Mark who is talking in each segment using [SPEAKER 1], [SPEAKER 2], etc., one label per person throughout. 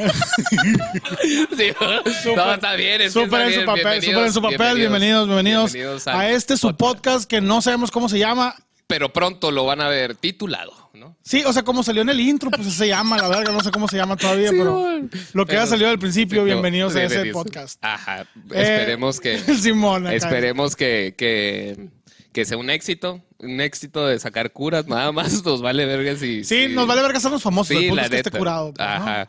[SPEAKER 1] Sí. no, está bien. es que
[SPEAKER 2] Súper
[SPEAKER 1] está
[SPEAKER 2] en
[SPEAKER 1] bien.
[SPEAKER 2] su papel, súper en su papel. Bienvenidos, bienvenidos, a, este su podcast que no sabemos cómo se llama.
[SPEAKER 1] Pero pronto lo van a ver titulado, ¿no?
[SPEAKER 2] Sí, o sea, como salió en el intro, pues así se llama, la verga, no sé cómo se llama todavía, pero lo que
[SPEAKER 1] Pero-
[SPEAKER 2] ha salido al principio,
[SPEAKER 1] Sí, pero-
[SPEAKER 2] bienvenidos a ese
[SPEAKER 1] bienvenidos.
[SPEAKER 2] podcast.
[SPEAKER 1] Ajá.
[SPEAKER 2] Eh,
[SPEAKER 1] Esperemos que.
[SPEAKER 2] Simón, acá.
[SPEAKER 1] Esperemos que, que, que sea un éxito. Un éxito de sacar curas, nada más. Nos vale verga si.
[SPEAKER 2] Sí,
[SPEAKER 1] si-
[SPEAKER 2] nos vale verga somos famosos,
[SPEAKER 1] Sí,
[SPEAKER 2] el punto
[SPEAKER 1] la
[SPEAKER 2] es que esté
[SPEAKER 1] neta.
[SPEAKER 2] curado. pues, ¿no?
[SPEAKER 1] Ajá.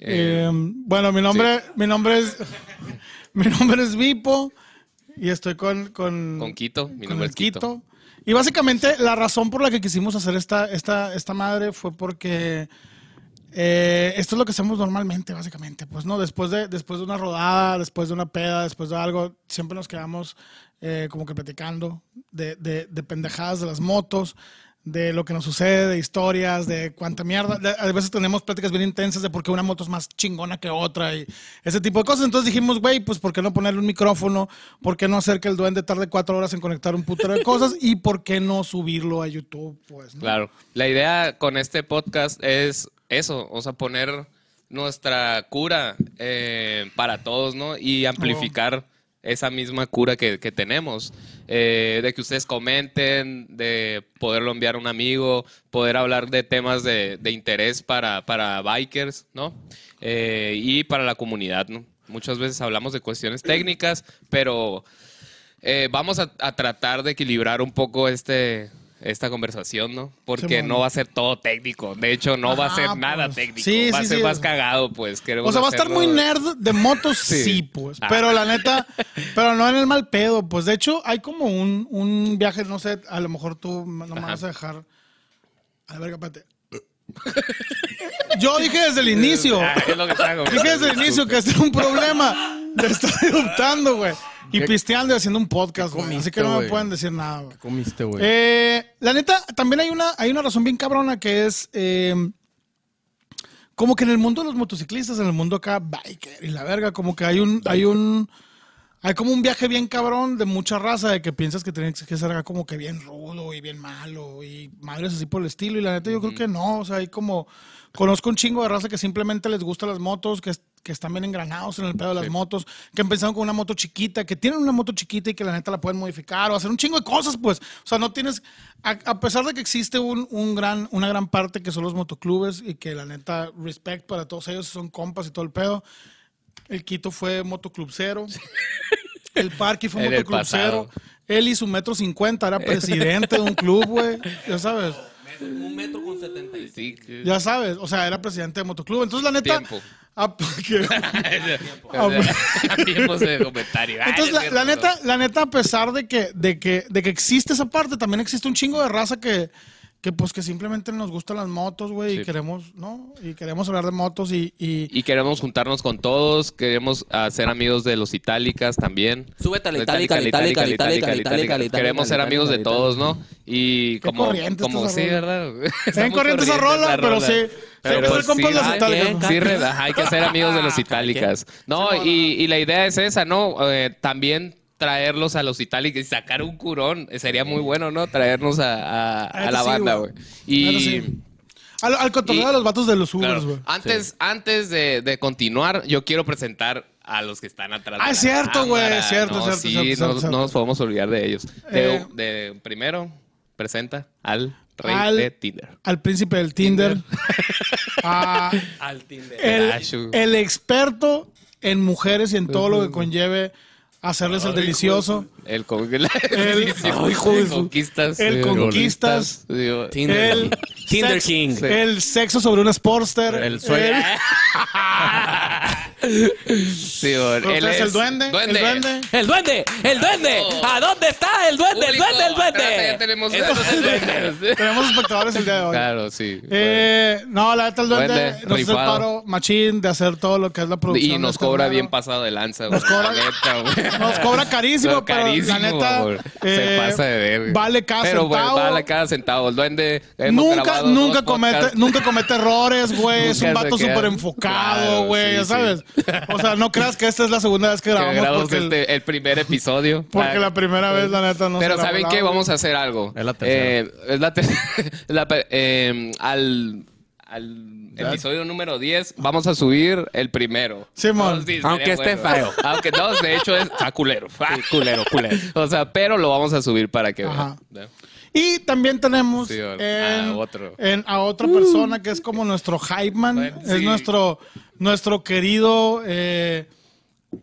[SPEAKER 1] Eh,
[SPEAKER 2] Eh, bueno, mi nombre, mi nombre es mi nombre es Vipo y estoy con con,
[SPEAKER 1] con Quito. Mi
[SPEAKER 2] con
[SPEAKER 1] nombre
[SPEAKER 2] el
[SPEAKER 1] es Quito.
[SPEAKER 2] Y básicamente la razón por la que quisimos hacer esta esta esta madre fue porque eh, esto es lo que hacemos normalmente, básicamente, pues no, después de después de una rodada, después de una peda, después de algo, siempre nos quedamos eh, como que platicando de, de, de pendejadas de las motos, de lo que nos sucede, de historias, de cuánta mierda. De- a veces tenemos pláticas bien intensas de por qué una moto es más chingona que otra y ese tipo de cosas. Entonces dijimos, güey, pues por qué no ponerle un micrófono, por qué no hacer que el duende tarde cuatro horas en conectar un putero de cosas y por qué no subirlo a YouTube, pues. ¿no?
[SPEAKER 1] Claro. La idea con este podcast es eso, o sea, poner nuestra cura eh, para todos, ¿no? Y amplificar esa misma cura que, que tenemos. Eh, de que ustedes comenten, de poderlo enviar a un amigo, poder hablar de temas de, de interés para, para bikers, ¿no? Eh, y para la comunidad, ¿no? Muchas veces hablamos de cuestiones técnicas, pero eh, vamos a, a tratar de equilibrar un poco este esta conversación, ¿no? Porque
[SPEAKER 2] Simón.
[SPEAKER 1] no va a ser todo técnico. De hecho, no va a ser
[SPEAKER 2] Ajá,
[SPEAKER 1] nada
[SPEAKER 2] pues.
[SPEAKER 1] técnico.
[SPEAKER 2] Sí,
[SPEAKER 1] va a
[SPEAKER 2] sí,
[SPEAKER 1] ser
[SPEAKER 2] sí.
[SPEAKER 1] más cagado, pues. queremos
[SPEAKER 2] O sea, va a estar
[SPEAKER 1] hacerlo-
[SPEAKER 2] muy nerd de motos, sí,
[SPEAKER 1] Sí.
[SPEAKER 2] pues.
[SPEAKER 1] Ah.
[SPEAKER 2] Pero la neta, pero no en el mal pedo, pues. De hecho, hay como un, un viaje, no sé, a lo mejor tú no me
[SPEAKER 1] Ajá.
[SPEAKER 2] vas a dejar. A la verga, espérate. Yo dije desde el inicio,
[SPEAKER 1] Ah, es lo que estaba
[SPEAKER 2] dije
[SPEAKER 1] comentando.
[SPEAKER 2] desde el inicio que este es un problema de estar eruptando, güey. Y
[SPEAKER 3] ¿Qué-
[SPEAKER 2] pisteando y haciendo un podcast, güey. Así
[SPEAKER 3] comiste,
[SPEAKER 2] que no me
[SPEAKER 3] güey?
[SPEAKER 2] pueden decir nada, güey.
[SPEAKER 3] Comiste, güey.
[SPEAKER 2] Eh, la neta, también hay una, hay una razón bien cabrona que es eh, como que en el mundo de los motociclistas, en el mundo acá, biker y la verga, como que hay un, hay un, hay como un viaje bien cabrón de mucha raza de que piensas que tienes que ser acá como que bien rudo y bien malo y madres así por el estilo. Y la neta, yo creo que no. O sea, hay como. Conozco un chingo de raza que simplemente les gustan las motos, que, es- que están bien engranados en el pedo de las motos, que empezaron con una moto chiquita, que tienen una moto chiquita y que la neta la pueden modificar o hacer un chingo de cosas, pues. O sea, no tienes. A, a pesar de que existe un, un gran, una gran parte que son los motoclubes y que la neta, respect para todos ellos, son compas y todo el pedo. El Quito fue motoclub cero. El Parque fue
[SPEAKER 1] En el
[SPEAKER 2] motoclub cero.
[SPEAKER 1] pasado.
[SPEAKER 2] Él y su metro cincuenta era presidente de un club, güey. Ya sabes,
[SPEAKER 4] Un metro con 75.
[SPEAKER 1] Sí, que-
[SPEAKER 2] ya sabes. O sea, era presidente de motoclub. Entonces, la neta...
[SPEAKER 1] Tiempo.
[SPEAKER 2] Ah, ¿qué?
[SPEAKER 1] Cambiemos de comentario. Ay,
[SPEAKER 2] Ah, pues. Entonces,
[SPEAKER 1] es cierto,
[SPEAKER 2] la, la
[SPEAKER 1] no.
[SPEAKER 2] neta, la neta, a pesar de que, de que, de que existe esa parte, también existe un chingo de raza que, que pues que simplemente nos gustan las motos, güey, y
[SPEAKER 1] Sí.
[SPEAKER 2] queremos, ¿no? Y queremos hablar de motos y, y-
[SPEAKER 1] Y queremos juntarnos con todos, queremos hacer amigos de los itálicas también.
[SPEAKER 4] Súbete a la itálica, la itálica, la itálica, la itálica, la itálica,
[SPEAKER 1] Queremos
[SPEAKER 4] la
[SPEAKER 1] ser
[SPEAKER 4] itálica,
[SPEAKER 1] amigos
[SPEAKER 4] la
[SPEAKER 1] de
[SPEAKER 4] itálica.
[SPEAKER 1] todos, ¿no? Y como,
[SPEAKER 2] corriente
[SPEAKER 1] como
[SPEAKER 2] esta
[SPEAKER 1] sí,
[SPEAKER 2] rola.
[SPEAKER 1] ¿verdad?
[SPEAKER 2] Está en corriente esa rola, pero sí. Siempre fue el compa de los
[SPEAKER 1] ay,
[SPEAKER 2] itálicas,
[SPEAKER 1] bien,
[SPEAKER 2] ¿no?
[SPEAKER 1] Sí, re- ajá, hay que ser amigos
[SPEAKER 4] Ah,
[SPEAKER 1] de los itálicas. No, y, y la idea es esa, ¿no? Eh, también traerlos a los itálicas y sacar un curón. Sería muy bueno, ¿no? Traernos a, a- a
[SPEAKER 2] Neta
[SPEAKER 1] la
[SPEAKER 2] sí,
[SPEAKER 1] banda,
[SPEAKER 2] güey.
[SPEAKER 1] güey.
[SPEAKER 2] Neta
[SPEAKER 1] Y...
[SPEAKER 2] sí. al, al cotorreo
[SPEAKER 1] y-
[SPEAKER 2] de los vatos de los
[SPEAKER 1] Claro.
[SPEAKER 2] Ubers, güey.
[SPEAKER 1] Antes, antes de, de continuar, yo quiero presentar a los que están atrás.
[SPEAKER 2] Ah,
[SPEAKER 1] de
[SPEAKER 2] es
[SPEAKER 1] la
[SPEAKER 2] cierto, güey,
[SPEAKER 1] cámara.
[SPEAKER 2] es cierto,
[SPEAKER 1] No,
[SPEAKER 2] cierto,
[SPEAKER 1] sí,
[SPEAKER 2] cierto,
[SPEAKER 1] no,
[SPEAKER 2] cierto,
[SPEAKER 1] no
[SPEAKER 2] cierto.
[SPEAKER 1] nos podemos olvidar de ellos. De-
[SPEAKER 2] Eh.
[SPEAKER 1] de- primero, presenta al rey
[SPEAKER 2] Al-
[SPEAKER 1] de Tinder.
[SPEAKER 2] Al príncipe del Tinder. a-
[SPEAKER 4] Al Tinder.
[SPEAKER 2] el,
[SPEAKER 1] Ashu.
[SPEAKER 2] el experto en mujeres y en todo lo que conlleve hacerles el delicioso.
[SPEAKER 1] El, con- el,
[SPEAKER 2] Ay, hijo de su-
[SPEAKER 1] conquistas.
[SPEAKER 2] el
[SPEAKER 1] eh,
[SPEAKER 2] conquistas.
[SPEAKER 1] digo,
[SPEAKER 4] Tinder.
[SPEAKER 2] El
[SPEAKER 4] Tinder
[SPEAKER 2] sex-
[SPEAKER 4] King.
[SPEAKER 2] El sexo sobre una Sportster.
[SPEAKER 3] El sueño.
[SPEAKER 2] el-
[SPEAKER 1] Ah, digo, él
[SPEAKER 2] Cortés, el duende, El duende.
[SPEAKER 4] ¡El duende! ¡El duende! ¿A dónde está el duende? ¡El
[SPEAKER 1] Público,
[SPEAKER 4] duende!
[SPEAKER 1] atrás ya
[SPEAKER 4] ¡El duende!
[SPEAKER 1] tenemos
[SPEAKER 4] Eso es el
[SPEAKER 2] Tenemos espectadores el día de hoy.
[SPEAKER 1] Claro, sí.
[SPEAKER 2] Eh, no, la neta, el duende,
[SPEAKER 1] Duende,
[SPEAKER 2] nos hizo el
[SPEAKER 1] rifado.
[SPEAKER 2] paro machín de hacer todo lo que es la producción.
[SPEAKER 1] Y
[SPEAKER 2] de
[SPEAKER 1] nos
[SPEAKER 2] este
[SPEAKER 1] cobra
[SPEAKER 2] pedo.
[SPEAKER 1] bien pasado de lanza, güey.
[SPEAKER 2] Nos cobra-
[SPEAKER 1] La neta, güey.
[SPEAKER 2] Nos cobra carísimo,
[SPEAKER 1] No,
[SPEAKER 2] pero
[SPEAKER 1] carísimo,
[SPEAKER 2] la neta.
[SPEAKER 1] güey.
[SPEAKER 2] eh,
[SPEAKER 1] se pasa de ver. güey.
[SPEAKER 2] Vale cada
[SPEAKER 1] pero, güey,
[SPEAKER 2] centavo.
[SPEAKER 1] vale cada centavo. El duende. hemos
[SPEAKER 2] Nunca,
[SPEAKER 1] grabado
[SPEAKER 2] nunca
[SPEAKER 1] dos
[SPEAKER 2] comete,
[SPEAKER 1] podcasts.
[SPEAKER 2] nunca comete errores, güey. Es
[SPEAKER 1] Nunca
[SPEAKER 2] un
[SPEAKER 1] se
[SPEAKER 2] vato
[SPEAKER 1] queda-
[SPEAKER 2] súper enfocado,
[SPEAKER 1] Claro,
[SPEAKER 2] güey.
[SPEAKER 1] sí,
[SPEAKER 2] ya sabes. O sea, no creas que esta es la segunda vez que
[SPEAKER 1] Que
[SPEAKER 2] grabamos.
[SPEAKER 1] grabamos
[SPEAKER 2] porque el-
[SPEAKER 1] este- el primer episodio.
[SPEAKER 2] Porque
[SPEAKER 1] Ah,
[SPEAKER 2] la primera vez, la neta, no
[SPEAKER 1] Pero
[SPEAKER 2] se grabó
[SPEAKER 1] ¿saben
[SPEAKER 2] el
[SPEAKER 1] qué?
[SPEAKER 2] audio.
[SPEAKER 1] Vamos a hacer algo.
[SPEAKER 3] Es la tercera.
[SPEAKER 1] Eh, es la ter- la pe- eh, em, al, al episodio número 10 vamos a subir el primero.
[SPEAKER 2] Simón.
[SPEAKER 1] Todos dicen,
[SPEAKER 3] Aunque
[SPEAKER 1] "Eh,
[SPEAKER 3] esté feo".
[SPEAKER 1] Aunque no, de hecho es ah, culero.
[SPEAKER 3] culero, culero.
[SPEAKER 1] O sea, pero lo vamos a subir para que
[SPEAKER 2] Ajá.
[SPEAKER 1] vean.
[SPEAKER 2] Y también tenemos
[SPEAKER 1] Sí, bueno,
[SPEAKER 2] en-
[SPEAKER 1] a otro.
[SPEAKER 2] en- a otra persona que es como nuestro hype man.
[SPEAKER 1] Bueno,
[SPEAKER 2] es
[SPEAKER 1] sí.
[SPEAKER 2] nuestro, nuestro querido eh,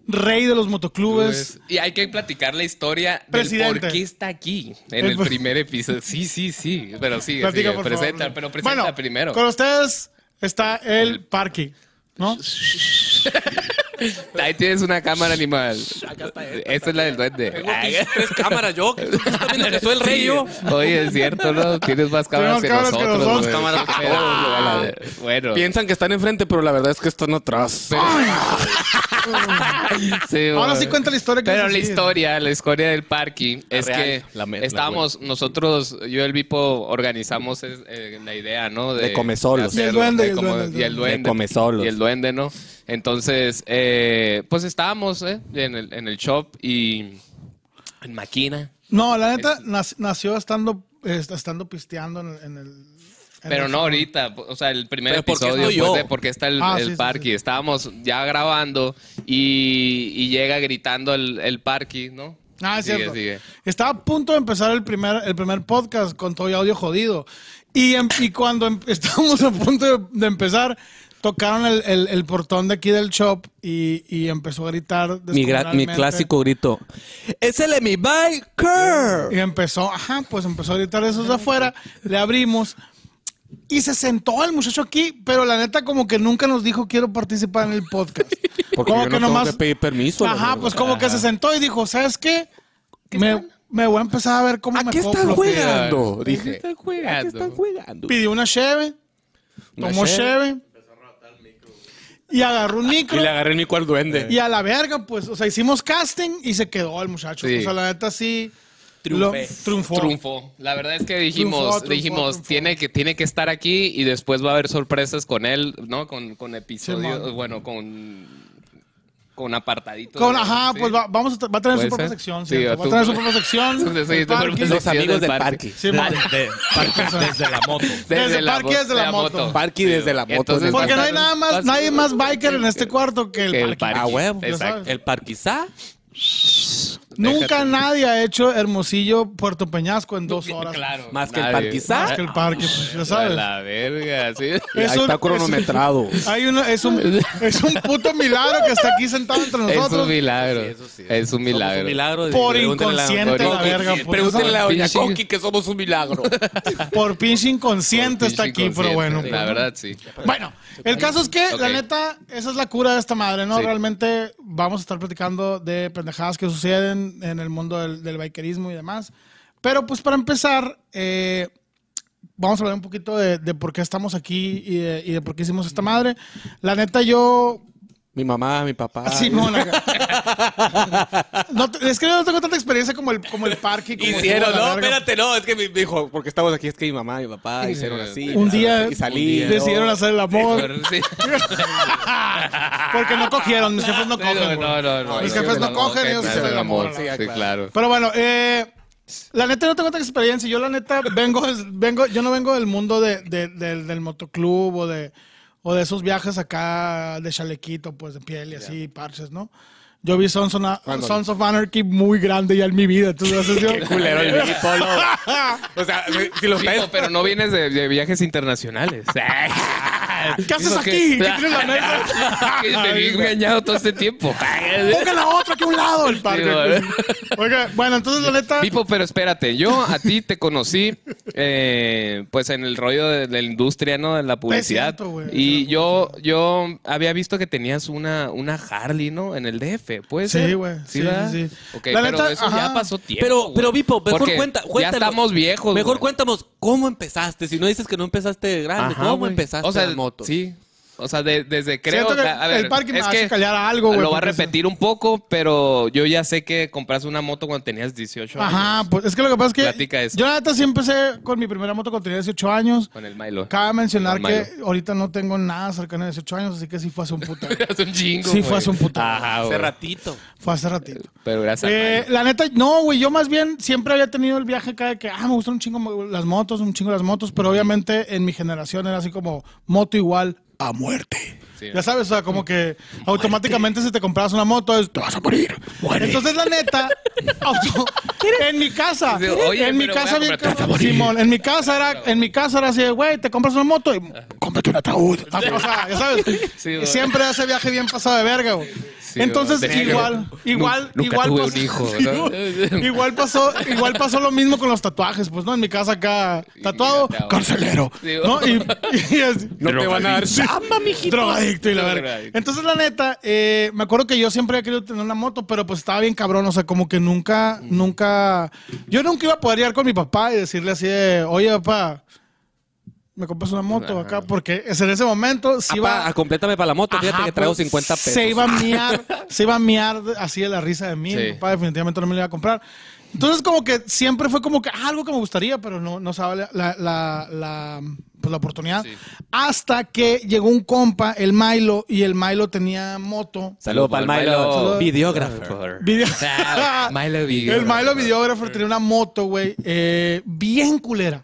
[SPEAKER 2] rey de los motoclubes.
[SPEAKER 1] Pues, y hay que platicar la historia
[SPEAKER 2] Pues, Presidente.
[SPEAKER 1] del por qué está aquí en
[SPEAKER 2] El
[SPEAKER 1] el,
[SPEAKER 2] pre-
[SPEAKER 1] primer episodio. Sí, sí, sí. Pero sí,
[SPEAKER 2] Platica, por favor.
[SPEAKER 1] presenta, pero presenta
[SPEAKER 2] Bueno,
[SPEAKER 1] primero.
[SPEAKER 2] Con ustedes está el parque. ¿no?
[SPEAKER 1] Ahí tienes una cámara animal. Esta es la del duende. Ay,
[SPEAKER 4] Tres cámaras yo, que tú estás viendo que soy el rey
[SPEAKER 1] sí.
[SPEAKER 4] yo.
[SPEAKER 1] Oye, es cierto, ¿no? Tienes más cámaras
[SPEAKER 2] Tenemos
[SPEAKER 1] que
[SPEAKER 2] cámaras que
[SPEAKER 1] nosotros.
[SPEAKER 2] nosotros.
[SPEAKER 1] güey.
[SPEAKER 3] Cámaras que
[SPEAKER 1] Pero,
[SPEAKER 3] todos.
[SPEAKER 1] güey, Bueno.
[SPEAKER 3] Piensan que están enfrente, pero la verdad es que están atrás.
[SPEAKER 1] Sí,
[SPEAKER 2] Ahora
[SPEAKER 1] güey.
[SPEAKER 2] sí cuenta la historia que
[SPEAKER 1] Pero
[SPEAKER 2] hizo
[SPEAKER 1] la
[SPEAKER 2] así.
[SPEAKER 1] historia, la historia del parking es
[SPEAKER 3] real,
[SPEAKER 1] que
[SPEAKER 3] la me- la
[SPEAKER 1] estábamos, nosotros, yo y el Vipo organizamos es- eh, la idea, ¿no?
[SPEAKER 3] De come solos.
[SPEAKER 1] hacer-
[SPEAKER 2] Y el duende,
[SPEAKER 1] de
[SPEAKER 2] y el
[SPEAKER 1] como-
[SPEAKER 2] duende,
[SPEAKER 1] y el
[SPEAKER 2] de
[SPEAKER 1] duende.
[SPEAKER 3] come solos.
[SPEAKER 1] Y el duende, ¿no? Entonces, eh, pues estábamos eh, en, el, en el shop y en Maquina.
[SPEAKER 2] No, la neta nac- nació estando, eh, estando pisteando en el. en el- en
[SPEAKER 1] Pero
[SPEAKER 2] el-
[SPEAKER 1] no ahorita, o sea, el primer
[SPEAKER 4] Pero ¿por qué
[SPEAKER 1] episodio
[SPEAKER 4] estoy
[SPEAKER 1] pues,
[SPEAKER 4] yo?
[SPEAKER 1] de porque está el,
[SPEAKER 2] Ah,
[SPEAKER 1] el
[SPEAKER 2] sí, sí,
[SPEAKER 1] Parky.
[SPEAKER 2] sí.
[SPEAKER 1] Estábamos ya grabando y, y llega gritando el, el Parky, ¿no?
[SPEAKER 2] Ah, es
[SPEAKER 1] Sigue,
[SPEAKER 2] cierto.
[SPEAKER 1] sigue.
[SPEAKER 2] Estaba a punto de empezar el primer, el primer podcast con todo y audio jodido. Y, em- y cuando em- estábamos a punto de, de empezar, tocaron el, el- el portón de aquí del shop y, y empezó a gritar.
[SPEAKER 4] Mi, gra- mi
[SPEAKER 2] descomunalmente.
[SPEAKER 4] clásico grito. ¡Es el mi
[SPEAKER 2] Y
[SPEAKER 4] biker!
[SPEAKER 2] empezó, ajá, pues empezó a gritar esos de afuera, le abrimos. Y se sentó el muchacho aquí, pero la neta como que nunca nos dijo quiero participar en el podcast.
[SPEAKER 3] Porque
[SPEAKER 2] como
[SPEAKER 3] yo no tengo que pedir permiso, la
[SPEAKER 2] Ajá,
[SPEAKER 3] verdad.
[SPEAKER 2] pues como que se sentó y dijo, ¿sabes qué? Me, me voy a empezar a ver cómo me
[SPEAKER 3] Aquí
[SPEAKER 2] puedo
[SPEAKER 3] están
[SPEAKER 2] bloquear".
[SPEAKER 3] jugando,
[SPEAKER 1] ¿Qué
[SPEAKER 3] dije.
[SPEAKER 1] están
[SPEAKER 4] ¿Qué están
[SPEAKER 1] jugando?
[SPEAKER 4] jugando?
[SPEAKER 2] Pidió una cheve,
[SPEAKER 3] Una
[SPEAKER 2] tomó
[SPEAKER 3] cheve.
[SPEAKER 2] cheve. Y agarró un micro.
[SPEAKER 3] agarré el micro al duende.
[SPEAKER 2] Y a la verga, pues, o sea, hicimos casting y se quedó el muchacho.
[SPEAKER 1] Sí.
[SPEAKER 2] O sea, la neta sí.
[SPEAKER 4] Triunfé.
[SPEAKER 2] lo- triunfó.
[SPEAKER 1] Triunfó. La verdad es que dijimos,
[SPEAKER 2] Triunfó, triunfó,
[SPEAKER 1] dijimos,
[SPEAKER 2] triunfó.
[SPEAKER 1] tiene que tiene que estar aquí y después va a haber sorpresas con él, ¿no? Con, con episodios,
[SPEAKER 2] Simón.
[SPEAKER 1] bueno, con con apartaditos.
[SPEAKER 2] Con,
[SPEAKER 1] ¿no?
[SPEAKER 2] ajá,
[SPEAKER 1] Sí.
[SPEAKER 2] pues va, vamos a, va a tener su
[SPEAKER 1] Puede
[SPEAKER 2] propia
[SPEAKER 1] ser.
[SPEAKER 2] sección.
[SPEAKER 1] Sí,
[SPEAKER 2] ¿cierto?
[SPEAKER 1] o
[SPEAKER 2] va a
[SPEAKER 1] tú-
[SPEAKER 2] tener su propia sección.
[SPEAKER 1] Sí, sí, tu propia
[SPEAKER 2] el parque.
[SPEAKER 1] sección.
[SPEAKER 3] Los amigos del
[SPEAKER 1] parque.
[SPEAKER 3] parque.
[SPEAKER 2] Sí, mon.
[SPEAKER 5] De- Parkinson desde la moto.
[SPEAKER 2] Desde el parque, desde la moto.
[SPEAKER 3] Parque desde la moto.
[SPEAKER 1] Entonces,
[SPEAKER 3] Porque
[SPEAKER 2] porque no hay
[SPEAKER 1] pasaron-
[SPEAKER 2] nada más,
[SPEAKER 1] pasaron-
[SPEAKER 2] nadie más biker en este cuarto que el,
[SPEAKER 1] que
[SPEAKER 2] parque.
[SPEAKER 1] parque.
[SPEAKER 4] A Ah, huevo.
[SPEAKER 2] Ya
[SPEAKER 1] Exacto.
[SPEAKER 2] sabes.
[SPEAKER 4] ¿El parquizá?
[SPEAKER 2] Nunca
[SPEAKER 1] Déjate.
[SPEAKER 2] nadie ha hecho Hermosillo Puerto Peñasco en dos horas.
[SPEAKER 1] Claro.
[SPEAKER 4] Más que el
[SPEAKER 1] Nadie.
[SPEAKER 4] parquizá.
[SPEAKER 2] Más que el parque, pues, ya
[SPEAKER 1] A
[SPEAKER 2] sabes.
[SPEAKER 1] la verga, sí.
[SPEAKER 2] Es
[SPEAKER 3] Ahí
[SPEAKER 2] un-
[SPEAKER 3] está
[SPEAKER 2] es-
[SPEAKER 3] cronometrado.
[SPEAKER 2] Hay una, es, un, es un puto milagro que está aquí sentado entre
[SPEAKER 1] Es un
[SPEAKER 2] nosotros.
[SPEAKER 1] milagro. Es un
[SPEAKER 4] Somos un
[SPEAKER 1] milagro.
[SPEAKER 4] milagro.
[SPEAKER 2] Por
[SPEAKER 4] Pregúntenle a la-
[SPEAKER 2] inconsciente, la
[SPEAKER 4] Coqui.
[SPEAKER 2] verga, puto.
[SPEAKER 4] Pregúntenle a doña
[SPEAKER 1] Pinche-
[SPEAKER 4] Coqui que somos un milagro.
[SPEAKER 2] Por pinche inconsciente está aquí, pero bueno.
[SPEAKER 1] La verdad, sí.
[SPEAKER 2] Bueno, el caso es que, la
[SPEAKER 1] Ok.
[SPEAKER 2] neta, esa es la cura de esta madre, ¿no?
[SPEAKER 1] Sí.
[SPEAKER 2] Realmente vamos a estar platicando de pendejadas que suceden en el mundo del, del bikerismo y demás. Pero pues para empezar, eh, vamos a hablar un poquito de, de por qué estamos aquí y de, y de por qué hicimos esta madre. La neta, yo...
[SPEAKER 3] Mi mamá, mi papá.
[SPEAKER 2] Ah, Sí, no, la- No te- es que yo no tengo tanta experiencia como el, como el parque. y como
[SPEAKER 4] Hicieron,
[SPEAKER 2] la
[SPEAKER 4] no,
[SPEAKER 2] verga.
[SPEAKER 4] espérate, no, es que mi-
[SPEAKER 3] Me dijo, porque estamos aquí, es que mi mamá y mi papá hicieron así.
[SPEAKER 2] Un día
[SPEAKER 3] Y salí.
[SPEAKER 2] decidieron hacer el amor.
[SPEAKER 1] Sí.
[SPEAKER 2] Porque no cogieron, mis jefes no
[SPEAKER 1] No,
[SPEAKER 2] cogen.
[SPEAKER 1] no,
[SPEAKER 2] güey.
[SPEAKER 1] no, no.
[SPEAKER 2] Mis
[SPEAKER 1] no,
[SPEAKER 2] jefes
[SPEAKER 1] no,
[SPEAKER 2] no cogen,
[SPEAKER 1] que
[SPEAKER 2] ellos
[SPEAKER 1] claro,
[SPEAKER 2] hicieron el amor.
[SPEAKER 3] Sí,
[SPEAKER 1] Sí,
[SPEAKER 3] claro.
[SPEAKER 1] claro.
[SPEAKER 2] Pero bueno, eh, la neta yo no tengo tanta experiencia. Yo la neta vengo, vengo yo no vengo del mundo de, de- del- del motoclub o de, o de esos viajes acá de chalequito, pues de piel y así, parches, ¿no? Yo vi Sons, on-
[SPEAKER 3] Ándale.
[SPEAKER 2] Sons of Anarchy muy grande ya en mi vida. Entonces, yo-
[SPEAKER 3] Qué culero el Vicky Polo. O sea, si- si lo
[SPEAKER 1] Digo,
[SPEAKER 3] ves,
[SPEAKER 1] pero no vienes de, de viajes internacionales.
[SPEAKER 2] ¿Qué haces
[SPEAKER 1] Digo que-
[SPEAKER 2] aquí? ¿Qué tienes la mesa?
[SPEAKER 1] Que te vi engañado todo este tiempo.
[SPEAKER 2] Ponga la otra aquí a un lado, el parque. pues.
[SPEAKER 1] Sí, vale.
[SPEAKER 2] Oiga, bueno, entonces la neta...
[SPEAKER 1] Pipo, pero espérate, yo a ti te conocí eh, pues en el rollo de, de la industria, ¿no? De la publicidad.
[SPEAKER 2] cierto, güey.
[SPEAKER 1] y yo, yo había visto que tenías una, una Harley, ¿no? En el DF, ¿puede
[SPEAKER 2] Sí,
[SPEAKER 1] ser?
[SPEAKER 2] güey. Sí,
[SPEAKER 1] verdad?
[SPEAKER 2] sí, sí.
[SPEAKER 1] Ok,
[SPEAKER 2] La
[SPEAKER 1] pero
[SPEAKER 2] neta,
[SPEAKER 1] eso
[SPEAKER 2] ajá.
[SPEAKER 1] ya pasó tiempo.
[SPEAKER 4] Pero,
[SPEAKER 1] güey.
[SPEAKER 4] pero Vipo, mejor
[SPEAKER 1] Porque
[SPEAKER 4] cuenta,
[SPEAKER 1] Ya
[SPEAKER 4] cuéntanos.
[SPEAKER 1] estamos viejos.
[SPEAKER 4] Mejor
[SPEAKER 1] güey.
[SPEAKER 4] cuéntanos cómo empezaste. Si no dices que no empezaste de grande,
[SPEAKER 1] Ajá,
[SPEAKER 4] ¿cómo
[SPEAKER 1] güey.
[SPEAKER 4] empezaste
[SPEAKER 1] O sea,
[SPEAKER 4] en motos?
[SPEAKER 1] Sí. O sea, de- desde creo.
[SPEAKER 2] Siento que
[SPEAKER 1] a ver,
[SPEAKER 2] el parking me
[SPEAKER 1] es
[SPEAKER 2] hace
[SPEAKER 1] que
[SPEAKER 2] callar a algo, güey.
[SPEAKER 1] Lo va a
[SPEAKER 2] porque es-
[SPEAKER 1] repetir un poco, pero yo ya sé que compraste una moto cuando tenías 18 años.
[SPEAKER 2] Ajá, pues es que lo que pasa es que.
[SPEAKER 1] Platica eso.
[SPEAKER 2] Yo la neta sí empecé con mi primera moto cuando tenía 18 años.
[SPEAKER 1] Con el Milo.
[SPEAKER 2] Cabe mencionar
[SPEAKER 1] Con
[SPEAKER 2] que ahorita no tengo nada cercano a 18 años, así que sí fue hace un puto.
[SPEAKER 1] Hace un chingo.
[SPEAKER 2] Sí,
[SPEAKER 1] güey.
[SPEAKER 2] fue hace un puto.
[SPEAKER 1] Ajá,
[SPEAKER 4] Hace
[SPEAKER 1] güey.
[SPEAKER 4] ratito.
[SPEAKER 2] Fue hace ratito.
[SPEAKER 1] Pero gracias. al
[SPEAKER 2] Eh,
[SPEAKER 1] Milo.
[SPEAKER 2] la neta, no, güey, yo más bien siempre había tenido el viaje acá de que, ah, me gustan un chingo mo- las motos, un chingo las motos, pero obviamente en mi generación era así como moto igual a muerte.
[SPEAKER 1] Sí.
[SPEAKER 2] Ya sabes, o sea, como que automáticamente si te comprabas una moto es, te vas a morir. Entonces, la neta, auto- en mi casa,
[SPEAKER 1] Dice, "Oye,
[SPEAKER 2] en mi
[SPEAKER 1] pero voy a
[SPEAKER 2] casa, bien
[SPEAKER 1] comprar- te vas a
[SPEAKER 2] cabrón, Simón, en mi casa era, en mi casa era así, de, güey, te compras una moto y cómprate un ataúd. Ah, O sea, ya sabes,
[SPEAKER 1] Sí, güey.
[SPEAKER 2] siempre ese viaje bien pasado de verga, güey.
[SPEAKER 1] Sí,
[SPEAKER 2] Entonces,
[SPEAKER 1] tenía que-
[SPEAKER 2] igual, igual,
[SPEAKER 1] Nunca
[SPEAKER 2] igual.
[SPEAKER 1] tuve
[SPEAKER 2] pas-
[SPEAKER 1] un hijo,
[SPEAKER 2] Sí,
[SPEAKER 1] ¿no?
[SPEAKER 2] güey. igual pasó, igual pasó lo mismo con los tatuajes, pues, ¿no? En mi casa acá, tatuado,
[SPEAKER 1] mira, te-
[SPEAKER 2] carcelero.
[SPEAKER 1] Sí,
[SPEAKER 2] ¿no?
[SPEAKER 1] güey.
[SPEAKER 2] Y, y así,
[SPEAKER 3] No te van a dar
[SPEAKER 2] ¡Ama, mijito! Drogadicto y la verga.
[SPEAKER 1] Drogadicto.
[SPEAKER 2] Entonces, la neta, eh, me acuerdo que yo siempre había querido tener una moto, pero pues estaba bien cabrón. O sea, como que nunca, nunca. Yo nunca iba a poder llegar con mi papá y decirle así de, oye, papá, me compras una moto
[SPEAKER 1] Ajá.
[SPEAKER 2] acá, porque es en ese momento sí iba.
[SPEAKER 4] Apa, complétame para la moto. Fíjate
[SPEAKER 2] Ajá,
[SPEAKER 4] que traigo
[SPEAKER 2] pues,
[SPEAKER 4] 50 pesos.
[SPEAKER 2] Se iba a miar, se iba a miar de- así de la risa de mí.
[SPEAKER 1] Sí.
[SPEAKER 2] Mi papá definitivamente no me lo iba a comprar. Entonces, como que siempre fue como que ah, algo que me gustaría, pero no, no sabe la, la, la- la, pues, la oportunidad.
[SPEAKER 1] Sí.
[SPEAKER 2] Hasta que llegó un compa, el Milo, y el Milo tenía moto.
[SPEAKER 4] Saludos para el Milo.
[SPEAKER 1] Saludos.
[SPEAKER 4] Videógrafo.
[SPEAKER 2] Video-
[SPEAKER 1] Milo Video.
[SPEAKER 2] El Milo videógrafo tenía una moto, güey, eh, bien culera.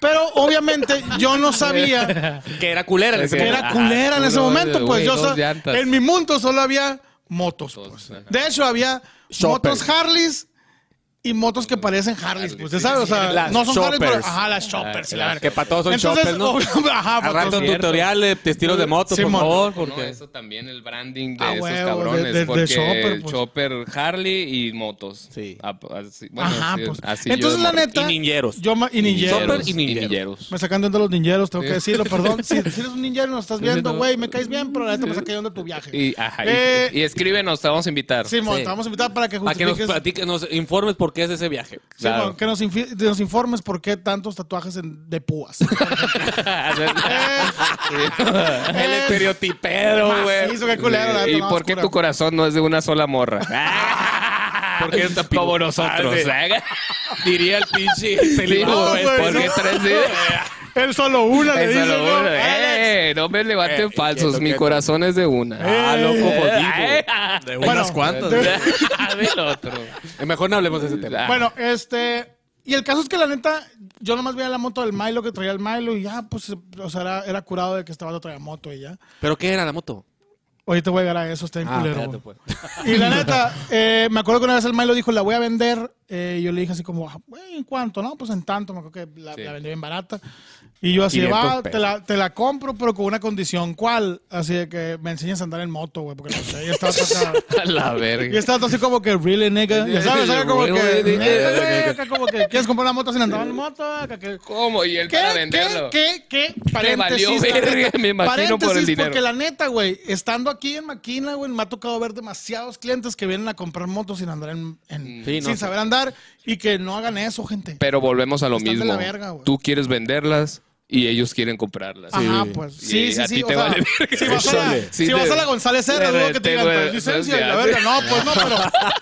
[SPEAKER 2] Pero obviamente yo no sabía
[SPEAKER 4] Que era culera en ese
[SPEAKER 2] que
[SPEAKER 1] Ok.
[SPEAKER 4] momento.
[SPEAKER 2] era
[SPEAKER 1] Ajá,
[SPEAKER 2] culera en ese
[SPEAKER 1] puro,
[SPEAKER 2] momento,
[SPEAKER 1] güey,
[SPEAKER 2] pues yo
[SPEAKER 1] dos
[SPEAKER 2] sa-
[SPEAKER 1] llantas.
[SPEAKER 2] en mi mundo solo había motos.
[SPEAKER 1] Motos,
[SPEAKER 2] pues.
[SPEAKER 1] ajá.
[SPEAKER 2] De hecho había
[SPEAKER 4] Shoppers.
[SPEAKER 2] motos Harleys y motos que parecen Harleys, pues ya sabes, o sea,
[SPEAKER 4] Las
[SPEAKER 2] no son Harleys, pero
[SPEAKER 4] shoppers.
[SPEAKER 2] ajá, las shoppers, y la
[SPEAKER 1] Las
[SPEAKER 2] verga.
[SPEAKER 4] Que para todos son
[SPEAKER 2] Entonces,
[SPEAKER 4] shoppers, ¿no?
[SPEAKER 2] obvio- ajá, pues, para
[SPEAKER 4] Agarrando
[SPEAKER 2] todos-
[SPEAKER 4] tutoriales, de estilos de moto, por
[SPEAKER 2] Simón.
[SPEAKER 4] favor.
[SPEAKER 1] No,
[SPEAKER 4] Porque...
[SPEAKER 1] eso también el branding de
[SPEAKER 2] Ah,
[SPEAKER 1] esos
[SPEAKER 2] huevo,
[SPEAKER 1] cabrones.
[SPEAKER 2] de- de- de
[SPEAKER 1] porque
[SPEAKER 2] Chopper,
[SPEAKER 1] Chopper,
[SPEAKER 2] pues.
[SPEAKER 1] Harley y motos.
[SPEAKER 4] Sí.
[SPEAKER 1] Ah, pues, así- bueno,
[SPEAKER 2] Ajá,
[SPEAKER 1] sí,
[SPEAKER 2] pues.
[SPEAKER 1] así yo
[SPEAKER 2] Entonces
[SPEAKER 1] de
[SPEAKER 2] la
[SPEAKER 1] morro.
[SPEAKER 2] neta
[SPEAKER 4] Y niñeros.
[SPEAKER 2] yo ma- y niñeros.
[SPEAKER 4] Shopper y
[SPEAKER 1] y
[SPEAKER 4] niñeros.
[SPEAKER 1] niñeros.
[SPEAKER 2] Me sacan de onda los ninjeros, tengo que decirlo, perdón. Si, si eres un ninjero y nos estás viendo, güey, me caes bien, pero la neta me saca de onda tu viaje.
[SPEAKER 1] Y, ajá, y-
[SPEAKER 2] Eh,
[SPEAKER 1] y escríbenos, te vamos a invitar.
[SPEAKER 2] Simón,
[SPEAKER 4] sí.
[SPEAKER 2] te vamos a invitar para que
[SPEAKER 4] Para que nos
[SPEAKER 2] justifiques.
[SPEAKER 4] platiques, nos informes por qué es ese viaje.
[SPEAKER 2] Simón,
[SPEAKER 1] claro.
[SPEAKER 2] que nos, infi- nos informes por qué tantos tatuajes en- de púas.
[SPEAKER 1] Ah,
[SPEAKER 4] El estereotipero, güey.
[SPEAKER 2] Macizo, qué culero, la neta,
[SPEAKER 1] ¿Y
[SPEAKER 2] no,
[SPEAKER 1] por
[SPEAKER 2] es
[SPEAKER 1] qué
[SPEAKER 2] culero.
[SPEAKER 1] tu corazón no es de una sola morra? Porque es como nosotros.
[SPEAKER 2] Ah,
[SPEAKER 1] ¿eh?
[SPEAKER 4] Diría el pinche
[SPEAKER 2] No,
[SPEAKER 4] celibo,
[SPEAKER 2] güey,
[SPEAKER 4] güey.
[SPEAKER 2] no.
[SPEAKER 1] porque tres de-
[SPEAKER 2] Él solo una le
[SPEAKER 1] Eso
[SPEAKER 2] dice,
[SPEAKER 1] Pues lo
[SPEAKER 2] ¿no?
[SPEAKER 1] bueno.
[SPEAKER 2] Alex.
[SPEAKER 1] Eh, no me levanten
[SPEAKER 4] Eh,
[SPEAKER 1] falsos,
[SPEAKER 4] quieto,
[SPEAKER 1] mi
[SPEAKER 4] quieto.
[SPEAKER 1] corazón es de una.
[SPEAKER 4] Ah, loco,
[SPEAKER 1] Eh,
[SPEAKER 4] jodido.
[SPEAKER 1] ah,
[SPEAKER 4] De
[SPEAKER 2] Bueno,
[SPEAKER 4] unas cuantas.
[SPEAKER 2] de-
[SPEAKER 4] güey.
[SPEAKER 1] Del otro.
[SPEAKER 4] Eh, Mejor no hablemos de ese tema.
[SPEAKER 2] Bueno, este. Y el caso es que la neta, yo nomás veía la moto del Milo que traía el Milo y ya, pues, o sea, era, era curado de que este vato traía moto y ya.
[SPEAKER 4] ¿Pero qué era la moto?
[SPEAKER 2] Ahorita voy a llegar a eso, está en
[SPEAKER 4] Ah,
[SPEAKER 2] culero.
[SPEAKER 4] espérate,
[SPEAKER 2] güey.
[SPEAKER 4] pues.
[SPEAKER 2] Y la neta, eh, me acuerdo que una vez el Milo dijo, la voy a vender. Eh, yo le dije así como, "Ah, güey, ¿en cuánto? No, pues en tanto, me acuerdo que la,
[SPEAKER 1] Sí.
[SPEAKER 2] la vendí bien barata. Y yo así, de, va,
[SPEAKER 4] 500
[SPEAKER 2] te la, te la compro, pero con una condición. ¿Cuál? Así de que me enseñes a andar en moto, güey, porque no sé, ya estaba tocada.
[SPEAKER 1] A la
[SPEAKER 2] Y
[SPEAKER 1] verga.
[SPEAKER 2] estaba así como que, really, nigga. Ya sabes, era como que,
[SPEAKER 1] Really,
[SPEAKER 2] "Nigga,
[SPEAKER 1] nigga".
[SPEAKER 2] güey, acá como que, ¿quieres comprar una moto sin andar en moto? Acá que-
[SPEAKER 1] ¿Cómo? Y él
[SPEAKER 2] ¿Qué,
[SPEAKER 1] para
[SPEAKER 2] qué,
[SPEAKER 1] venderlo.
[SPEAKER 2] qué, qué?
[SPEAKER 1] Le
[SPEAKER 2] Paréntesis.
[SPEAKER 1] valió
[SPEAKER 2] la
[SPEAKER 1] verga,
[SPEAKER 2] neta.
[SPEAKER 1] me imagino, por el
[SPEAKER 2] Paréntesis,
[SPEAKER 1] dinero.
[SPEAKER 2] porque la neta, güey, estando aquí en Maquina, güey, me ha tocado ver demasiados clientes que vienen a comprar motos sin andar en,
[SPEAKER 1] Mm.
[SPEAKER 2] en-
[SPEAKER 4] Sí, no.
[SPEAKER 2] sin saber andar y que no hagan eso, gente.
[SPEAKER 1] Pero volvemos a lo
[SPEAKER 2] Están de
[SPEAKER 1] mismo.
[SPEAKER 2] la verga, güey.
[SPEAKER 1] Tú quieres venderlas y ellos quieren comprarlas.
[SPEAKER 2] Ajá, pues. Sí,
[SPEAKER 1] Y
[SPEAKER 2] sí,
[SPEAKER 1] a
[SPEAKER 2] sí.
[SPEAKER 1] ti
[SPEAKER 2] o
[SPEAKER 1] te
[SPEAKER 2] sea,
[SPEAKER 1] vale
[SPEAKER 2] si vas a la,
[SPEAKER 1] Échale.
[SPEAKER 2] si
[SPEAKER 1] Sí,
[SPEAKER 2] vas
[SPEAKER 1] te-
[SPEAKER 2] a la González Serra,
[SPEAKER 1] te-
[SPEAKER 2] dudo que
[SPEAKER 1] te-
[SPEAKER 2] te digan
[SPEAKER 1] te-
[SPEAKER 2] pues, licencia y la
[SPEAKER 1] te-
[SPEAKER 2] verga. No, pues no, pero.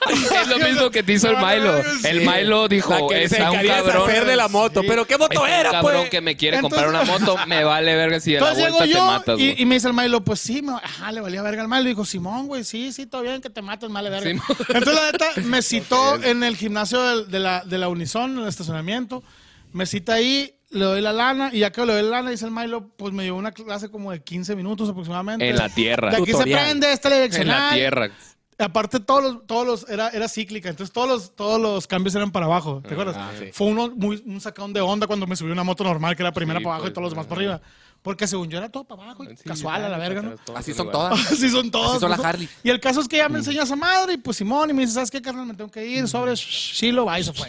[SPEAKER 1] Es lo mismo que te hizo el
[SPEAKER 2] Me vale
[SPEAKER 1] Milo.
[SPEAKER 2] verga,
[SPEAKER 1] El
[SPEAKER 2] Ah, sí.
[SPEAKER 1] Milo
[SPEAKER 4] La
[SPEAKER 1] dijo,
[SPEAKER 4] que se
[SPEAKER 1] está un
[SPEAKER 4] quería
[SPEAKER 1] cabrón.
[SPEAKER 4] deshacer de la moto.
[SPEAKER 2] Sí.
[SPEAKER 4] ¿Pero qué moto
[SPEAKER 1] está un
[SPEAKER 4] era,
[SPEAKER 1] cabrón
[SPEAKER 4] pues?
[SPEAKER 1] que me quiere
[SPEAKER 2] Entonces-
[SPEAKER 1] comprar una moto, me vale verga si a la
[SPEAKER 2] Entonces
[SPEAKER 1] vuelta
[SPEAKER 2] llego
[SPEAKER 1] te
[SPEAKER 2] yo
[SPEAKER 1] matas,
[SPEAKER 2] y-
[SPEAKER 1] güey.
[SPEAKER 2] y, me dice el Milo, pues sí, me- ajá, le valía verga al Milo. Y dijo, Simón, güey, sí, sí, todo bien, que te mates, male verga.
[SPEAKER 1] Sí, mo-
[SPEAKER 2] Entonces la neta me citó en el gimnasio del- de, la, de la Unison, en el estacionamiento. Me cita ahí, le doy la lana y ya que le doy la lana, dice el Milo, pues me llevó una clase como de 15 minutos aproximadamente.
[SPEAKER 1] En la tierra.
[SPEAKER 2] De aquí
[SPEAKER 4] Tutorial.
[SPEAKER 2] se prende, esta es la
[SPEAKER 1] En la
[SPEAKER 2] direccional.
[SPEAKER 1] tierra.
[SPEAKER 2] Aparte, todos los, todos los, era, era cíclica, entonces todos los, todos los cambios eran para abajo,
[SPEAKER 1] Ah,
[SPEAKER 2] ¿te acuerdas? Fue uno muy, un sacón de onda cuando me subí una moto normal que era primera
[SPEAKER 1] Sí,
[SPEAKER 2] para abajo
[SPEAKER 1] pues,
[SPEAKER 2] y todos los demás para arriba. Porque según yo era todo para abajo, y casual a la verga, ¿no?
[SPEAKER 4] Así son todas.
[SPEAKER 2] Así son todas.
[SPEAKER 4] Así son las
[SPEAKER 2] pues,
[SPEAKER 4] Harley. Mm.
[SPEAKER 2] Y el caso es que ya me enseña esa madre y pues Simón y me dice, ¿sabes qué, carnal? Me tengo que ir, sobre,
[SPEAKER 4] Mm.
[SPEAKER 2] sí lo va, y se fue.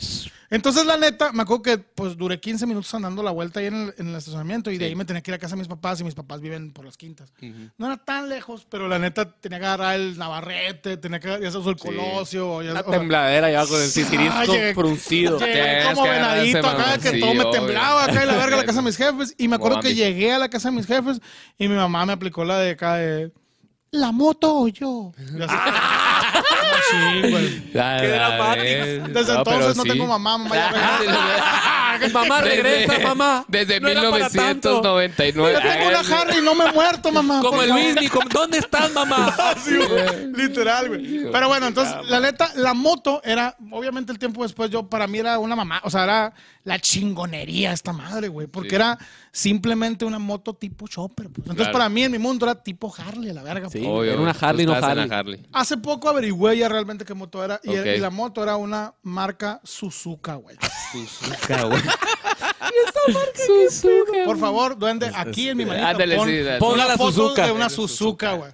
[SPEAKER 2] Entonces, la neta, me acuerdo que pues duré 15 minutos andando la vuelta ahí en el, en el estacionamiento y de ahí me tenía que ir a casa de mis papás y mis papás viven por las quintas. No era tan lejos, pero la neta tenía que agarrar el Navarrete, tenía que ya sabes, el Colosio. Ya,
[SPEAKER 4] Una
[SPEAKER 2] o sea,
[SPEAKER 4] tembladera ya con el cicirisco
[SPEAKER 2] llegué-
[SPEAKER 4] fruncido.
[SPEAKER 2] llegué
[SPEAKER 1] Tienes
[SPEAKER 2] como
[SPEAKER 1] que agarrar ese
[SPEAKER 2] venadito acá, que todo me
[SPEAKER 1] mamoncillo,
[SPEAKER 2] temblaba acá en la verga de la casa de mis jefes. Y me acuerdo que
[SPEAKER 1] Moambi.
[SPEAKER 2] llegué a la casa de mis jefes y mi mamá me aplicó la de acá de. ¿La moto o yo? Y así- Sí, güey.
[SPEAKER 1] Qué dramático.
[SPEAKER 2] Desde entonces no tengo mamá, mamá ya regresa.
[SPEAKER 4] Mamá, regresa, mamá.
[SPEAKER 1] Desde
[SPEAKER 4] No era para tanto.
[SPEAKER 1] 1999.
[SPEAKER 2] Yo tengo una Harry y no me he muerto, mamá.
[SPEAKER 4] Como
[SPEAKER 2] por
[SPEAKER 4] el
[SPEAKER 2] favor.
[SPEAKER 4] Luis, ni como- ¿dónde estás, mamá?
[SPEAKER 1] Ah,
[SPEAKER 2] Sí, güey. Literal, güey. Pero bueno, entonces, la neta, la moto era, obviamente el tiempo después, yo para mí era una mamá, o sea, era la chingonería esta madre, güey, porque era simplemente una moto tipo chopper. pues. Entonces,
[SPEAKER 1] Claro.
[SPEAKER 2] para mí en mi mundo era tipo Harley, a la verga. pues.
[SPEAKER 4] Sí. Era una Harley, no Harley.
[SPEAKER 2] Hace poco averigüé ya realmente qué moto era, y,
[SPEAKER 1] Ok.
[SPEAKER 2] y la moto era una marca Suzuka, güey. Por favor, duende, aquí en mi manita.
[SPEAKER 1] Ándale,
[SPEAKER 2] pon,
[SPEAKER 1] sí, dale.
[SPEAKER 2] pon
[SPEAKER 4] Ponga
[SPEAKER 2] una
[SPEAKER 4] la
[SPEAKER 2] foto
[SPEAKER 4] Suzuka.
[SPEAKER 2] de una Suzuka, güey.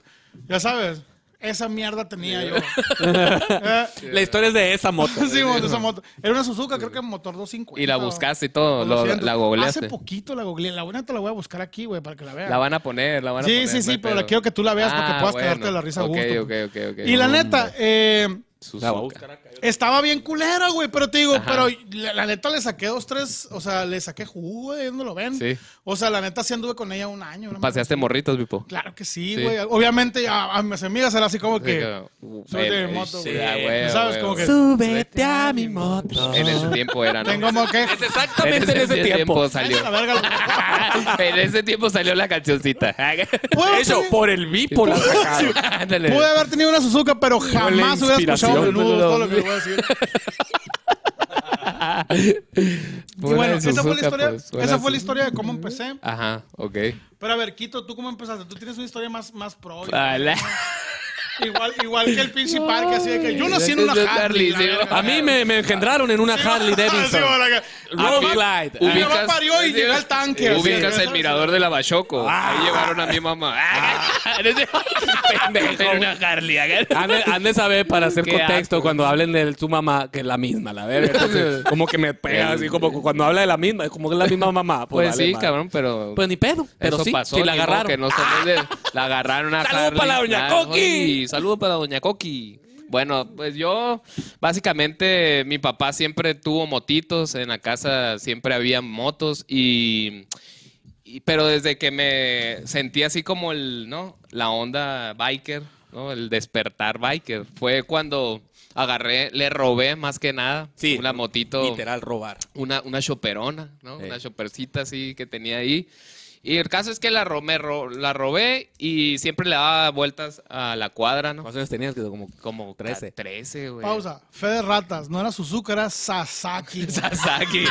[SPEAKER 2] Ya sabes, esa mierda tenía yo. Eh,
[SPEAKER 4] La historia es de esa moto.
[SPEAKER 2] Sí, bueno, esa moto. Era una Suzuka, creo que motor 250.
[SPEAKER 1] Y la buscaste y todo,
[SPEAKER 2] o
[SPEAKER 1] lo-
[SPEAKER 2] 200.
[SPEAKER 1] la googleaste.
[SPEAKER 2] Hace poquito la googleé. La buena te la voy a buscar aquí, güey, para que la veas.
[SPEAKER 1] La van a poner, la van a
[SPEAKER 2] sí,
[SPEAKER 1] poner.
[SPEAKER 2] sí, sí,
[SPEAKER 1] no hay
[SPEAKER 2] pero la
[SPEAKER 1] pedo.
[SPEAKER 2] quiero que tú la veas para que
[SPEAKER 1] Ah,
[SPEAKER 2] puedas
[SPEAKER 1] bueno.
[SPEAKER 2] quedarte la risa a
[SPEAKER 1] Ok,
[SPEAKER 2] gusto.
[SPEAKER 1] ok, ok, ok.
[SPEAKER 2] Y la neta, eh,
[SPEAKER 1] Suzuka.
[SPEAKER 2] estaba bien culera, güey, pero te digo, pero la, la neta le saqué dos, tres, o sea, le saqué jugo, güey, no lo ven.
[SPEAKER 1] Sí.
[SPEAKER 2] O sea, la neta sí anduve con ella un año. una
[SPEAKER 1] Paseaste
[SPEAKER 2] madre así.
[SPEAKER 1] morritos, Vipo.
[SPEAKER 2] Claro que sí,
[SPEAKER 1] Sí.
[SPEAKER 2] güey. Obviamente a, a mis amigas era así como que... soy de
[SPEAKER 1] Ven,
[SPEAKER 2] moto,
[SPEAKER 1] sí,
[SPEAKER 2] güey.
[SPEAKER 1] ah, güey,
[SPEAKER 2] ¿Sabes?
[SPEAKER 1] güey,
[SPEAKER 2] Como que-
[SPEAKER 1] güey.
[SPEAKER 4] Súbete a mi moto.
[SPEAKER 1] En ese tiempo era, ¿no?
[SPEAKER 2] Tengo como que...
[SPEAKER 4] Es exactamente en ese tiempo.
[SPEAKER 1] salió.
[SPEAKER 2] La verga, la-
[SPEAKER 1] en ese tiempo salió la cancioncita.
[SPEAKER 2] Puedo
[SPEAKER 4] De hecho,
[SPEAKER 2] tener-
[SPEAKER 4] por el bipo la sacaron.
[SPEAKER 1] Ándale.
[SPEAKER 2] Pude haber tenido una Suzuka, pero jamás hubiera escuchado
[SPEAKER 4] inspiración,
[SPEAKER 2] menudo.
[SPEAKER 4] menudo.
[SPEAKER 2] todo lo que le voy a decir. Y
[SPEAKER 1] Fuera
[SPEAKER 2] bueno,
[SPEAKER 1] de
[SPEAKER 2] esa fue la
[SPEAKER 1] Suzuka,
[SPEAKER 2] historia,
[SPEAKER 1] pues, fuera
[SPEAKER 2] esa
[SPEAKER 1] de
[SPEAKER 2] fue
[SPEAKER 1] Suzuka.
[SPEAKER 2] la historia de cómo empecé.
[SPEAKER 1] Ajá, ok.
[SPEAKER 2] Pero a ver, Quito, ¿tú cómo empezaste? Tú tienes una historia más, más pro.
[SPEAKER 1] Ah, la-
[SPEAKER 2] Igual, igual que el pinche parque, así de que yo nací en una
[SPEAKER 1] Yo
[SPEAKER 2] Harley.
[SPEAKER 1] Harley,
[SPEAKER 2] la
[SPEAKER 1] sí.
[SPEAKER 2] verga.
[SPEAKER 4] A mí me, me engendraron en una Harley
[SPEAKER 2] Sí,
[SPEAKER 4] Davidson.
[SPEAKER 2] ahora que-
[SPEAKER 4] Road
[SPEAKER 2] Mi mamá-
[SPEAKER 4] Glide.
[SPEAKER 2] Mi mamá
[SPEAKER 1] Ubicas-
[SPEAKER 2] parió y llegó al tanque. así,
[SPEAKER 1] Ubicas
[SPEAKER 2] ¿sabes?
[SPEAKER 1] el mirador de la Bachoco. Ahí llevaron a mi mamá. Ah. Pendejo. En una Harley. acá.
[SPEAKER 4] Ah, Han de, han de saber para hacer
[SPEAKER 1] Qué
[SPEAKER 4] contexto
[SPEAKER 1] asco.
[SPEAKER 4] cuando hablen de su mamá, que es la misma, la verga. Entonces, como que me pega así, como que cuando habla de la misma, como que es la misma mamá. Pues,
[SPEAKER 1] Pues
[SPEAKER 4] vale,
[SPEAKER 1] sí,
[SPEAKER 4] madre.
[SPEAKER 1] cabrón, pero.
[SPEAKER 4] Pues ni pedo, pero
[SPEAKER 1] eso
[SPEAKER 4] sí,
[SPEAKER 1] pasó.
[SPEAKER 4] sí la
[SPEAKER 1] ni modo
[SPEAKER 4] agarraron.
[SPEAKER 1] Que no somos de- la agarraron a Ah,
[SPEAKER 4] Saludo para la doña Coqui.
[SPEAKER 1] Saludos para la doña Coqui. Bueno, pues yo, básicamente, mi papá siempre tuvo motitos. En la casa siempre había motos y. y- pero desde que me sentí así como el, ¿no? La onda biker, ¿no? El despertar biker. Fue cuando agarré, le robé más que nada
[SPEAKER 4] Sí,
[SPEAKER 1] una motito
[SPEAKER 4] Literal, robar.
[SPEAKER 1] una, una choperona, ¿no? Una chopercita así que tenía ahí. Y el caso es que la, ro- me ro- la robé y siempre le daba vueltas a la cuadra, ¿no?
[SPEAKER 4] ¿Cuántos años tenías? Que Como,
[SPEAKER 1] Como
[SPEAKER 4] 13.
[SPEAKER 1] 13, güey.
[SPEAKER 2] Pausa. Fe de ratas. No era Suzuka, era Sasaki. güey.
[SPEAKER 1] Sasaki.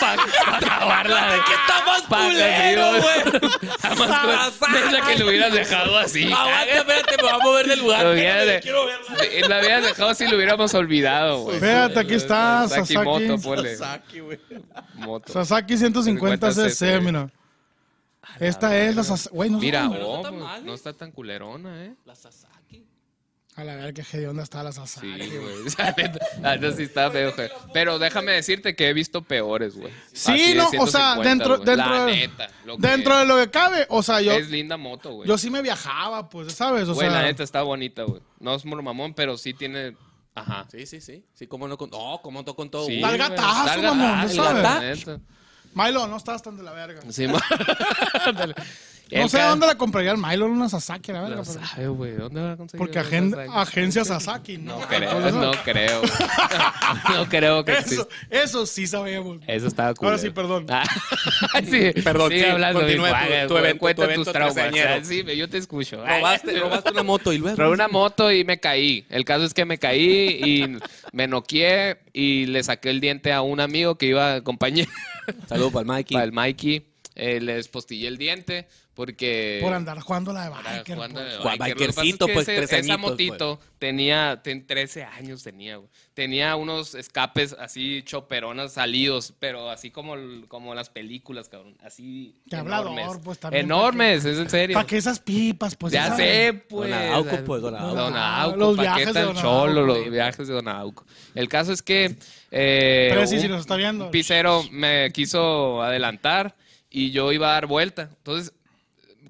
[SPEAKER 1] Para acabarla. de-
[SPEAKER 4] ¿Qué estamos
[SPEAKER 1] Pa'
[SPEAKER 4] culero,
[SPEAKER 1] que
[SPEAKER 4] güey?
[SPEAKER 1] Jamás
[SPEAKER 4] Sasaki.
[SPEAKER 1] es la que lo hubieras dejado así.
[SPEAKER 4] Aguanta, espérate, me voy a mover del lugar.
[SPEAKER 1] Lo
[SPEAKER 4] Espérame,
[SPEAKER 1] hubieras de-
[SPEAKER 4] quiero verla.
[SPEAKER 1] Sí, Eh, La habías dejado si lo hubiéramos olvidado, güey.
[SPEAKER 2] Fíjate, aquí está
[SPEAKER 1] Sasaki
[SPEAKER 2] Sasaki.
[SPEAKER 1] moto, ponle.
[SPEAKER 3] güey.
[SPEAKER 1] Moto.
[SPEAKER 2] Sasaki 150 CC,
[SPEAKER 1] 150cc.
[SPEAKER 2] mira. Esta es la Sasaki. Güey, no sé
[SPEAKER 1] Mira,
[SPEAKER 2] cómo-
[SPEAKER 1] oh,
[SPEAKER 4] está tan mal,
[SPEAKER 1] no
[SPEAKER 4] ¿eh?
[SPEAKER 1] está tan culerona, ¿eh?
[SPEAKER 4] La Sasaki.
[SPEAKER 2] A la verga, qué onda está la Sasaki.
[SPEAKER 1] Sí,
[SPEAKER 2] güey.
[SPEAKER 1] güey. O sea, neta, la neta sí está feo, güey. Pero déjame decirte que he visto peores, güey.
[SPEAKER 2] Sí,
[SPEAKER 1] Así de
[SPEAKER 2] no, o sea,
[SPEAKER 1] 150,
[SPEAKER 2] dentro,
[SPEAKER 1] güey.
[SPEAKER 2] dentro,
[SPEAKER 1] La
[SPEAKER 2] de,
[SPEAKER 1] neta, lo que
[SPEAKER 2] dentro de lo que cabe, o sea, yo,
[SPEAKER 1] Es linda moto, güey.
[SPEAKER 2] yo sí me viajaba, pues, ¿sabes? O
[SPEAKER 1] Güey,
[SPEAKER 2] sea,
[SPEAKER 1] la neta está bonita, güey. No es muy mamón, pero sí tiene... Ajá.
[SPEAKER 4] Sí, sí, sí. Sí, cómo no con... No, cómo no con todo.
[SPEAKER 1] Sí,
[SPEAKER 4] gusto.
[SPEAKER 2] Tal
[SPEAKER 1] güey.
[SPEAKER 2] gatazo,
[SPEAKER 1] Tal
[SPEAKER 2] mamón,
[SPEAKER 1] gatazo,
[SPEAKER 4] ¿no sabes?
[SPEAKER 1] la neta.
[SPEAKER 2] Milo, no estás tan de la verga.
[SPEAKER 1] Sí, ma- Ándale.
[SPEAKER 2] No
[SPEAKER 1] El
[SPEAKER 2] sé
[SPEAKER 1] ca-
[SPEAKER 2] dónde la compraría el Milo, una Sasaki, la verga.
[SPEAKER 1] No
[SPEAKER 2] pero-
[SPEAKER 1] sabe, güey. ¿Dónde va a conseguir?
[SPEAKER 2] porque
[SPEAKER 1] esa
[SPEAKER 2] agen-
[SPEAKER 1] Sasaki?
[SPEAKER 2] agencia Sasaki, ¿no?
[SPEAKER 1] No
[SPEAKER 2] Entonces,
[SPEAKER 1] creo, no creo. güey. No creo que
[SPEAKER 2] Eso,
[SPEAKER 1] exista.
[SPEAKER 2] eso sí sabemos.
[SPEAKER 1] Eso estaba cool.
[SPEAKER 2] sí, perdón.
[SPEAKER 1] Ah, sí,
[SPEAKER 4] Perdón,
[SPEAKER 1] sí,
[SPEAKER 4] sí,
[SPEAKER 1] hablando de
[SPEAKER 4] continúa tu- tu evento-
[SPEAKER 1] cuenta
[SPEAKER 4] tu evento
[SPEAKER 1] tus traumas.
[SPEAKER 4] treceañero.
[SPEAKER 1] Ah, Sí, yo te escucho.
[SPEAKER 4] Robaste, robaste una moto y luego...
[SPEAKER 1] Robé una moto y me caí. El caso es que me caí y me noqueé y le saqué el diente a un amigo que iba a acompañar
[SPEAKER 4] Saludos para el Mikey.
[SPEAKER 1] al Mikey. Eh, le despostillé el diente porque...
[SPEAKER 2] Por andar jugando la de
[SPEAKER 1] Para
[SPEAKER 2] biker.
[SPEAKER 1] eh. jugando
[SPEAKER 2] pues.
[SPEAKER 1] de
[SPEAKER 4] Juan
[SPEAKER 1] biker. Lo que pasa es
[SPEAKER 4] Bikercito,
[SPEAKER 1] que
[SPEAKER 4] pues,
[SPEAKER 1] ese-
[SPEAKER 4] tres
[SPEAKER 1] Esa
[SPEAKER 4] añitos,
[SPEAKER 1] motito tenía ten- 13 años, tenía, güey. Tenía unos escapes así choperonas salidos, pero así como, el- como las películas, cabrón. Así.
[SPEAKER 2] Qué hablador,
[SPEAKER 1] enormes.
[SPEAKER 2] pues, también,
[SPEAKER 1] Enormes, es en serio.
[SPEAKER 2] Para que esas pipas, pues.
[SPEAKER 1] Ya
[SPEAKER 2] esas-
[SPEAKER 1] sé, pues.
[SPEAKER 4] Don Arauco, pues, Don Arauco.
[SPEAKER 1] Don Arauco,
[SPEAKER 2] Los
[SPEAKER 1] ¿pa' qué
[SPEAKER 2] viajes de
[SPEAKER 1] tan
[SPEAKER 2] Don
[SPEAKER 1] cholo,
[SPEAKER 2] Arauco,
[SPEAKER 1] los
[SPEAKER 2] güey.
[SPEAKER 1] viajes de Don Arauco. El caso es que. eh,
[SPEAKER 2] Pero sí,
[SPEAKER 1] un-
[SPEAKER 2] si nos está viendo.
[SPEAKER 1] un pisero me quiso adelantar y yo iba a dar vuelta. Entonces,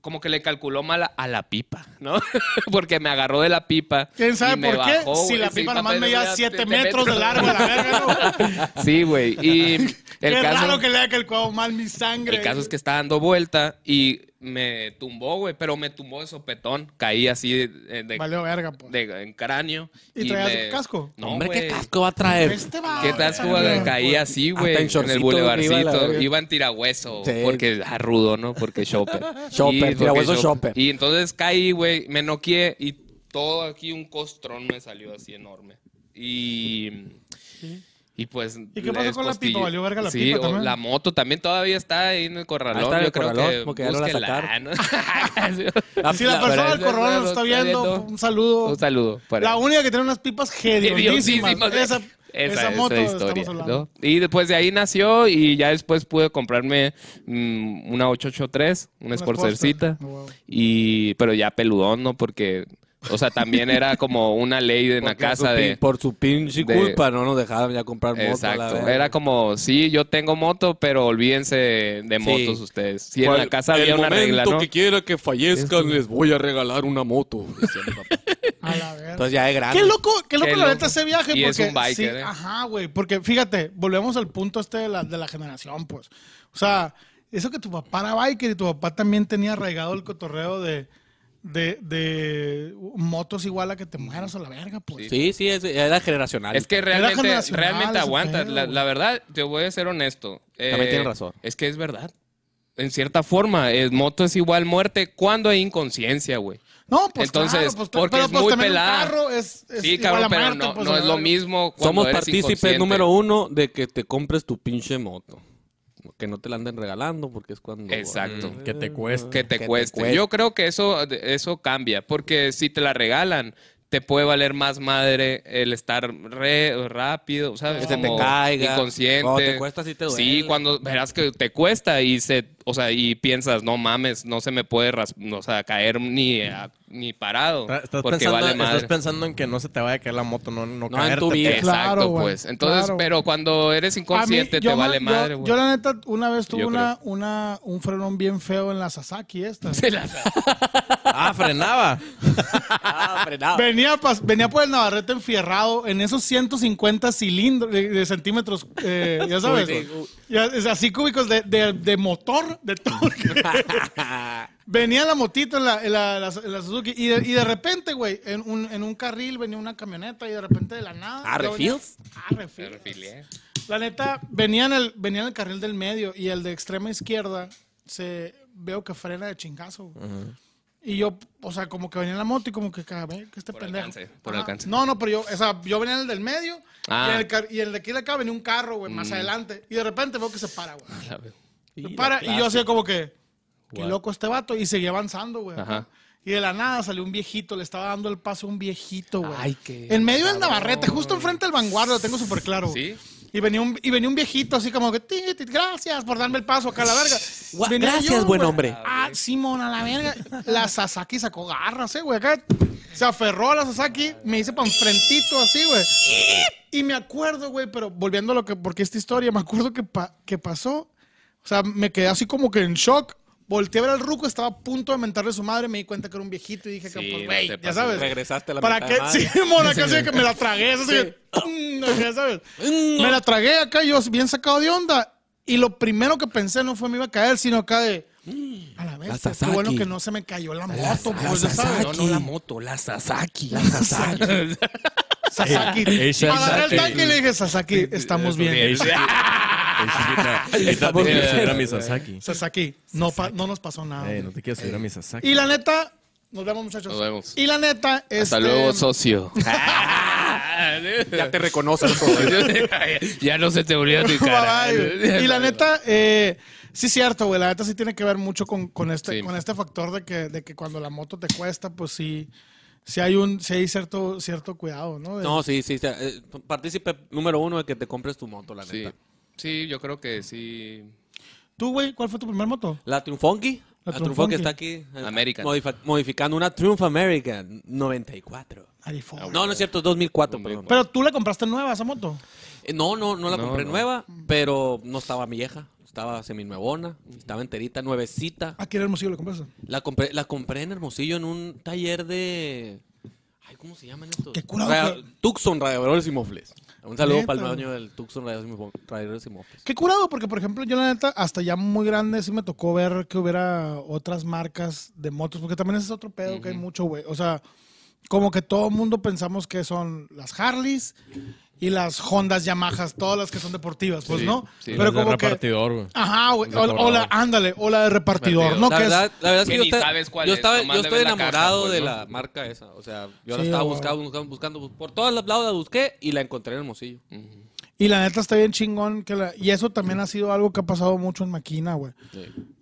[SPEAKER 1] como que le calculó mal a, a la pipa, ¿no? Porque me agarró de la pipa.
[SPEAKER 2] ¿Quién
[SPEAKER 1] y
[SPEAKER 2] sabe
[SPEAKER 1] me
[SPEAKER 2] por qué?
[SPEAKER 1] bajó,
[SPEAKER 2] si
[SPEAKER 1] güey.
[SPEAKER 2] la
[SPEAKER 1] Sí,
[SPEAKER 2] pipa
[SPEAKER 1] papá,
[SPEAKER 2] nomás
[SPEAKER 1] no
[SPEAKER 2] medía
[SPEAKER 1] veía
[SPEAKER 2] 7
[SPEAKER 1] siete
[SPEAKER 2] metros de largo, la verga, ¿no?
[SPEAKER 1] Sí, güey. Y El
[SPEAKER 2] Qué
[SPEAKER 1] caso-
[SPEAKER 2] raro que le haya calculado mal mi sangre.
[SPEAKER 1] El caso es que estaba dando vuelta y me tumbó, güey, pero me tumbó de sopetón. Caí así de, de-
[SPEAKER 2] Valió verga, pues.
[SPEAKER 1] de- en cráneo.
[SPEAKER 2] ¿Y traías casco?
[SPEAKER 1] No,
[SPEAKER 4] Hombre, ¿qué
[SPEAKER 1] güey.
[SPEAKER 4] casco va a traer?
[SPEAKER 2] Este va.
[SPEAKER 1] ¿Qué tal su
[SPEAKER 2] güey?
[SPEAKER 1] caí así, güey?
[SPEAKER 4] Hasta en
[SPEAKER 1] En, el
[SPEAKER 4] shortcito iba la
[SPEAKER 1] bulevarcito.
[SPEAKER 4] verga.
[SPEAKER 1] Iba en tirahueso.
[SPEAKER 4] Sí.
[SPEAKER 1] Porque ah, rudo, ¿no? Porque shopper.
[SPEAKER 4] Shopper,
[SPEAKER 1] porque
[SPEAKER 4] tirahueso shopper.
[SPEAKER 1] Y entonces caí, güey, me noqueé y todo aquí un costrón me salió así enorme. Y. Y pues.
[SPEAKER 2] ¿Y qué pasó
[SPEAKER 1] les
[SPEAKER 2] con la
[SPEAKER 1] costillé-
[SPEAKER 2] pipa? ¿Valió verga la
[SPEAKER 1] sí,
[SPEAKER 2] pipa
[SPEAKER 1] o
[SPEAKER 2] también?
[SPEAKER 1] La moto también todavía está ahí en el corralón.
[SPEAKER 4] Ahí está en
[SPEAKER 1] Yo
[SPEAKER 4] el
[SPEAKER 1] creo
[SPEAKER 4] corralón,
[SPEAKER 1] que.
[SPEAKER 4] porque ya no la sacaron.
[SPEAKER 1] búsquenla, ¿no?
[SPEAKER 2] Si la persona del corralón nos está viendo, un saludo.
[SPEAKER 1] Un saludo. para
[SPEAKER 2] La única que tiene unas pipas
[SPEAKER 1] Hediondísimas.
[SPEAKER 2] gediondísimas. Esa,
[SPEAKER 1] Esa
[SPEAKER 2] esa
[SPEAKER 1] es
[SPEAKER 2] moto
[SPEAKER 1] la
[SPEAKER 2] estamos hablando.
[SPEAKER 1] ¿no? Y después de ahí nació y ya después pude comprarme mm, una 883, una
[SPEAKER 2] Una
[SPEAKER 1] Sportstercita.
[SPEAKER 2] Sportster. Wow.
[SPEAKER 1] Y, pero ya peludón, ¿no? Porque, o sea, también era como una ley de la
[SPEAKER 4] Porque su
[SPEAKER 1] casa
[SPEAKER 4] pin-
[SPEAKER 1] de...
[SPEAKER 4] Por su pinche
[SPEAKER 1] de-
[SPEAKER 4] culpa no nos dejaban ya comprar moto. la
[SPEAKER 1] Exacto.
[SPEAKER 4] verga.
[SPEAKER 1] Era como, sí, yo tengo moto, pero olvídense de
[SPEAKER 4] Sí.
[SPEAKER 1] motos ustedes. Si en la
[SPEAKER 4] Cual-
[SPEAKER 1] casa había
[SPEAKER 4] el
[SPEAKER 1] una regla,
[SPEAKER 4] momento
[SPEAKER 1] ¿no?
[SPEAKER 4] que quiera que fallezcan, les voy a regalar una moto. decía mi papá.
[SPEAKER 2] A la verga.
[SPEAKER 4] Entonces ya es grande.
[SPEAKER 2] Qué loco, qué loco
[SPEAKER 1] Qué
[SPEAKER 2] la
[SPEAKER 1] loco.
[SPEAKER 2] neta ese viaje.
[SPEAKER 1] Y
[SPEAKER 2] porque,
[SPEAKER 1] es un biker,
[SPEAKER 2] sí,
[SPEAKER 1] ¿eh?
[SPEAKER 2] Ajá, güey. Porque fíjate, volvemos al punto este de la, de la generación, pues. O sea, eso que tu papá era biker y tu papá también tenía arraigado el cotorreo de, de, de motos igual a que te mueras a la verga, pues.
[SPEAKER 4] Sí, sí, es- era generacional.
[SPEAKER 1] Es que realmente,
[SPEAKER 2] generacional
[SPEAKER 1] realmente
[SPEAKER 2] ese
[SPEAKER 1] aguanta.
[SPEAKER 2] pedo,
[SPEAKER 1] La,
[SPEAKER 2] güey.
[SPEAKER 1] la verdad, te voy a ser honesto. Eh,
[SPEAKER 4] También tienes razón.
[SPEAKER 1] Es que es verdad. En cierta forma, el moto es igual muerte cuando hay inconsciencia, güey.
[SPEAKER 2] No, pues
[SPEAKER 1] Entonces,
[SPEAKER 2] claro, pues, claro,
[SPEAKER 1] porque
[SPEAKER 2] pero,
[SPEAKER 1] es
[SPEAKER 2] pues,
[SPEAKER 1] muy
[SPEAKER 2] también un
[SPEAKER 1] pelada.
[SPEAKER 2] carro es, es
[SPEAKER 1] Sí,
[SPEAKER 2] igual
[SPEAKER 1] cabrón,
[SPEAKER 2] a
[SPEAKER 1] pero
[SPEAKER 2] Marte,
[SPEAKER 1] no,
[SPEAKER 2] pues,
[SPEAKER 1] no
[SPEAKER 2] a la
[SPEAKER 1] es lo
[SPEAKER 2] verga.
[SPEAKER 1] mismo cuando
[SPEAKER 4] Somos
[SPEAKER 1] eres
[SPEAKER 4] partícipes
[SPEAKER 1] inconsciente.
[SPEAKER 4] número uno de que te compres tu pinche moto. Que no te la anden regalando porque es cuando...
[SPEAKER 1] Exacto.
[SPEAKER 5] Mm. Que te cueste.
[SPEAKER 1] Que te
[SPEAKER 4] Que te
[SPEAKER 1] cueste.
[SPEAKER 4] cueste.
[SPEAKER 1] Yo creo que eso, eso cambia, porque si te la regalan, te puede valer más madre el estar re rápido, ¿sabes?
[SPEAKER 4] Que se te
[SPEAKER 1] Como
[SPEAKER 4] caiga.
[SPEAKER 1] Inconsciente.
[SPEAKER 4] Cuando te cuesta, sí te duele.
[SPEAKER 1] Sí, cuando verás que te cuesta y se, o sea, y piensas, no mames, no se me puede ras- o sea, caer ni, a- ni parado.
[SPEAKER 5] Estás
[SPEAKER 1] porque
[SPEAKER 5] pensando,
[SPEAKER 1] vale
[SPEAKER 5] estás
[SPEAKER 1] madre.
[SPEAKER 5] pensando en que no se te vaya a caer la moto, no,
[SPEAKER 4] No,
[SPEAKER 5] no,
[SPEAKER 4] en tu
[SPEAKER 5] caerte,
[SPEAKER 4] vida.
[SPEAKER 5] pues.
[SPEAKER 1] Exacto,
[SPEAKER 2] Claro, güey,
[SPEAKER 1] pues. Entonces,
[SPEAKER 2] claro.
[SPEAKER 1] pero cuando eres inconsciente
[SPEAKER 2] A mí,
[SPEAKER 1] te
[SPEAKER 2] yo
[SPEAKER 1] vale
[SPEAKER 2] ma-
[SPEAKER 1] madre,
[SPEAKER 2] yo,
[SPEAKER 1] güey.
[SPEAKER 2] yo la neta, una vez tuve
[SPEAKER 1] Yo
[SPEAKER 2] una, una, un frenón bien feo en la Sasaki esta.
[SPEAKER 5] Ah, frenaba.
[SPEAKER 4] Ah, frenado.
[SPEAKER 2] Venía, pas- venía por el Navarrete enfierrado en esos 150 cilindros de, de centímetros, eh, ya sabes.
[SPEAKER 4] Uy, sí.
[SPEAKER 2] Ya, es así cúbicos de, de- de motor, de torque. venía la motito en la, en la- la- en la Suzuki y de, y de repente, güey, en un, en un carril venía una camioneta y de repente de la nada.
[SPEAKER 4] Ah,
[SPEAKER 2] yo venía-
[SPEAKER 4] ¿refills?
[SPEAKER 2] Ah, refills. La neta, venía en, el, venía en el carril del medio y el de extrema izquierda se veo que frena de chingazo. güey. Y yo, o sea, como que venía en la moto y como que cabrón, que este
[SPEAKER 1] Por
[SPEAKER 2] pendejo.
[SPEAKER 1] alcance, por
[SPEAKER 2] Ajá.
[SPEAKER 1] alcance.
[SPEAKER 2] No, no, pero yo, o sea, yo venía en el del medio
[SPEAKER 1] Ah. Mm.
[SPEAKER 2] y, en el, car- y el de aquí de acá venía un carro, güey, más adelante. Y de repente veo que se para, güey. Se para y yo hacía como que, qué loco este vato. Y seguía avanzando, güey.
[SPEAKER 1] Ajá.
[SPEAKER 2] Y de la nada salió un viejito, le estaba dando el paso a un viejito, güey. En medio del Navarrete, justo enfrente del vanguardia, lo tengo súper claro. güey. Y venía, un, y venía un viejito así como que, "Ti, ti, gracias por darme el paso acá a la verga.
[SPEAKER 4] Gua-
[SPEAKER 2] Venía
[SPEAKER 4] gracias, buen
[SPEAKER 2] güey.
[SPEAKER 4] hombre.
[SPEAKER 2] Ah, Simón, a la verga. La Sasaki sacó garras, eh, güey. Acá se aferró a la Sasaki, me hice pa' enfrentito así, güey. Y me acuerdo, güey, pero volviendo a lo que, porque esta historia, me acuerdo que, pa- que pasó. O sea, me quedé así como que en shock. Volteé a ver al ruco, estaba a punto de mentarle a su madre, me di cuenta que era un viejito y dije, que,
[SPEAKER 1] Sí,
[SPEAKER 2] pues,
[SPEAKER 1] no
[SPEAKER 2] güey,
[SPEAKER 1] te
[SPEAKER 2] ya
[SPEAKER 1] pases.
[SPEAKER 2] sabes.
[SPEAKER 4] Regresaste a la
[SPEAKER 2] ¿Para
[SPEAKER 4] mitad
[SPEAKER 2] qué?
[SPEAKER 4] de madre.
[SPEAKER 2] Sí, Mm, mona, casi que me la tragué. Así que, ¡pum! ya sabes. Me la tragué acá, yo bien sacado de onda. Y lo primero que pensé no fue me iba a caer, sino acá de. A la vez, qué
[SPEAKER 4] Sasaki.
[SPEAKER 2] bueno que no se me cayó Mm, la moto,
[SPEAKER 4] la
[SPEAKER 2] pues, ya sabes.
[SPEAKER 4] Sasaki.
[SPEAKER 1] la moto, la Sasaki.
[SPEAKER 4] La Sasaki.
[SPEAKER 2] Sasaki.
[SPEAKER 5] Ey, ey,
[SPEAKER 2] Agarré el
[SPEAKER 5] Sasaki.
[SPEAKER 2] tanque y le dije, Sasaki, estamos bien.
[SPEAKER 5] Ey, chiquita, no te quieres subir a mi Sasaki.
[SPEAKER 2] Sasaki, no, pa- no nos pasó nada.
[SPEAKER 5] Ey, no te quieres subir a mi Sasaki.
[SPEAKER 2] Y la neta, nos vemos, muchachos.
[SPEAKER 1] Nos vemos.
[SPEAKER 2] Y la neta, este,
[SPEAKER 1] Hasta luego, socio.
[SPEAKER 4] Ya te reconoces.
[SPEAKER 1] ya no se te olvida tu cara.
[SPEAKER 2] Bye, bye. Y la neta, eh, sí es cierto, güey. La neta sí tiene que ver mucho con, con este,
[SPEAKER 1] Sí.
[SPEAKER 2] con este factor de que, de que cuando la moto te cuesta, pues sí, sí hay un, sí hay cierto, cierto cuidado, ¿no?
[SPEAKER 4] No, sí, sí. sí, eh, Partícipe número uno de que te compres tu moto, la
[SPEAKER 1] Sí.
[SPEAKER 4] neta.
[SPEAKER 1] Sí, yo creo que sí.
[SPEAKER 2] ¿Tú, güey, cuál fue tu primer moto?
[SPEAKER 4] La Triunfonki.
[SPEAKER 2] La
[SPEAKER 4] La, Triunfonki
[SPEAKER 2] Triunfonki.
[SPEAKER 4] está aquí. eh,
[SPEAKER 1] American.
[SPEAKER 4] modifa- modificando una Triumph American 94.
[SPEAKER 2] Ay, fue-
[SPEAKER 4] No, no es cierto, 2004, perdón.
[SPEAKER 2] Pero tú la compraste nueva, esa moto.
[SPEAKER 4] Eh, No, no, no la
[SPEAKER 1] No,
[SPEAKER 4] compré
[SPEAKER 1] no.
[SPEAKER 4] nueva, pero no estaba vieja. Estaba seminuevona, estaba enterita, nuevecita.
[SPEAKER 2] Aquí en Ah, Hermosillo la compraste.
[SPEAKER 4] La compré, la compré en Hermosillo en un taller de... Ay, ¿cómo se llaman estos?
[SPEAKER 2] Qué curado
[SPEAKER 4] Ra-
[SPEAKER 2] que-
[SPEAKER 4] Tucson, radiadores y mofles. Un saludo
[SPEAKER 2] Neta,
[SPEAKER 4] para el
[SPEAKER 2] güey.
[SPEAKER 4] dueño del Tucson Rayos y Mofo- Rayos y Mofos.
[SPEAKER 2] Qué curado, porque por ejemplo, yo la neta, hasta ya muy grande sí me tocó ver que hubiera otras marcas de motos, porque también ese es otro pedo que hay mucho, güey. O sea, como que todo el mundo pensamos que son las Harleys y las Hondas Yamahas, todas las que son deportivas, pues,
[SPEAKER 1] Sí,
[SPEAKER 2] ¿no?
[SPEAKER 1] sí,
[SPEAKER 2] Pero
[SPEAKER 5] de
[SPEAKER 2] como que.
[SPEAKER 5] repartidor, güey.
[SPEAKER 2] Ajá, güey.
[SPEAKER 5] Las
[SPEAKER 2] O,
[SPEAKER 5] de
[SPEAKER 2] o la,
[SPEAKER 5] cobrador.
[SPEAKER 2] ándale, o la de repartidor,
[SPEAKER 1] Repartidor.
[SPEAKER 2] ¿no?
[SPEAKER 4] La
[SPEAKER 2] que es-
[SPEAKER 4] verdad, la verdad es que
[SPEAKER 1] Que
[SPEAKER 4] yo,
[SPEAKER 1] ni
[SPEAKER 4] te-
[SPEAKER 1] sabes cuál
[SPEAKER 4] yo
[SPEAKER 1] es,
[SPEAKER 4] estaba,
[SPEAKER 1] nomás
[SPEAKER 4] yo
[SPEAKER 1] le
[SPEAKER 4] estoy
[SPEAKER 1] ves la caja,
[SPEAKER 4] enamorado
[SPEAKER 1] pues,
[SPEAKER 4] de
[SPEAKER 1] ¿no?
[SPEAKER 4] la marca esa. O sea, yo la
[SPEAKER 2] Sí,
[SPEAKER 4] estaba
[SPEAKER 2] güey.
[SPEAKER 4] buscando, buscando, buscando. bus- Por todos lados la busqué y la encontré en Hermosillo.
[SPEAKER 2] Y la neta está bien chingón. Que la- y eso también ha sido algo que ha pasado mucho en Maquina, güey.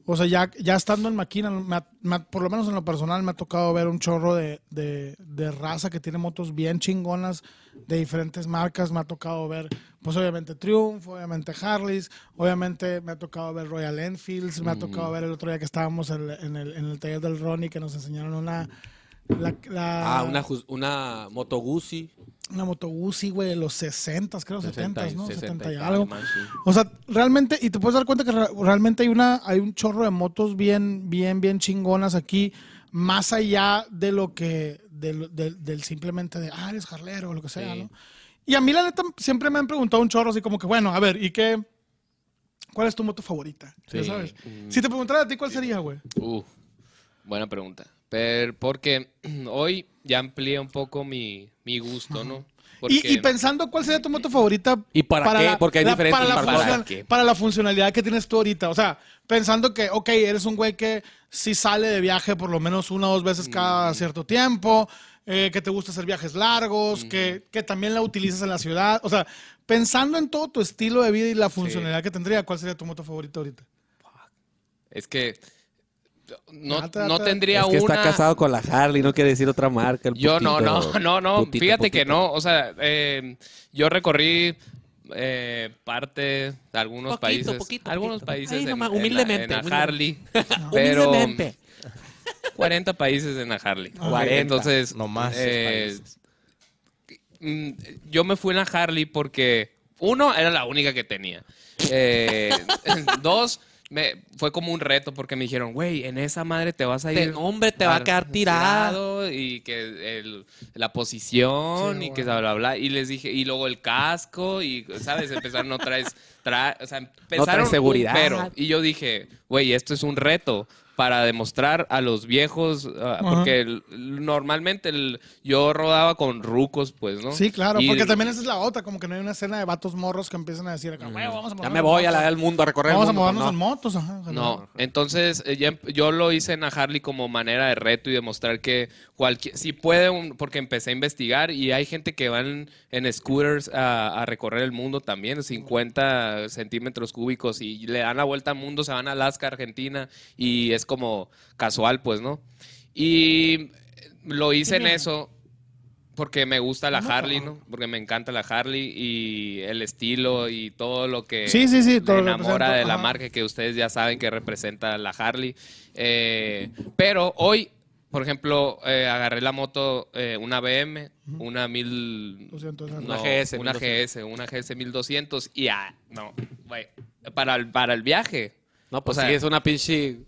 [SPEAKER 2] O sea, ya, ya estando en Maquina, me ha- me ha- por lo menos en lo personal, me ha tocado ver un chorro de, de- de raza que tiene motos bien chingonas de diferentes marcas. Me ha tocado ver, pues obviamente Triumph, obviamente Harleys, obviamente me ha tocado ver Royal Enfields,
[SPEAKER 4] Mm.
[SPEAKER 2] me ha tocado ver el otro día que estábamos en, en el, en el taller del Ronnie que nos enseñaron una... la- la-
[SPEAKER 4] Ah, una, jus- una Moto Guzzi.
[SPEAKER 2] una moto Guzzi, güey, de los 60, creo, 70, ¿no?
[SPEAKER 4] 60 y
[SPEAKER 2] 70 y
[SPEAKER 4] tal,
[SPEAKER 2] algo.
[SPEAKER 4] man, sí.
[SPEAKER 2] O sea, realmente, y te puedes dar cuenta que re- realmente hay una, hay un chorro de motos bien, bien, bien chingonas aquí, más allá de lo que, del, del- del simplemente de, ah, eres jarlero o lo que sea,
[SPEAKER 4] Sí.
[SPEAKER 2] ¿no? Y a mí, la neta, siempre me han preguntado un chorro así como que, bueno, a ver, ¿y qué? ¿Cuál es tu moto favorita? Ya
[SPEAKER 4] Sí. Mm.
[SPEAKER 2] sabes. Si te preguntara a ti, ¿cuál sería, güey?
[SPEAKER 1] Uf, buena pregunta. Pero porque hoy ya amplié un poco mi, mi gusto, ¿no? Porque,
[SPEAKER 2] Y, y pensando cuál sería tu moto favorita.
[SPEAKER 4] eh, ¿Y para qué? Porque hay diferentes
[SPEAKER 2] para la,
[SPEAKER 4] marcas.
[SPEAKER 2] funcional-
[SPEAKER 1] ¿Para qué?
[SPEAKER 2] para la funcionalidad que tienes tú ahorita. O sea, pensando que, ok, eres un güey que sí sale de viaje por lo menos una o dos veces cada
[SPEAKER 4] Mm.
[SPEAKER 2] cierto tiempo, eh, que te gusta hacer viajes largos,
[SPEAKER 4] Mm.
[SPEAKER 2] que, que también la utilizas en la ciudad. O sea, pensando en todo tu estilo de vida y la funcionalidad que tendría, ¿cuál sería tu moto favorita ahorita?
[SPEAKER 1] es que no,
[SPEAKER 2] Ya, ta,
[SPEAKER 1] no
[SPEAKER 2] ta.
[SPEAKER 1] tendría
[SPEAKER 4] es que
[SPEAKER 1] una...
[SPEAKER 4] está casado con la Harley, no quiere decir otra marca. el
[SPEAKER 1] Yo no,
[SPEAKER 4] putito,
[SPEAKER 1] no, no, no.
[SPEAKER 4] putito,
[SPEAKER 1] Fíjate que
[SPEAKER 4] putito.
[SPEAKER 1] no. O sea, eh, yo recorrí eh, parte de algunos
[SPEAKER 4] Poquito,
[SPEAKER 1] países.
[SPEAKER 4] poquito,
[SPEAKER 1] algunos
[SPEAKER 4] poquito.
[SPEAKER 1] países.
[SPEAKER 4] Ahí
[SPEAKER 1] en-
[SPEAKER 4] nomás,
[SPEAKER 1] en la-
[SPEAKER 4] humildemente,
[SPEAKER 1] en la
[SPEAKER 4] humildemente.
[SPEAKER 1] Harley. Pero
[SPEAKER 4] Humildemente.
[SPEAKER 1] 40 países en la Harley.
[SPEAKER 4] 40.
[SPEAKER 1] Entonces,
[SPEAKER 5] No más,
[SPEAKER 1] eh,
[SPEAKER 5] países.
[SPEAKER 1] mm, yo me fui en la Harley porque, uno, era la única que tenía. Eh, dos, me, fue como un reto porque me dijeron, güey, en esa madre te vas a
[SPEAKER 4] Te-
[SPEAKER 1] ir.
[SPEAKER 4] hombre, te va a quedar tirado".
[SPEAKER 1] tirado Y que el- la posición
[SPEAKER 2] Sí,
[SPEAKER 1] y que
[SPEAKER 2] güey.
[SPEAKER 1] bla, bla, bla. Y les dije, y luego el casco y, ¿sabes? Empezaron, no traes. tra- o sea, empezaron. un
[SPEAKER 4] seguridad.
[SPEAKER 1] pero. Y yo dije, güey, esto es un reto para demostrar a los viejos, ah,
[SPEAKER 2] Ajá.
[SPEAKER 1] porque el- el- normalmente el- yo rodaba con rucos, pues, ¿no?
[SPEAKER 2] Sí, claro,
[SPEAKER 1] Y-
[SPEAKER 2] porque también esa es la otra, como que no hay una escena de vatos morros que empiezan a decir, acá, "Güey, vamos a
[SPEAKER 4] Ya
[SPEAKER 2] movernos
[SPEAKER 4] me
[SPEAKER 2] en
[SPEAKER 4] voy a
[SPEAKER 2] moto".
[SPEAKER 4] la del mundo a recorrer el
[SPEAKER 2] Vamos a
[SPEAKER 4] mundo, pues,
[SPEAKER 2] movernos
[SPEAKER 4] no.
[SPEAKER 2] en motos, ajá. ojalá.
[SPEAKER 1] No, entonces eh, ya em- yo lo hice en la Harley como manera de reto y demostrar que cualquier, si puede, un- porque empecé a investigar y hay gente que van en scooters a, a recorrer el mundo también, 50 centímetros cúbicos y le dan la vuelta al mundo, se van a Alaska, Argentina y es como casual, pues, ¿no? Y lo hice en eso porque me gusta la
[SPEAKER 2] No,
[SPEAKER 1] Harley,
[SPEAKER 2] no.
[SPEAKER 1] ¿no? Porque me encanta la Harley y el estilo y todo lo que
[SPEAKER 2] Sí, sí, sí, todo
[SPEAKER 1] me
[SPEAKER 2] lo
[SPEAKER 1] enamora
[SPEAKER 2] representa,
[SPEAKER 1] de la
[SPEAKER 2] ajá.
[SPEAKER 1] marca que ustedes ya saben que representa la Harley. Eh, pero hoy, por ejemplo, eh, agarré la moto, eh, una BM, una 1000...
[SPEAKER 2] Lo siento, es
[SPEAKER 1] no,
[SPEAKER 2] verdad.
[SPEAKER 1] una
[SPEAKER 4] Una
[SPEAKER 1] GS, una
[SPEAKER 4] GS, 1200.
[SPEAKER 1] GS, una GS 1200 y ah, no, güey, para el, para el viaje.
[SPEAKER 4] No, pues
[SPEAKER 1] O sea,
[SPEAKER 4] sí, es una pinche.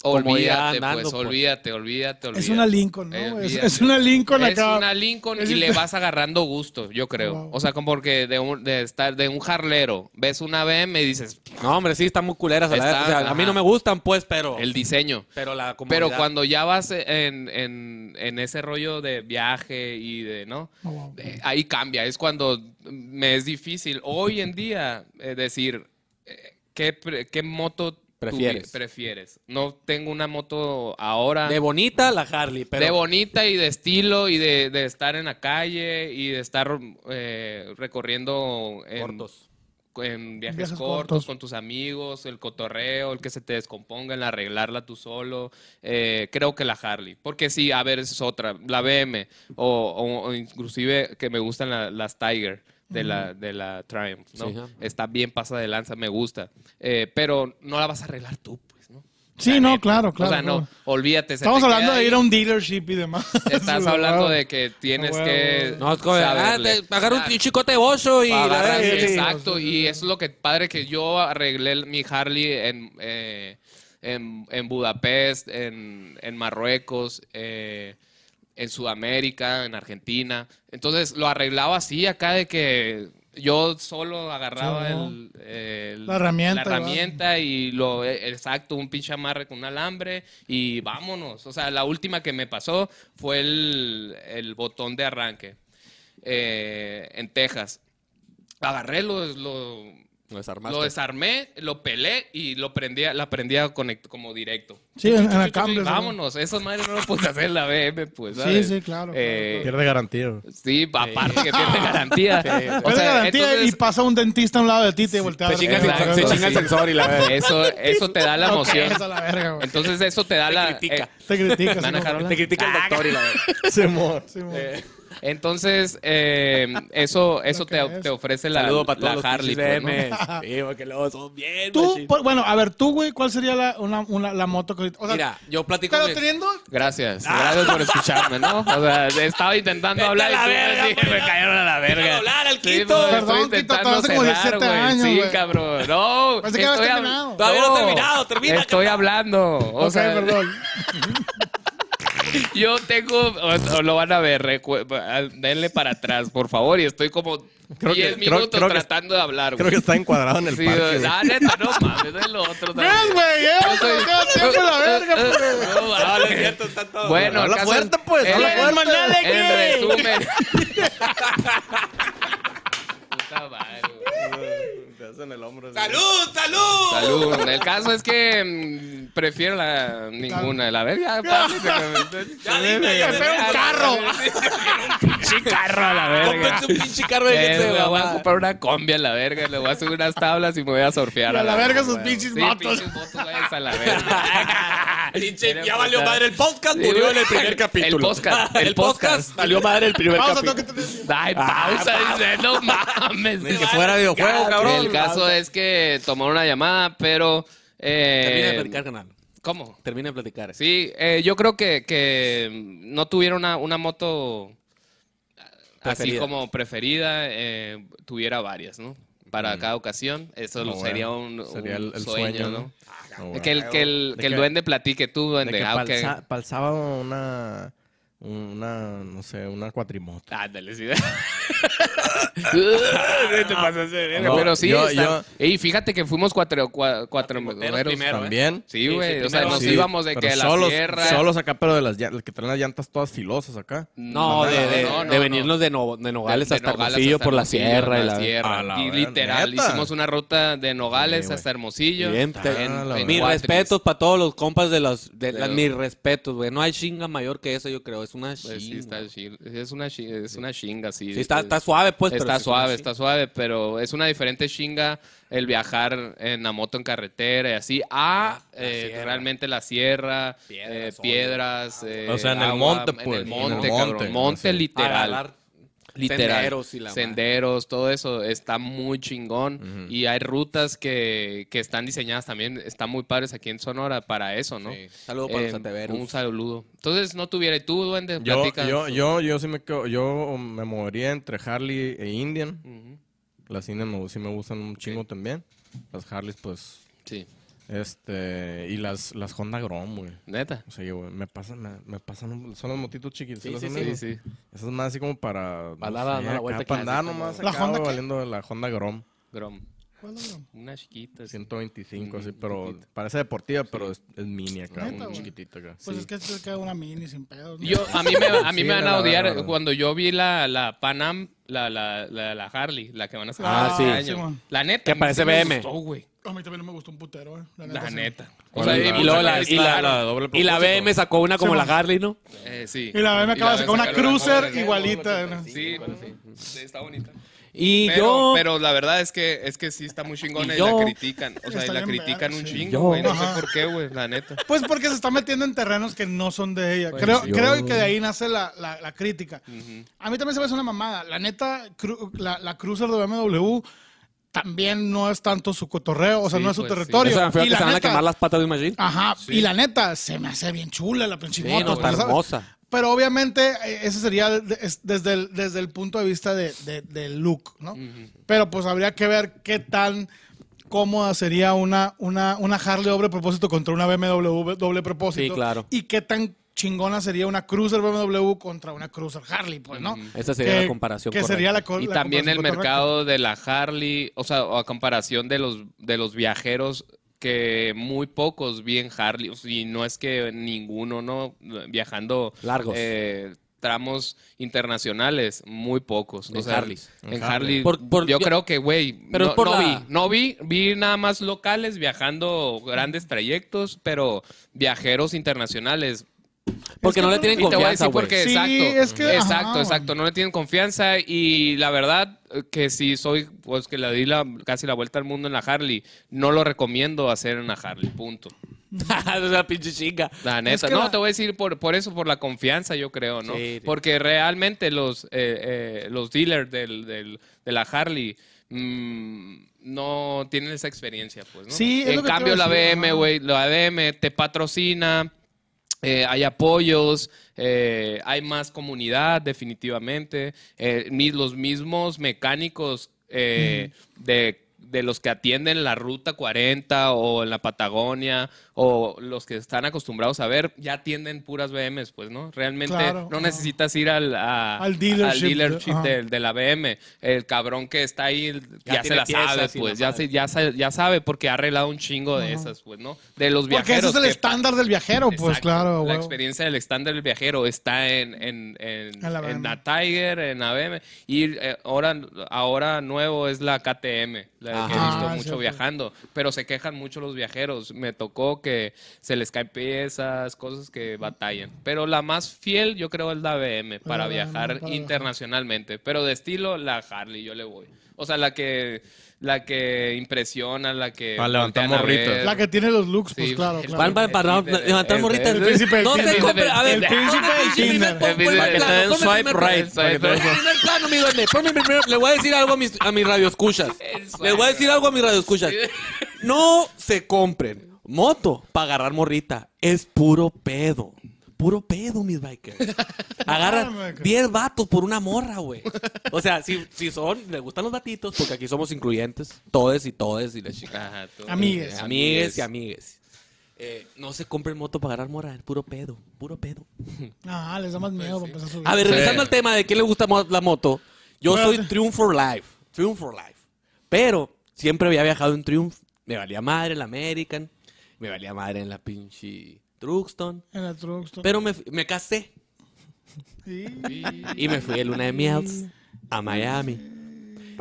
[SPEAKER 4] comodidad
[SPEAKER 1] Olvídate,
[SPEAKER 4] andando,
[SPEAKER 1] pues,
[SPEAKER 4] pues.
[SPEAKER 1] olvídate, olvídate, olvídate.
[SPEAKER 2] Es una Lincoln, ¿no?
[SPEAKER 1] Eh,
[SPEAKER 2] Es-
[SPEAKER 1] olvídate.
[SPEAKER 2] es una Lincoln
[SPEAKER 1] Es
[SPEAKER 2] acá.
[SPEAKER 1] una Lincoln
[SPEAKER 2] Es-
[SPEAKER 1] y le vas agarrando gusto, yo creo.
[SPEAKER 2] Wow.
[SPEAKER 1] O sea, como porque de un, de estar, de un jarlero, ves una BM y dices,
[SPEAKER 4] No, hombre, sí, están muy culeras. a la
[SPEAKER 1] Está-
[SPEAKER 4] vez. O sea, a mí
[SPEAKER 1] ajá.
[SPEAKER 4] no me gustan, pues, pero.
[SPEAKER 1] el diseño.
[SPEAKER 4] Pero la
[SPEAKER 1] Pero
[SPEAKER 4] comodidad.
[SPEAKER 1] cuando ya vas en, en- en ese rollo de viaje y de, ¿no?
[SPEAKER 2] Oh, wow.
[SPEAKER 1] Eh, ahí cambia, es cuando me es difícil hoy en día eh, decir eh, ¿qué, pre- qué moto tú
[SPEAKER 4] Prefieres.
[SPEAKER 1] prefieres. No tengo una moto ahora.
[SPEAKER 4] De bonita la Harley, pero.
[SPEAKER 1] de bonita y de estilo y de, de estar en la calle y de estar eh, recorriendo en,
[SPEAKER 4] Cortos.
[SPEAKER 1] en viajes,
[SPEAKER 2] Viajes
[SPEAKER 1] cortos,
[SPEAKER 2] cortos.
[SPEAKER 1] con tus amigos, el cotorreo, el que se te descomponga, el arreglarla tú solo. Eh, creo que la Harley, porque sí, a ver, esa es otra, la BM o, o- o inclusive que me gustan la- las Tiger. De la, de la Triumph, ¿no?
[SPEAKER 4] Sí, ajá.
[SPEAKER 1] Está bien pasada de lanza, me gusta. Eh, pero no la vas a arreglar tú, pues, ¿no?
[SPEAKER 2] Sí,
[SPEAKER 1] La
[SPEAKER 2] no,
[SPEAKER 1] neta.
[SPEAKER 2] claro,
[SPEAKER 1] O sea,
[SPEAKER 2] claro,
[SPEAKER 1] no,
[SPEAKER 2] claro.
[SPEAKER 1] olvídate. se
[SPEAKER 2] Estamos
[SPEAKER 1] te
[SPEAKER 2] hablando
[SPEAKER 1] queda
[SPEAKER 2] de ir
[SPEAKER 1] ahí.
[SPEAKER 2] a un dealership y demás.
[SPEAKER 1] Estás hablando de que tienes
[SPEAKER 2] huevo,
[SPEAKER 1] que.
[SPEAKER 2] huevo.
[SPEAKER 4] No, es como de. ah,
[SPEAKER 1] saberle.
[SPEAKER 4] te- agarra un chicote de bozo y.
[SPEAKER 1] Agarra-
[SPEAKER 4] la-
[SPEAKER 2] sí, sí.
[SPEAKER 1] exacto, y eso es lo que padre que yo arreglé mi Harley en, eh, en, en Budapest, en, en Marruecos, eh, en Sudamérica, en Argentina. Entonces lo arreglaba así acá de que yo solo agarraba
[SPEAKER 2] Sí, ¿no?
[SPEAKER 1] el, el-
[SPEAKER 2] La herramienta,
[SPEAKER 1] la herramienta y lo eh, exacto, un pinche amarre con un alambre y vámonos. O sea, la última que me pasó fue el, el botón de arranque eh, en Texas. Agarré lo, lo,
[SPEAKER 4] Lo desarmaste.
[SPEAKER 1] lo desarmé, lo pelé y lo prendía, la prendía conect- como directo.
[SPEAKER 2] Sí, en, en la cambio.
[SPEAKER 1] Vámonos, esas madres no lo puedes hacer en la BM, pues.
[SPEAKER 2] Sí,
[SPEAKER 1] ¿sabes?
[SPEAKER 2] sí, claro, claro,
[SPEAKER 1] Eh,
[SPEAKER 5] Pierde garantía. güey.
[SPEAKER 1] Sí, aparte que tiene garantía.
[SPEAKER 2] O sea, garantía
[SPEAKER 1] entonces,
[SPEAKER 2] y pasa un dentista a un lado de ti y te voltea.
[SPEAKER 4] Se
[SPEAKER 2] a
[SPEAKER 4] chinga
[SPEAKER 2] ver.
[SPEAKER 4] el-
[SPEAKER 1] Exacto,
[SPEAKER 4] se
[SPEAKER 1] sí.
[SPEAKER 4] chinga el sensor y la verga.
[SPEAKER 1] eso, eso te da la
[SPEAKER 2] Ok,
[SPEAKER 1] emoción.
[SPEAKER 2] esa la verga, güey.
[SPEAKER 1] Entonces eso te da la...
[SPEAKER 4] critica.
[SPEAKER 1] eh,
[SPEAKER 2] Te criticas.
[SPEAKER 1] ¿me van a
[SPEAKER 2] ¿no?
[SPEAKER 1] dejar hablar?
[SPEAKER 4] Te critica el doctor y la verga.
[SPEAKER 5] Simón.
[SPEAKER 2] Sí, mo.
[SPEAKER 1] Entonces, eh, eso, eso
[SPEAKER 2] que
[SPEAKER 1] te,
[SPEAKER 2] es.
[SPEAKER 1] te ofrece la,
[SPEAKER 4] Saludo para
[SPEAKER 1] la
[SPEAKER 4] todos los
[SPEAKER 1] Harley.
[SPEAKER 4] Harley,
[SPEAKER 1] pues, ¿no?
[SPEAKER 4] Sí, porque luego son bien.
[SPEAKER 2] Tú, pues,
[SPEAKER 4] machín.
[SPEAKER 2] por- bueno, a ver, tú, güey, ¿cuál sería la, una, una, la moto que ahorita- O sea,
[SPEAKER 4] Mira, yo platico
[SPEAKER 2] pero
[SPEAKER 4] de-
[SPEAKER 2] teniendo.
[SPEAKER 1] Gracias, gracias por escucharme, ¿no? O sea, estaba intentando
[SPEAKER 4] Ah. Vete
[SPEAKER 1] hablar
[SPEAKER 4] a la
[SPEAKER 1] y
[SPEAKER 4] verga,
[SPEAKER 1] sí, me cayeron a la verga.
[SPEAKER 4] hablar al
[SPEAKER 1] Sí,
[SPEAKER 4] Quito.
[SPEAKER 1] pues, estoy
[SPEAKER 2] Perdón, Quito,
[SPEAKER 1] intentando
[SPEAKER 2] tardaste como
[SPEAKER 1] cerrar,
[SPEAKER 2] 17
[SPEAKER 1] güey.
[SPEAKER 2] años,
[SPEAKER 1] Sí,
[SPEAKER 2] güey.
[SPEAKER 1] cabrón, no.
[SPEAKER 2] Pensé que habías
[SPEAKER 1] estoy hab-
[SPEAKER 2] terminado.
[SPEAKER 4] Todavía no he terminado, termina,
[SPEAKER 1] Estoy hablando, o
[SPEAKER 2] ok,
[SPEAKER 1] sea,
[SPEAKER 2] perdón.
[SPEAKER 1] Yo tengo, o- o lo van a ver, recu- denle para atrás, por favor. Y estoy como
[SPEAKER 5] Creo que-
[SPEAKER 1] 10
[SPEAKER 5] creo-
[SPEAKER 1] minutos
[SPEAKER 5] creo que-
[SPEAKER 1] tratando de hablar.
[SPEAKER 5] Creo que está encuadrado en el
[SPEAKER 1] sí,
[SPEAKER 5] parque.
[SPEAKER 1] güey.
[SPEAKER 5] güey.
[SPEAKER 1] Ah, neta, no mames, es lo otro.
[SPEAKER 2] ¿Ves,
[SPEAKER 1] también.
[SPEAKER 2] güey? ¿Eh?
[SPEAKER 1] Yo soy-
[SPEAKER 2] Te queda tiempo la verga, pues.
[SPEAKER 1] No,
[SPEAKER 4] No,
[SPEAKER 1] vale.
[SPEAKER 4] no es cierto, está todo.
[SPEAKER 1] Bueno,
[SPEAKER 5] Habla
[SPEAKER 1] el caso-
[SPEAKER 5] fuerte, pues,
[SPEAKER 1] en-
[SPEAKER 5] habla fuerte.
[SPEAKER 1] En resumen. Puta madre, güey.
[SPEAKER 5] Te hacen el hombro. así.
[SPEAKER 4] ¡Salud, salud!
[SPEAKER 1] Salud. El caso es que mm, prefiero la ninguna. La verga.
[SPEAKER 4] Ya dime, ya
[SPEAKER 2] Prefiero un carro.
[SPEAKER 1] Sí, carro a la verga.
[SPEAKER 4] Cómprate un pinche carro de
[SPEAKER 1] Eh,
[SPEAKER 4] gente,
[SPEAKER 1] güey, voy a
[SPEAKER 4] mamá.
[SPEAKER 1] comprar una combi a la verga, le voy a subir unas tablas y me voy a surfear.
[SPEAKER 2] A la verga sus pinches
[SPEAKER 1] Sí,
[SPEAKER 2] motos.
[SPEAKER 1] pinches motos, váyanse a la verga.
[SPEAKER 4] Pinche, ya
[SPEAKER 1] Pero,
[SPEAKER 4] valió
[SPEAKER 1] puta.
[SPEAKER 4] madre el podcast,
[SPEAKER 1] Sí,
[SPEAKER 4] murió
[SPEAKER 1] güey.
[SPEAKER 4] en el primer capítulo.
[SPEAKER 1] El podcast, el podcast.
[SPEAKER 4] valió madre el primer
[SPEAKER 2] Vamos a
[SPEAKER 4] capítulo.
[SPEAKER 2] tocar que
[SPEAKER 1] Ay, pausa, dice, no mames.
[SPEAKER 5] Ah, Ni que fuera videojuego, cabrón.
[SPEAKER 1] El caso es que tomó una llamada, pero... eh,
[SPEAKER 4] Termina de platicar, canal.
[SPEAKER 1] ¿Cómo?
[SPEAKER 4] Termina de platicar.
[SPEAKER 1] Sí, eh, yo creo que, que no tuviera una, una moto así
[SPEAKER 4] Preferida.
[SPEAKER 1] como preferida, eh, tuviera varias, ¿no? Para cada ocasión. Eso
[SPEAKER 5] Ah,
[SPEAKER 1] sería un,
[SPEAKER 5] bueno. Mm. Sería
[SPEAKER 1] un
[SPEAKER 5] el- el
[SPEAKER 1] sueño,
[SPEAKER 5] sueño,
[SPEAKER 1] ¿no?
[SPEAKER 5] ¿no? Ah, bueno.
[SPEAKER 1] Que el, que el,
[SPEAKER 5] De
[SPEAKER 1] que el
[SPEAKER 5] que-
[SPEAKER 1] duende platique, tú,
[SPEAKER 5] De que
[SPEAKER 1] duende. Ah,
[SPEAKER 5] para
[SPEAKER 1] ok.
[SPEAKER 5] el sábado una, una, no sé, una cuatrimoto.
[SPEAKER 1] Ándale, sí. Te pasas de verga.
[SPEAKER 5] No,
[SPEAKER 1] Pero sí,
[SPEAKER 5] yo-
[SPEAKER 1] está- Ey, fíjate que fuimos cuatro, cua- cuatro
[SPEAKER 4] Cuatrimoteros primero, ¿eh?
[SPEAKER 5] También.
[SPEAKER 1] Sí, güey.
[SPEAKER 4] sí,
[SPEAKER 1] o sea,
[SPEAKER 4] primero.
[SPEAKER 1] nos
[SPEAKER 5] Sí,
[SPEAKER 1] íbamos de
[SPEAKER 5] pero
[SPEAKER 1] que la
[SPEAKER 5] solos,
[SPEAKER 1] sierra... Mm,
[SPEAKER 5] Solos acá, pero de las llan- que traen las llantas todas filosas acá.
[SPEAKER 4] No, de, de,
[SPEAKER 1] no, no,
[SPEAKER 4] de
[SPEAKER 1] no.
[SPEAKER 4] venirnos de, no, de Nogales
[SPEAKER 1] De- de
[SPEAKER 4] hasta
[SPEAKER 1] Nogales
[SPEAKER 4] Hermosillo
[SPEAKER 1] hasta
[SPEAKER 4] por la
[SPEAKER 1] Hermosillo,
[SPEAKER 4] sierra.
[SPEAKER 1] por
[SPEAKER 4] y
[SPEAKER 1] la
[SPEAKER 4] la
[SPEAKER 1] sierra.
[SPEAKER 5] A la
[SPEAKER 1] y
[SPEAKER 5] verga,
[SPEAKER 1] literal,
[SPEAKER 5] ¿neta?
[SPEAKER 1] hicimos una ruta de Nogales
[SPEAKER 5] Sí, güey.
[SPEAKER 1] hasta Hermosillo.
[SPEAKER 4] Bien, te-
[SPEAKER 5] Ah, la
[SPEAKER 4] Mis
[SPEAKER 1] cuatris.
[SPEAKER 4] respetos para todos los compas de los... De,
[SPEAKER 1] De
[SPEAKER 4] las-
[SPEAKER 1] los-
[SPEAKER 4] Mis respetos, güey. No hay chinga mayor que eso, yo creo. Es una chinga.
[SPEAKER 1] Pues sí, está
[SPEAKER 4] sí,
[SPEAKER 1] chi- es una chi- es una chinga, sí.
[SPEAKER 4] está,
[SPEAKER 1] Es-
[SPEAKER 4] está suave, pues. pero
[SPEAKER 1] está
[SPEAKER 4] sí es una
[SPEAKER 1] suave,
[SPEAKER 4] chinga.
[SPEAKER 1] está suave, pero es una diferente chinga el viajar en la moto en carretera y así a
[SPEAKER 4] La
[SPEAKER 1] eh,
[SPEAKER 4] sierra.
[SPEAKER 1] realmente la sierra, eh,
[SPEAKER 4] Piedras,
[SPEAKER 1] piedras,
[SPEAKER 4] hoyos,
[SPEAKER 1] eh,
[SPEAKER 5] O sea, en el monte, pues,
[SPEAKER 1] En el
[SPEAKER 5] en
[SPEAKER 1] monte,
[SPEAKER 5] el
[SPEAKER 1] cabrón,
[SPEAKER 5] monte,
[SPEAKER 1] monte
[SPEAKER 5] sí.
[SPEAKER 1] literal.
[SPEAKER 4] Agarrar
[SPEAKER 1] Literal.
[SPEAKER 4] senderos y la madre.
[SPEAKER 1] Senderos, todo eso está muy chingón. Y hay rutas que, que están diseñadas también, están muy padres aquí en Sonora para eso, ¿no? Em,
[SPEAKER 4] Sí. Saludo para los santaveros.
[SPEAKER 1] Un saludo. Entonces, no tuviera y tú, duende,
[SPEAKER 5] Yo,
[SPEAKER 1] platica.
[SPEAKER 5] yo, yo, yo sí me quedo- yo me movería entre Harley e Indian.
[SPEAKER 1] Ujú.
[SPEAKER 5] Las Indian me, sí me gustan un chingo también. Las Harleys, pues,
[SPEAKER 1] Sí,
[SPEAKER 5] este, y las, las Honda Grom, güey.
[SPEAKER 1] neta.
[SPEAKER 5] O sea, yo, güey, me pasan, me, me pasan, un- son los motitos chiquitos.
[SPEAKER 4] Sí,
[SPEAKER 5] ¿sí los
[SPEAKER 4] sí,
[SPEAKER 5] han
[SPEAKER 4] sí,
[SPEAKER 5] visto?
[SPEAKER 1] sí.
[SPEAKER 5] Esas más así como para,
[SPEAKER 4] Para dar la- dar la
[SPEAKER 5] acá,
[SPEAKER 4] vuelta
[SPEAKER 5] para
[SPEAKER 4] que
[SPEAKER 5] andar
[SPEAKER 4] hace como-
[SPEAKER 5] nomás
[SPEAKER 2] ¿La
[SPEAKER 5] acá,
[SPEAKER 2] Honda
[SPEAKER 5] güey,
[SPEAKER 2] qué?
[SPEAKER 5] valiendo la Honda Grom.
[SPEAKER 1] Grom.
[SPEAKER 2] ¿Cuál es, güey?
[SPEAKER 1] Una chiquita. sí.
[SPEAKER 5] 125, así,
[SPEAKER 1] Ujú,
[SPEAKER 5] pero
[SPEAKER 1] chiquita.
[SPEAKER 5] parece deportiva, pero es, es mini acá,
[SPEAKER 2] Neta,
[SPEAKER 5] un
[SPEAKER 2] güey.
[SPEAKER 5] chiquitito acá.
[SPEAKER 2] Pues es que se queda una mini sin pedo. ¿no?
[SPEAKER 1] Yo, a mí me, a mí
[SPEAKER 5] Sí,
[SPEAKER 1] me van
[SPEAKER 5] la
[SPEAKER 1] a
[SPEAKER 5] verdad,
[SPEAKER 1] odiar
[SPEAKER 5] la verdad.
[SPEAKER 1] cuando yo vi la, la Pan Am, la, la, la, la Harley, la que van a sacar
[SPEAKER 4] Ah,
[SPEAKER 1] este
[SPEAKER 4] sí.
[SPEAKER 1] año.
[SPEAKER 2] Simón.
[SPEAKER 1] La neta.
[SPEAKER 4] Que
[SPEAKER 1] a mí
[SPEAKER 4] parece
[SPEAKER 1] sí me
[SPEAKER 4] BM.
[SPEAKER 1] gustó, güey.
[SPEAKER 2] A mí también no me gustó un putero, güey. La neta.
[SPEAKER 1] La
[SPEAKER 2] sí.
[SPEAKER 1] neta.
[SPEAKER 5] ¿Cuál es la-
[SPEAKER 1] y
[SPEAKER 4] Y luego
[SPEAKER 1] muchas
[SPEAKER 4] la,
[SPEAKER 1] veces
[SPEAKER 4] y la,
[SPEAKER 1] claro.
[SPEAKER 5] doble
[SPEAKER 4] y la
[SPEAKER 5] propósito.
[SPEAKER 4] BM sacó una como la Harley, ¿no?
[SPEAKER 1] Eh, sí.
[SPEAKER 2] Y la BM acaba de sacar una
[SPEAKER 1] sacaron
[SPEAKER 2] cruiser
[SPEAKER 1] Harley.
[SPEAKER 2] igualita. ¿no?
[SPEAKER 1] Sí, sí, está bonita.
[SPEAKER 4] Y
[SPEAKER 1] Pero,
[SPEAKER 4] yo...
[SPEAKER 1] pero la verdad es que es que sí está muy chingona
[SPEAKER 4] Y
[SPEAKER 1] y,
[SPEAKER 4] yo-
[SPEAKER 1] la critican, o sea, y
[SPEAKER 2] Está
[SPEAKER 1] la
[SPEAKER 2] bien
[SPEAKER 1] critican
[SPEAKER 2] verga,
[SPEAKER 1] un
[SPEAKER 2] sí.
[SPEAKER 1] chingo,
[SPEAKER 4] Yo-
[SPEAKER 1] güey, no
[SPEAKER 2] Ajá.
[SPEAKER 1] sé por qué, güey, la neta.
[SPEAKER 2] Pues porque se está metiendo en terrenos que no son de ella. creo,
[SPEAKER 5] sí.
[SPEAKER 2] creo
[SPEAKER 5] Yo-
[SPEAKER 2] que de ahí nace la, la- la crítica. A mí también se me hace una mamada. La neta, cru- la, la Cruiser de BMW también no es tanto su cotorreo, o sea,
[SPEAKER 1] Sí,
[SPEAKER 2] no es su
[SPEAKER 1] pues, sí.
[SPEAKER 2] territorio.
[SPEAKER 4] Eso me fue
[SPEAKER 2] Y
[SPEAKER 4] que
[SPEAKER 2] la
[SPEAKER 4] se van a
[SPEAKER 2] neta-
[SPEAKER 4] quemar las patas de una Jeep.
[SPEAKER 2] Ajá, y la neta, se me hace bien chula la pinche
[SPEAKER 4] Sí,
[SPEAKER 2] moto,
[SPEAKER 4] no, está
[SPEAKER 2] ¿sabes?
[SPEAKER 4] hermosa.
[SPEAKER 2] Pero obviamente eh, eso sería de- es- desde el, desde el punto de vista de, de- del look, ¿no? Pero pues habría que ver qué tan cómoda sería una, una, una Harley doble propósito contra una BMW doble propósito.
[SPEAKER 4] Sí, claro.
[SPEAKER 2] Y qué tan chingona sería una Cruiser BMW contra una Cruiser Harley, pues, ¿no?
[SPEAKER 4] Esa sería la
[SPEAKER 2] Que-
[SPEAKER 4] comparación
[SPEAKER 2] Que
[SPEAKER 4] correcta.
[SPEAKER 2] sería la co-
[SPEAKER 1] Y
[SPEAKER 2] la
[SPEAKER 1] también el
[SPEAKER 2] comparación correcta.
[SPEAKER 1] mercado de la Harley, o sea, o a comparación de los, de los viajeros que muy pocos vi en Harley, o sea, y no es que ninguno, ¿no? Viajando
[SPEAKER 4] Largos.
[SPEAKER 1] eh, tramos internacionales, muy pocos.
[SPEAKER 4] En
[SPEAKER 1] o sea,
[SPEAKER 4] Harleys.
[SPEAKER 1] En Harley,
[SPEAKER 4] Por- por-
[SPEAKER 1] yo
[SPEAKER 4] yo-
[SPEAKER 1] creo que, güey,
[SPEAKER 4] Pero
[SPEAKER 1] no,
[SPEAKER 4] es por
[SPEAKER 1] no
[SPEAKER 4] la-
[SPEAKER 1] vi, no vi, vi nada más locales viajando grandes trayectos, pero viajeros internacionales,
[SPEAKER 4] Porque
[SPEAKER 2] Es que
[SPEAKER 4] no le
[SPEAKER 2] no-
[SPEAKER 4] tienen
[SPEAKER 1] y te voy a
[SPEAKER 4] confianza,
[SPEAKER 1] decir
[SPEAKER 4] güey.
[SPEAKER 1] porque
[SPEAKER 2] Sí,
[SPEAKER 1] exacto,
[SPEAKER 2] es que-
[SPEAKER 1] exacto,
[SPEAKER 2] ajá,
[SPEAKER 1] exacto, no le tienen confianza y la verdad eh, que si soy, pues que le di la, casi la vuelta al mundo en la Harley, no lo recomiendo hacer en la Harley, punto.
[SPEAKER 4] Esa pinche chinga.
[SPEAKER 1] La neta,
[SPEAKER 2] que
[SPEAKER 1] no,
[SPEAKER 2] la-
[SPEAKER 1] te voy a decir por, por eso, por la confianza yo creo, ¿no?
[SPEAKER 4] Sí, sí.
[SPEAKER 1] Porque realmente los, eh, eh, los dealers del, del- de la Harley mm, no tienen esa experiencia, pues, ¿no?
[SPEAKER 2] Sí, es
[SPEAKER 1] en
[SPEAKER 2] lo que te
[SPEAKER 1] cambio
[SPEAKER 2] iba
[SPEAKER 1] la
[SPEAKER 2] a decir,
[SPEAKER 1] BM,
[SPEAKER 2] ajá.
[SPEAKER 1] güey, la BM te patrocina, eh, hay apoyos, eh, hay más comunidad, definitivamente. Eh, mis- los mismos mecánicos eh, de, de los que atienden la Ruta 40 o en la Patagonia o los que están acostumbrados a ver, ya atienden puras BMs, pues, ¿no? Realmente
[SPEAKER 2] Claro,
[SPEAKER 1] no
[SPEAKER 2] ajá.
[SPEAKER 1] necesitas ir al, a-
[SPEAKER 2] Al dealership,
[SPEAKER 1] dealership
[SPEAKER 2] ajá.
[SPEAKER 1] del- de, la BM. El cabrón que está ahí el-
[SPEAKER 4] Ya
[SPEAKER 1] ya, se
[SPEAKER 4] tiene
[SPEAKER 1] la sabe,
[SPEAKER 4] piezas y la
[SPEAKER 1] pues, ya,
[SPEAKER 4] madre.
[SPEAKER 1] se- ya, sa- ya sabe porque ha arreglado un chingo de esas, pues, ¿no? De los
[SPEAKER 2] Porque ese
[SPEAKER 1] viajeros.
[SPEAKER 2] es el
[SPEAKER 1] que-
[SPEAKER 2] estándar del viajero, pues,
[SPEAKER 1] Exacto.
[SPEAKER 2] claro,
[SPEAKER 1] La
[SPEAKER 2] güey.
[SPEAKER 1] experiencia del estándar del viajero está en, en, en,
[SPEAKER 2] En la E.
[SPEAKER 1] en
[SPEAKER 2] BM.
[SPEAKER 1] la Tiger, en la BM. Y eh, ahora, ahora nuevo es la KTM, la que he
[SPEAKER 4] Ajá.
[SPEAKER 1] visto
[SPEAKER 2] Ah,
[SPEAKER 1] mucho
[SPEAKER 2] cierto.
[SPEAKER 1] viajando. Pero se quejan mucho los viajeros. Me tocó que se les caen piezas, cosas que batallan. Pero la más fiel yo creo es la BM para
[SPEAKER 2] BM,
[SPEAKER 1] viajar
[SPEAKER 2] para viajar.
[SPEAKER 1] internacionalmente. Pero de estilo, la Harley yo le voy. O sea, la que, la que impresiona, la que...
[SPEAKER 5] Para levantar
[SPEAKER 1] voltean a
[SPEAKER 5] morritos.
[SPEAKER 1] ver.
[SPEAKER 2] La que tiene los looks, pues,
[SPEAKER 1] Sí,
[SPEAKER 2] claro,
[SPEAKER 1] el-
[SPEAKER 2] claro.
[SPEAKER 4] Van para, para
[SPEAKER 1] El-
[SPEAKER 4] levantar
[SPEAKER 1] el-
[SPEAKER 4] morritas.
[SPEAKER 1] el
[SPEAKER 2] príncipe del
[SPEAKER 4] No se
[SPEAKER 2] Tinder.
[SPEAKER 4] compre- A ver,
[SPEAKER 2] El príncipe
[SPEAKER 4] ponme
[SPEAKER 2] del
[SPEAKER 4] primer-
[SPEAKER 2] Tinder.
[SPEAKER 4] ponme
[SPEAKER 1] El príncipe
[SPEAKER 4] primer
[SPEAKER 1] del
[SPEAKER 4] plano,
[SPEAKER 5] Tinder.
[SPEAKER 4] ponme
[SPEAKER 5] Swipe
[SPEAKER 4] primer
[SPEAKER 5] right,
[SPEAKER 4] plano.
[SPEAKER 1] swipe
[SPEAKER 4] Ponme
[SPEAKER 1] right.
[SPEAKER 4] primer plano, mi duende, ponme primer- Le voy a decir algo a mis, a mis radioescuchas. Le voy a decir algo a mis radioescuchas. No se compren moto para agarrar morrita. Es puro pedo. Puro pedo, mis bikers. Agarran 10 vatos por una morra, güey. O sea, si, si son, le gustan los vatitos, porque aquí somos incluyentes. Todes y todes y la chica.
[SPEAKER 1] Ajá, tú.
[SPEAKER 2] Amigues.
[SPEAKER 4] Eh, Amigues y amigues. Eh, no se compren moto para agarrar mora, es puro pedo, puro pedo.
[SPEAKER 2] Ah, les da más miedo para
[SPEAKER 1] pues,
[SPEAKER 2] empezar a subir.
[SPEAKER 4] A ver, regresando al tema de quién le gusta mo- la moto, yo
[SPEAKER 2] Bueno,
[SPEAKER 4] soy Triumph for Life, Triumph for Life. Pero siempre había viajado en Triumph, me valía madre en la American, me valía madre en la pinche Truxton,
[SPEAKER 2] En la Truckstop.
[SPEAKER 4] pero me, fu- me casé
[SPEAKER 2] Sí.
[SPEAKER 4] y me fui de luna de miel a Miami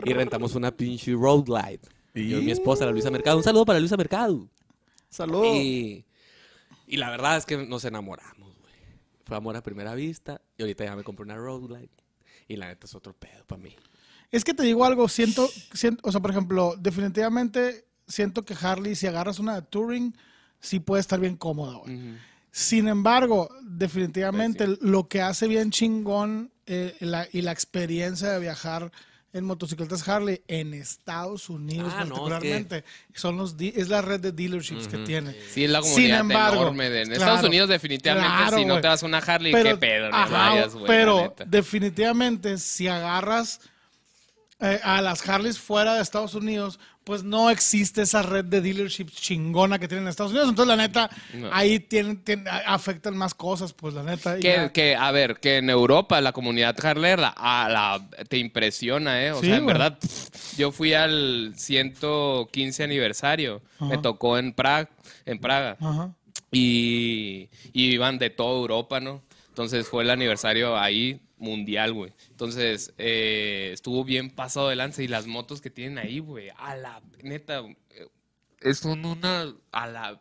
[SPEAKER 4] y rentamos una pinche road light. Yo y mi esposa, la Luisa Mercado. Un saludo para Luisa Mercado.
[SPEAKER 2] Saludos.
[SPEAKER 4] Y, y la verdad es que nos enamoramos, güey. Fue amor a primera vista. Y ahorita ya me compré una road light. Y la neta es otro pedo para mí.
[SPEAKER 2] Es que te digo algo, siento, siento- o sea, por ejemplo, definitivamente siento que Harley, si agarras una de Touring, sí puede estar bien cómoda, güey. Sin embargo, definitivamente lo que hace bien chingón eh, la- y la experiencia de viajar en motocicletas Harley en Estados Unidos
[SPEAKER 4] Ah, no, es que-
[SPEAKER 2] particularmente son los di- es la red de dealerships que tiene.
[SPEAKER 1] Sí, es la
[SPEAKER 2] Sin
[SPEAKER 1] comunidad
[SPEAKER 2] embargo,
[SPEAKER 1] enorme. De, en
[SPEAKER 2] claro,
[SPEAKER 1] Estados Unidos, definitivamente,
[SPEAKER 2] claro,
[SPEAKER 1] si no
[SPEAKER 2] güey.
[SPEAKER 1] te vas a una Harley, qué pedo, no
[SPEAKER 2] ajá,
[SPEAKER 1] vayas, güey. la
[SPEAKER 2] Pero
[SPEAKER 1] neta.
[SPEAKER 2] definitivamente, si agarras eh, a las Harleys fuera de Estados Unidos, pues no existe esa red de dealerships chingona que tienen en Estados Unidos. Entonces, la neta,
[SPEAKER 1] No.
[SPEAKER 2] ahí tienen, tienen- a- afectan más cosas, pues la neta. y
[SPEAKER 1] que,
[SPEAKER 2] ya.
[SPEAKER 1] que, a ver, que en Europa la comunidad harlera a la, te impresiona, ¿eh? O
[SPEAKER 2] Sí,
[SPEAKER 1] sea, en
[SPEAKER 2] güey.
[SPEAKER 1] verdad, pff, yo fui al 115 aniversario, me
[SPEAKER 2] Ajá.
[SPEAKER 1] tocó en, Praga en Praga.
[SPEAKER 2] Ajá.
[SPEAKER 1] Y, y iban de toda Europa, ¿no? Entonces fue el aniversario ahí mundial, güey. Entonces eh, estuvo bien pasado de lanza y las motos que tienen ahí, güey, a la neta, eh, son una, a la,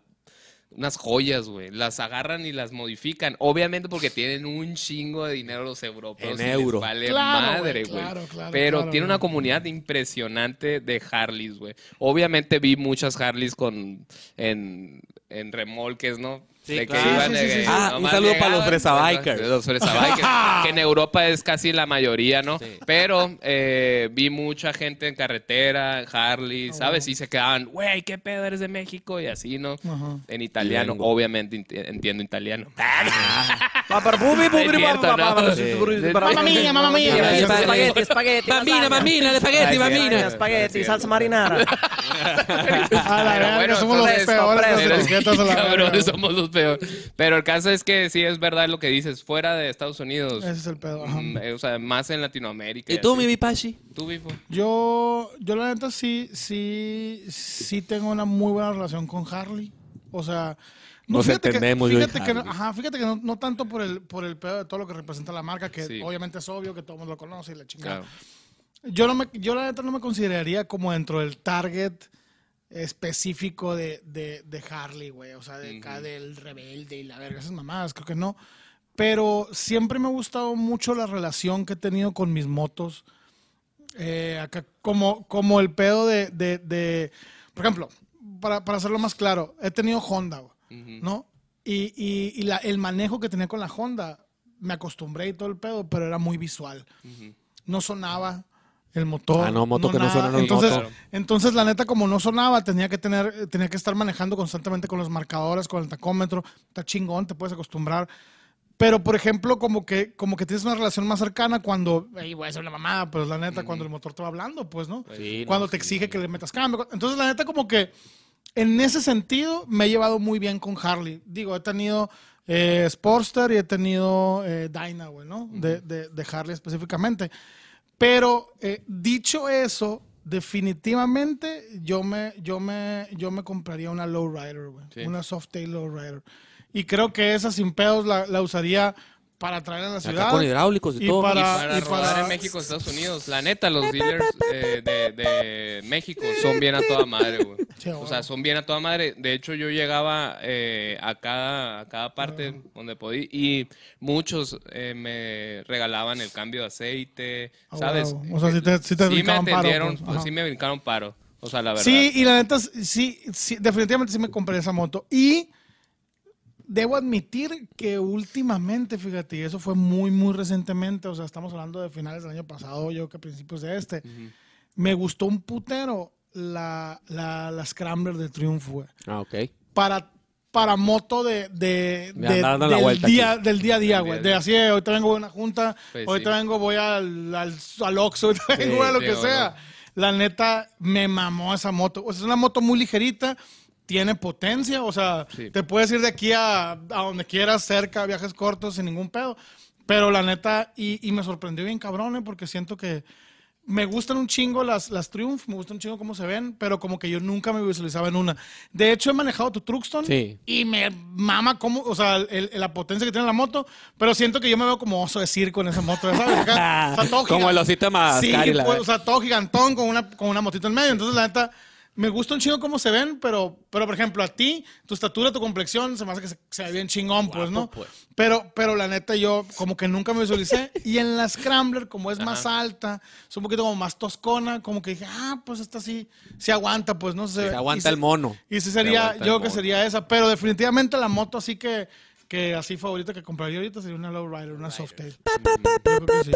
[SPEAKER 1] unas joyas, güey. Las agarran y las modifican. Obviamente porque tienen un chingo de dinero los europeos.
[SPEAKER 4] En
[SPEAKER 1] y les
[SPEAKER 4] euro.
[SPEAKER 1] vale
[SPEAKER 2] Claro,
[SPEAKER 1] madre,
[SPEAKER 2] güey,
[SPEAKER 1] güey.
[SPEAKER 2] claro, claro,
[SPEAKER 1] Pero
[SPEAKER 2] claro,
[SPEAKER 1] tiene
[SPEAKER 2] güey.
[SPEAKER 1] una comunidad impresionante de Harleys, güey. Obviamente vi muchas Harleys con en, en remolques, ¿no?
[SPEAKER 4] Sí,
[SPEAKER 1] De que
[SPEAKER 4] claro.
[SPEAKER 1] iban
[SPEAKER 2] Sí,
[SPEAKER 1] de
[SPEAKER 2] sí, sí,
[SPEAKER 1] que
[SPEAKER 2] sí.
[SPEAKER 4] Ah, un
[SPEAKER 1] nomás
[SPEAKER 4] saludo para los
[SPEAKER 1] llegaban,
[SPEAKER 4] fresabikers.
[SPEAKER 1] ¿verdad? Los fresabikers, que en Europa es casi la mayoría, ¿no? Pero eh, vi mucha gente en carretera, en
[SPEAKER 2] Ah,
[SPEAKER 1] Harley, ¿sabes? Y se quedaban, güey, ¿qué pedo eres de México? Y así, ¿no?
[SPEAKER 2] Ajá.
[SPEAKER 1] En italiano,
[SPEAKER 4] Bilingüe. Ah,
[SPEAKER 1] obviamente int- entiendo italiano.
[SPEAKER 2] Mamma mia, mamma mia.
[SPEAKER 6] Spaghetti, spaghetti.
[SPEAKER 4] Mamina,
[SPEAKER 6] lasaña.
[SPEAKER 4] mamina, de
[SPEAKER 6] Lasaña,
[SPEAKER 4] espagueti, mamina.
[SPEAKER 6] Spaghetti, salsa marinara.
[SPEAKER 2] A la
[SPEAKER 1] Pero
[SPEAKER 2] verga,
[SPEAKER 1] bueno,
[SPEAKER 2] somos los
[SPEAKER 6] entonces,
[SPEAKER 2] peores
[SPEAKER 6] preso,
[SPEAKER 2] las
[SPEAKER 1] Pero-
[SPEAKER 2] etiquetas a la
[SPEAKER 1] Cabrón,
[SPEAKER 2] verga.
[SPEAKER 1] somos los peor. Pero el caso es que sí es verdad lo que dices, fuera de Estados Unidos.
[SPEAKER 2] Ese es el pedo. ajá.
[SPEAKER 1] mm, eh, o sea, más en Latinoamérica.
[SPEAKER 4] ¿Y tú,
[SPEAKER 1] así.
[SPEAKER 4] mi Vipashi?
[SPEAKER 1] Tú, Bifo.
[SPEAKER 2] Yo, yo la neta sí, sí, sí tengo una muy buena relación con Harley. O sea, no,
[SPEAKER 4] Nos
[SPEAKER 2] fíjate
[SPEAKER 4] entendemos,
[SPEAKER 2] que,
[SPEAKER 4] yo y
[SPEAKER 2] fíjate que, no-
[SPEAKER 4] Harley.
[SPEAKER 2] ajá, fíjate que no, no tanto por el, por el pedo de todo lo que representa la marca, que
[SPEAKER 1] Sí.
[SPEAKER 2] obviamente es obvio que todo el mundo lo conoce y la chingada.
[SPEAKER 1] Claro.
[SPEAKER 2] Yo, no me, yo la neta no me consideraría como dentro del target específico de, de, de Harley, güey. O sea, de acá del rebelde y la verga, esas mamadas, creo que no. Pero siempre me ha gustado mucho la relación que he tenido con mis motos. Eh, acá, como, como el pedo de, de- de- por ejemplo, para, para hacerlo más claro, he tenido Honda, güey, ¿no? Y, y- y la- el manejo que tenía con la Honda, me acostumbré y todo el pedo, pero era muy visual. No sonaba el motor.
[SPEAKER 4] Ah, no, moto que no
[SPEAKER 2] nada.
[SPEAKER 4] suena, no es
[SPEAKER 2] entonces,
[SPEAKER 4] moto.
[SPEAKER 2] entonces, la neta, como no sonaba, tenía que tener, eh, tenía que estar manejando constantemente con los marcadores, con el tacómetro. Está chingón, te puedes acostumbrar. Pero, por ejemplo, como que, como que tienes una relación más cercana cuando, ey, güey, es una mamada, pues la neta, cuando el motor te va hablando, pues, ¿no?
[SPEAKER 4] Sí, no,
[SPEAKER 2] cuando te exige que le metas cambio. Entonces, la neta, como que en ese sentido me he llevado muy bien con Harley. Digo, he tenido eh, Sportster y he tenido eh, Dyna, güey, ¿no? De, de- de Harley específicamente. Pero eh, dicho eso, definitivamente yo me, yo me, yo me compraría una lowrider, güey.
[SPEAKER 1] Sí.
[SPEAKER 2] Una softail lowrider. Y creo que esa sin pedos la, la usaría para traer a la
[SPEAKER 4] Acá
[SPEAKER 2] ciudad.
[SPEAKER 4] con hidráulicos y,
[SPEAKER 2] y
[SPEAKER 4] todo.
[SPEAKER 1] Y
[SPEAKER 2] para-
[SPEAKER 1] para
[SPEAKER 2] Ah, y
[SPEAKER 1] robar
[SPEAKER 2] para-
[SPEAKER 1] en México, Estados Unidos, la neta, los dealers eh, de, de México son bien a toda madre, güey.
[SPEAKER 2] Sí,
[SPEAKER 1] O
[SPEAKER 2] güey.
[SPEAKER 1] sea, son bien a toda madre. De hecho, yo llegaba eh, a, cada, a cada parte
[SPEAKER 2] Ah.
[SPEAKER 1] donde podía y muchos eh, me regalaban el cambio de aceite,
[SPEAKER 2] Ah,
[SPEAKER 1] ¿sabes?
[SPEAKER 2] huevo. O sea, sí te- sí te
[SPEAKER 1] me
[SPEAKER 2] brincaban paro,
[SPEAKER 1] atendieron,
[SPEAKER 2] pues.
[SPEAKER 1] pues,
[SPEAKER 2] Ajá.
[SPEAKER 1] sí me brincaron paro. O sea, la verdad.
[SPEAKER 2] Sí, y la neta, sí, sí, definitivamente sí me compré esa moto. Y debo admitir que últimamente, fíjate, y eso fue muy, muy recientemente, o sea, estamos hablando de finales del año pasado, yo que principios de este, me gustó un putero la, la, la Scrambler de Triumph, güey.
[SPEAKER 4] Ah, ok.
[SPEAKER 2] Para, para moto de, de,
[SPEAKER 4] De
[SPEAKER 2] de-
[SPEAKER 4] andar dando la
[SPEAKER 2] del,
[SPEAKER 4] vuelta
[SPEAKER 2] día, del día a día,
[SPEAKER 1] Del
[SPEAKER 2] güey.
[SPEAKER 1] día
[SPEAKER 2] De
[SPEAKER 1] a
[SPEAKER 2] así, de, ahorita vengo a una junta,
[SPEAKER 1] Pues
[SPEAKER 2] ahorita
[SPEAKER 1] sí.
[SPEAKER 2] vengo, voy al, al, al Oxxo, ahorita vengo a lo
[SPEAKER 1] sí,
[SPEAKER 2] que
[SPEAKER 1] o
[SPEAKER 2] sea. La neta, me mamó esa moto. O sea, es una moto muy ligerita, tiene potencia, o sea,
[SPEAKER 1] Sí.
[SPEAKER 2] te puedes ir de aquí a, a donde quieras, cerca, viajes cortos, sin ningún pedo. Pero la neta, y, y me sorprendió bien cabrón, eh, porque siento que me gustan un chingo las, las Triumph, me gusta un chingo cómo se ven, pero como que yo nunca me visualizaba en una. De hecho, he manejado tu Truxton
[SPEAKER 4] Sí.
[SPEAKER 2] y me mama cómo, o sea, el- el- la potencia que tiene la moto, pero siento que yo me veo como oso de circo en esa moto, ¿sabes? Acá, o sea, todo
[SPEAKER 4] Como
[SPEAKER 2] gigan-
[SPEAKER 4] el osito de Madagascar
[SPEAKER 2] Sí,
[SPEAKER 4] y la
[SPEAKER 2] pues,
[SPEAKER 4] verga.
[SPEAKER 2] o sea, todo gigantón con una, con una motito en medio. Entonces, la neta, me gusta un chingo cómo se ven, pero, pero por ejemplo, a ti, tu estatura, tu complexión, se me hace que se, se ve bien chingón, pues, ¿no? Pero, pero la neta, yo como que nunca me visualicé. y en la Scrambler, como es más alta, es un poquito como más toscona, como que dije, ah, pues esta sí, se aguanta, pues, no sé.
[SPEAKER 4] Se aguanta el mono.
[SPEAKER 2] Y sí
[SPEAKER 1] Te
[SPEAKER 2] sería,
[SPEAKER 1] aguanta
[SPEAKER 2] yo
[SPEAKER 1] el
[SPEAKER 2] creo que
[SPEAKER 1] mono.
[SPEAKER 2] sería esa, pero definitivamente la moto así que, que así favorita que compraría ahorita sería una Lowrider, una Softail. Yo creo que sí.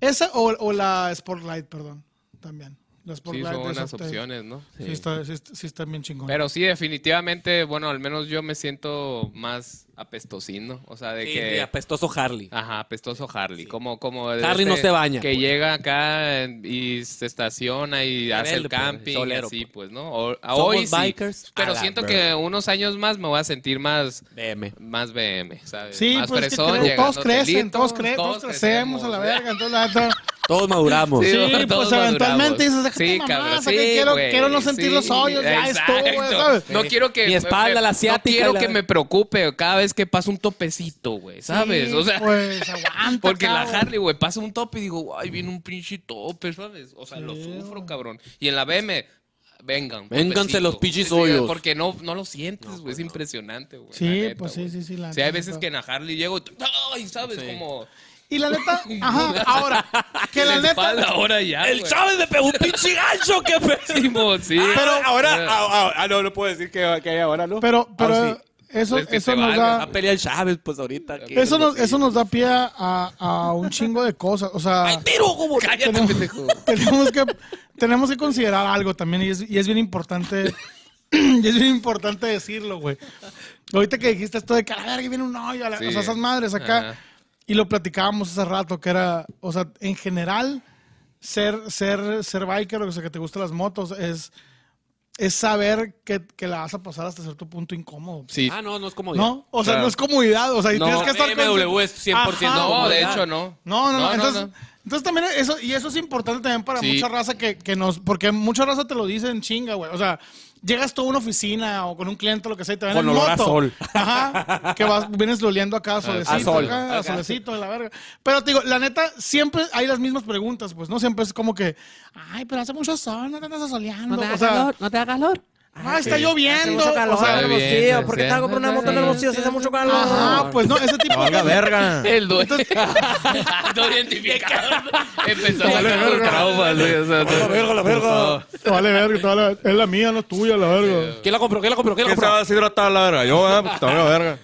[SPEAKER 2] Esa o, o la Sportlight, perdón, también. La
[SPEAKER 1] Sí,
[SPEAKER 2] Sportlight
[SPEAKER 1] son
[SPEAKER 2] de
[SPEAKER 1] buenas
[SPEAKER 2] Softail.
[SPEAKER 1] opciones, ¿no?
[SPEAKER 2] Sí, está, sí, está- sí está bien chingón.
[SPEAKER 1] Pero sí, definitivamente, bueno, al menos yo me siento más apestosino. O sea, de
[SPEAKER 4] Sí,
[SPEAKER 1] que. Ah,
[SPEAKER 4] sí, apestoso Harley.
[SPEAKER 1] Ajá, apestoso Harley. Como, como de
[SPEAKER 4] Harley no se baña,
[SPEAKER 1] Que
[SPEAKER 4] pues.
[SPEAKER 1] llega acá en- y se estaciona y hace el
[SPEAKER 4] Rebelde, pues,
[SPEAKER 1] camping
[SPEAKER 4] solero,
[SPEAKER 1] y así,
[SPEAKER 4] pues.
[SPEAKER 1] pues, ¿no? O- a
[SPEAKER 4] Somos
[SPEAKER 1] hoy sí,
[SPEAKER 4] bikers a
[SPEAKER 1] pero
[SPEAKER 4] la
[SPEAKER 1] siento
[SPEAKER 4] verga.
[SPEAKER 1] que unos años más me voy a sentir más,
[SPEAKER 4] BM.
[SPEAKER 1] más BM, ¿sabes?
[SPEAKER 2] sí,
[SPEAKER 1] más
[SPEAKER 2] pues es que
[SPEAKER 1] fresón,
[SPEAKER 2] creo-
[SPEAKER 1] llegando
[SPEAKER 2] todos crecen,
[SPEAKER 1] hotelito,
[SPEAKER 2] todos, cre- todos crecemos a la verga, entonces la neta...
[SPEAKER 4] Todos maduramos.
[SPEAKER 2] Sí,
[SPEAKER 1] todos
[SPEAKER 2] pues
[SPEAKER 1] maduramos.
[SPEAKER 2] eventualmente dices, déjate
[SPEAKER 1] Sí,
[SPEAKER 2] mamás,
[SPEAKER 1] cabrón,
[SPEAKER 2] acá
[SPEAKER 1] sí,
[SPEAKER 2] quiero,
[SPEAKER 1] güey,
[SPEAKER 2] quiero no sentir
[SPEAKER 1] sí,
[SPEAKER 2] los hoyos, ya
[SPEAKER 1] exacto.
[SPEAKER 2] estuvo, güey, ¿sabes?
[SPEAKER 1] No quiero que...
[SPEAKER 4] Mi espalda, la
[SPEAKER 1] No
[SPEAKER 4] ciática,
[SPEAKER 1] quiero
[SPEAKER 4] la
[SPEAKER 1] que
[SPEAKER 4] verga.
[SPEAKER 1] me preocupe cada vez que pasa un topecito, güey, ¿sabes?
[SPEAKER 2] Sí,
[SPEAKER 1] o sea,
[SPEAKER 2] pues, aguanta,
[SPEAKER 1] porque la
[SPEAKER 2] cabrón.
[SPEAKER 1] Harley, güey, pasa un tope y digo, ay, viene un pinche tope, ¿sabes? O sea, lo sufro, cabrón. Y en la BM, vengan.
[SPEAKER 4] Vénganse
[SPEAKER 1] topecito.
[SPEAKER 4] los pinches
[SPEAKER 1] Sí, güey,
[SPEAKER 4] hoyos.
[SPEAKER 1] Porque no, no lo sientes, güey, es impresionante, güey.
[SPEAKER 2] Sí,
[SPEAKER 1] la neta,
[SPEAKER 2] pues sí,
[SPEAKER 1] güey.
[SPEAKER 2] sí, sí, la
[SPEAKER 1] Sí, hay
[SPEAKER 2] neta,
[SPEAKER 1] veces
[SPEAKER 2] sí.
[SPEAKER 1] que en la Harley llego, y- ay, ¿sabes? Como...
[SPEAKER 2] Y la neta, ajá, ahora, que la
[SPEAKER 1] espalda
[SPEAKER 2] neta...
[SPEAKER 1] ahora ya,
[SPEAKER 4] El
[SPEAKER 1] Ah, güey.
[SPEAKER 4] Chávez me pegó un pinche gancho, qué pedo.
[SPEAKER 1] Simón, sí.
[SPEAKER 3] Pero ahora,
[SPEAKER 1] Eh.
[SPEAKER 3] ah, ah, ah, no, no puedo decir que, que hay ahora, ¿no?
[SPEAKER 2] Pero,
[SPEAKER 3] Ah,
[SPEAKER 2] pero
[SPEAKER 3] sí.
[SPEAKER 2] eso,
[SPEAKER 1] Es que
[SPEAKER 2] eso
[SPEAKER 1] te
[SPEAKER 2] nos
[SPEAKER 1] valga,
[SPEAKER 2] da...
[SPEAKER 4] Va a pelear el Chávez, pues ahorita. que-
[SPEAKER 2] Eso nos, eso nos da pie a, a un chingo de cosas. O
[SPEAKER 4] ¡Ay,
[SPEAKER 2] sea,
[SPEAKER 4] tiro, como!
[SPEAKER 1] Cállate, pendejo.
[SPEAKER 2] tenemos que, tenemos que considerar algo también y es, y es bien importante. Y es bien importante decirlo, güey. Ahorita que dijiste esto de que a la verga viene un hoyo, a la-
[SPEAKER 1] Sí.
[SPEAKER 2] o sea, esas madres acá.
[SPEAKER 1] Ajá.
[SPEAKER 2] Y lo platicábamos hace rato, que era, o sea, en general, ser, ser, ser biker, o sea, que te gustan las motos, es, es saber que, que la vas a pasar hasta cierto punto incómodo.
[SPEAKER 1] Sí.
[SPEAKER 4] Ah, no, no es como
[SPEAKER 2] ¿No? O sea,
[SPEAKER 1] Claro.
[SPEAKER 2] no es comodidad. O sea, y
[SPEAKER 1] No,
[SPEAKER 2] tienes que estar. con-
[SPEAKER 4] MW es 100%
[SPEAKER 2] Ajá.
[SPEAKER 1] No, de
[SPEAKER 4] comodidad.
[SPEAKER 1] hecho no.
[SPEAKER 2] No, no, no. Entonces, entonces también eso, y eso es importante también para
[SPEAKER 1] Sí.
[SPEAKER 2] mucha raza que, que nos, porque mucha raza te lo dice en chinga, güey. O sea, llegas tú a una oficina o con un cliente o lo que sea y te ven
[SPEAKER 4] Con
[SPEAKER 2] en
[SPEAKER 4] olor a
[SPEAKER 2] moto.
[SPEAKER 4] sol.
[SPEAKER 2] Ajá. Que vas, vienes loleando acá a solecito,
[SPEAKER 4] sol.
[SPEAKER 2] acá, a
[SPEAKER 1] Acá.
[SPEAKER 2] solecito, de la verga. Pero te digo, la neta, siempre hay las mismas preguntas, pues, ¿no? Siempre es como que, ay, pero hace mucho sol, no te andas asoleando. o sea,
[SPEAKER 6] no te da calor.
[SPEAKER 2] ay, está lloviendo.
[SPEAKER 5] Hace mucho calor
[SPEAKER 2] o sea,
[SPEAKER 5] en
[SPEAKER 1] Está bien,
[SPEAKER 5] Hermosillo. ¿Por qué
[SPEAKER 1] sí.
[SPEAKER 5] estás comprando una moto en Hermosillo si hace mucho calor?
[SPEAKER 2] ajá, pues no, ese tipo
[SPEAKER 5] Valga verga.
[SPEAKER 1] El dueño. no identificado. Empezó a
[SPEAKER 5] Vale,
[SPEAKER 1] hacer sus
[SPEAKER 5] verga.
[SPEAKER 1] traumas. güey, o sea,
[SPEAKER 5] La verga, la verga.
[SPEAKER 2] Te vale verga, te vale- es la mía, no es tuya, la verga.
[SPEAKER 4] ¿Quién la compró? ¿Quién la compró? ¿Quién la
[SPEAKER 5] ¿Quién se
[SPEAKER 4] compró?
[SPEAKER 5] va a deshidratar la verga? Yo, ¿verdad? Porque te valga verga.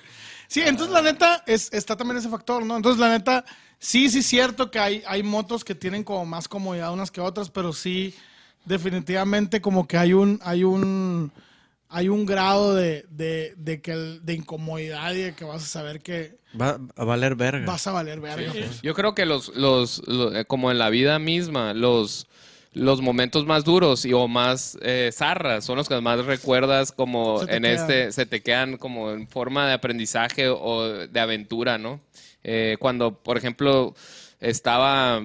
[SPEAKER 2] Sí, entonces la neta es, está también ese factor, ¿no? Entonces la neta, sí, sí es cierto que hay, hay motos que tienen como más comodidad unas que otras, pero sí, definitivamente como que hay un, hay un, hay un grado de, de, de que el- de incomodidad y de que vas a saber que
[SPEAKER 5] Va a valer verga.
[SPEAKER 2] vas a valer verga. pues.
[SPEAKER 1] Yo creo que los, los, lo- eh, como en la vida misma, los, los momentos más duros y o más eh, zarras son los que más recuerdas como
[SPEAKER 2] Se te
[SPEAKER 1] en
[SPEAKER 2] quedan.
[SPEAKER 1] este, se te quedan como en forma de aprendizaje o de aventura, ¿no? Eh, cuando, por ejemplo, estaba,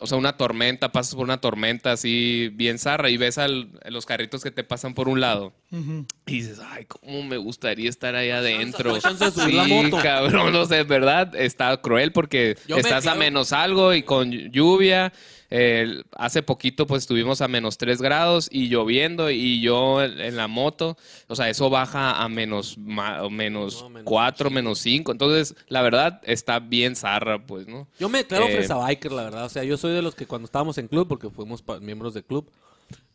[SPEAKER 1] o sea, una tormenta, pasas por una tormenta así bien zarra y ves al- los carritos que te pasan por un lado. Y dices, ay, cómo me gustaría estar ahí adentro.
[SPEAKER 4] no hay chance de subir
[SPEAKER 1] Sí,
[SPEAKER 4] la moto.
[SPEAKER 1] cabrón, no sé, en verdad, está cruel porque
[SPEAKER 4] Yo me
[SPEAKER 1] estás a
[SPEAKER 4] quedo-
[SPEAKER 1] menos algo y con lluvia. Eh, hace poquito pues estuvimos a menos 3 grados y lloviendo y yo en, en la moto, o sea, eso baja a menos, ma- o menos
[SPEAKER 4] No, menos
[SPEAKER 1] 4, menos 5. Entonces, la verdad, está bien zarra, pues, ¿no?
[SPEAKER 4] Yo me declaro
[SPEAKER 1] Eh,
[SPEAKER 4] fresa biker, la verdad. O sea, yo soy de los que cuando estábamos en club, porque fuimos pa- miembros de club,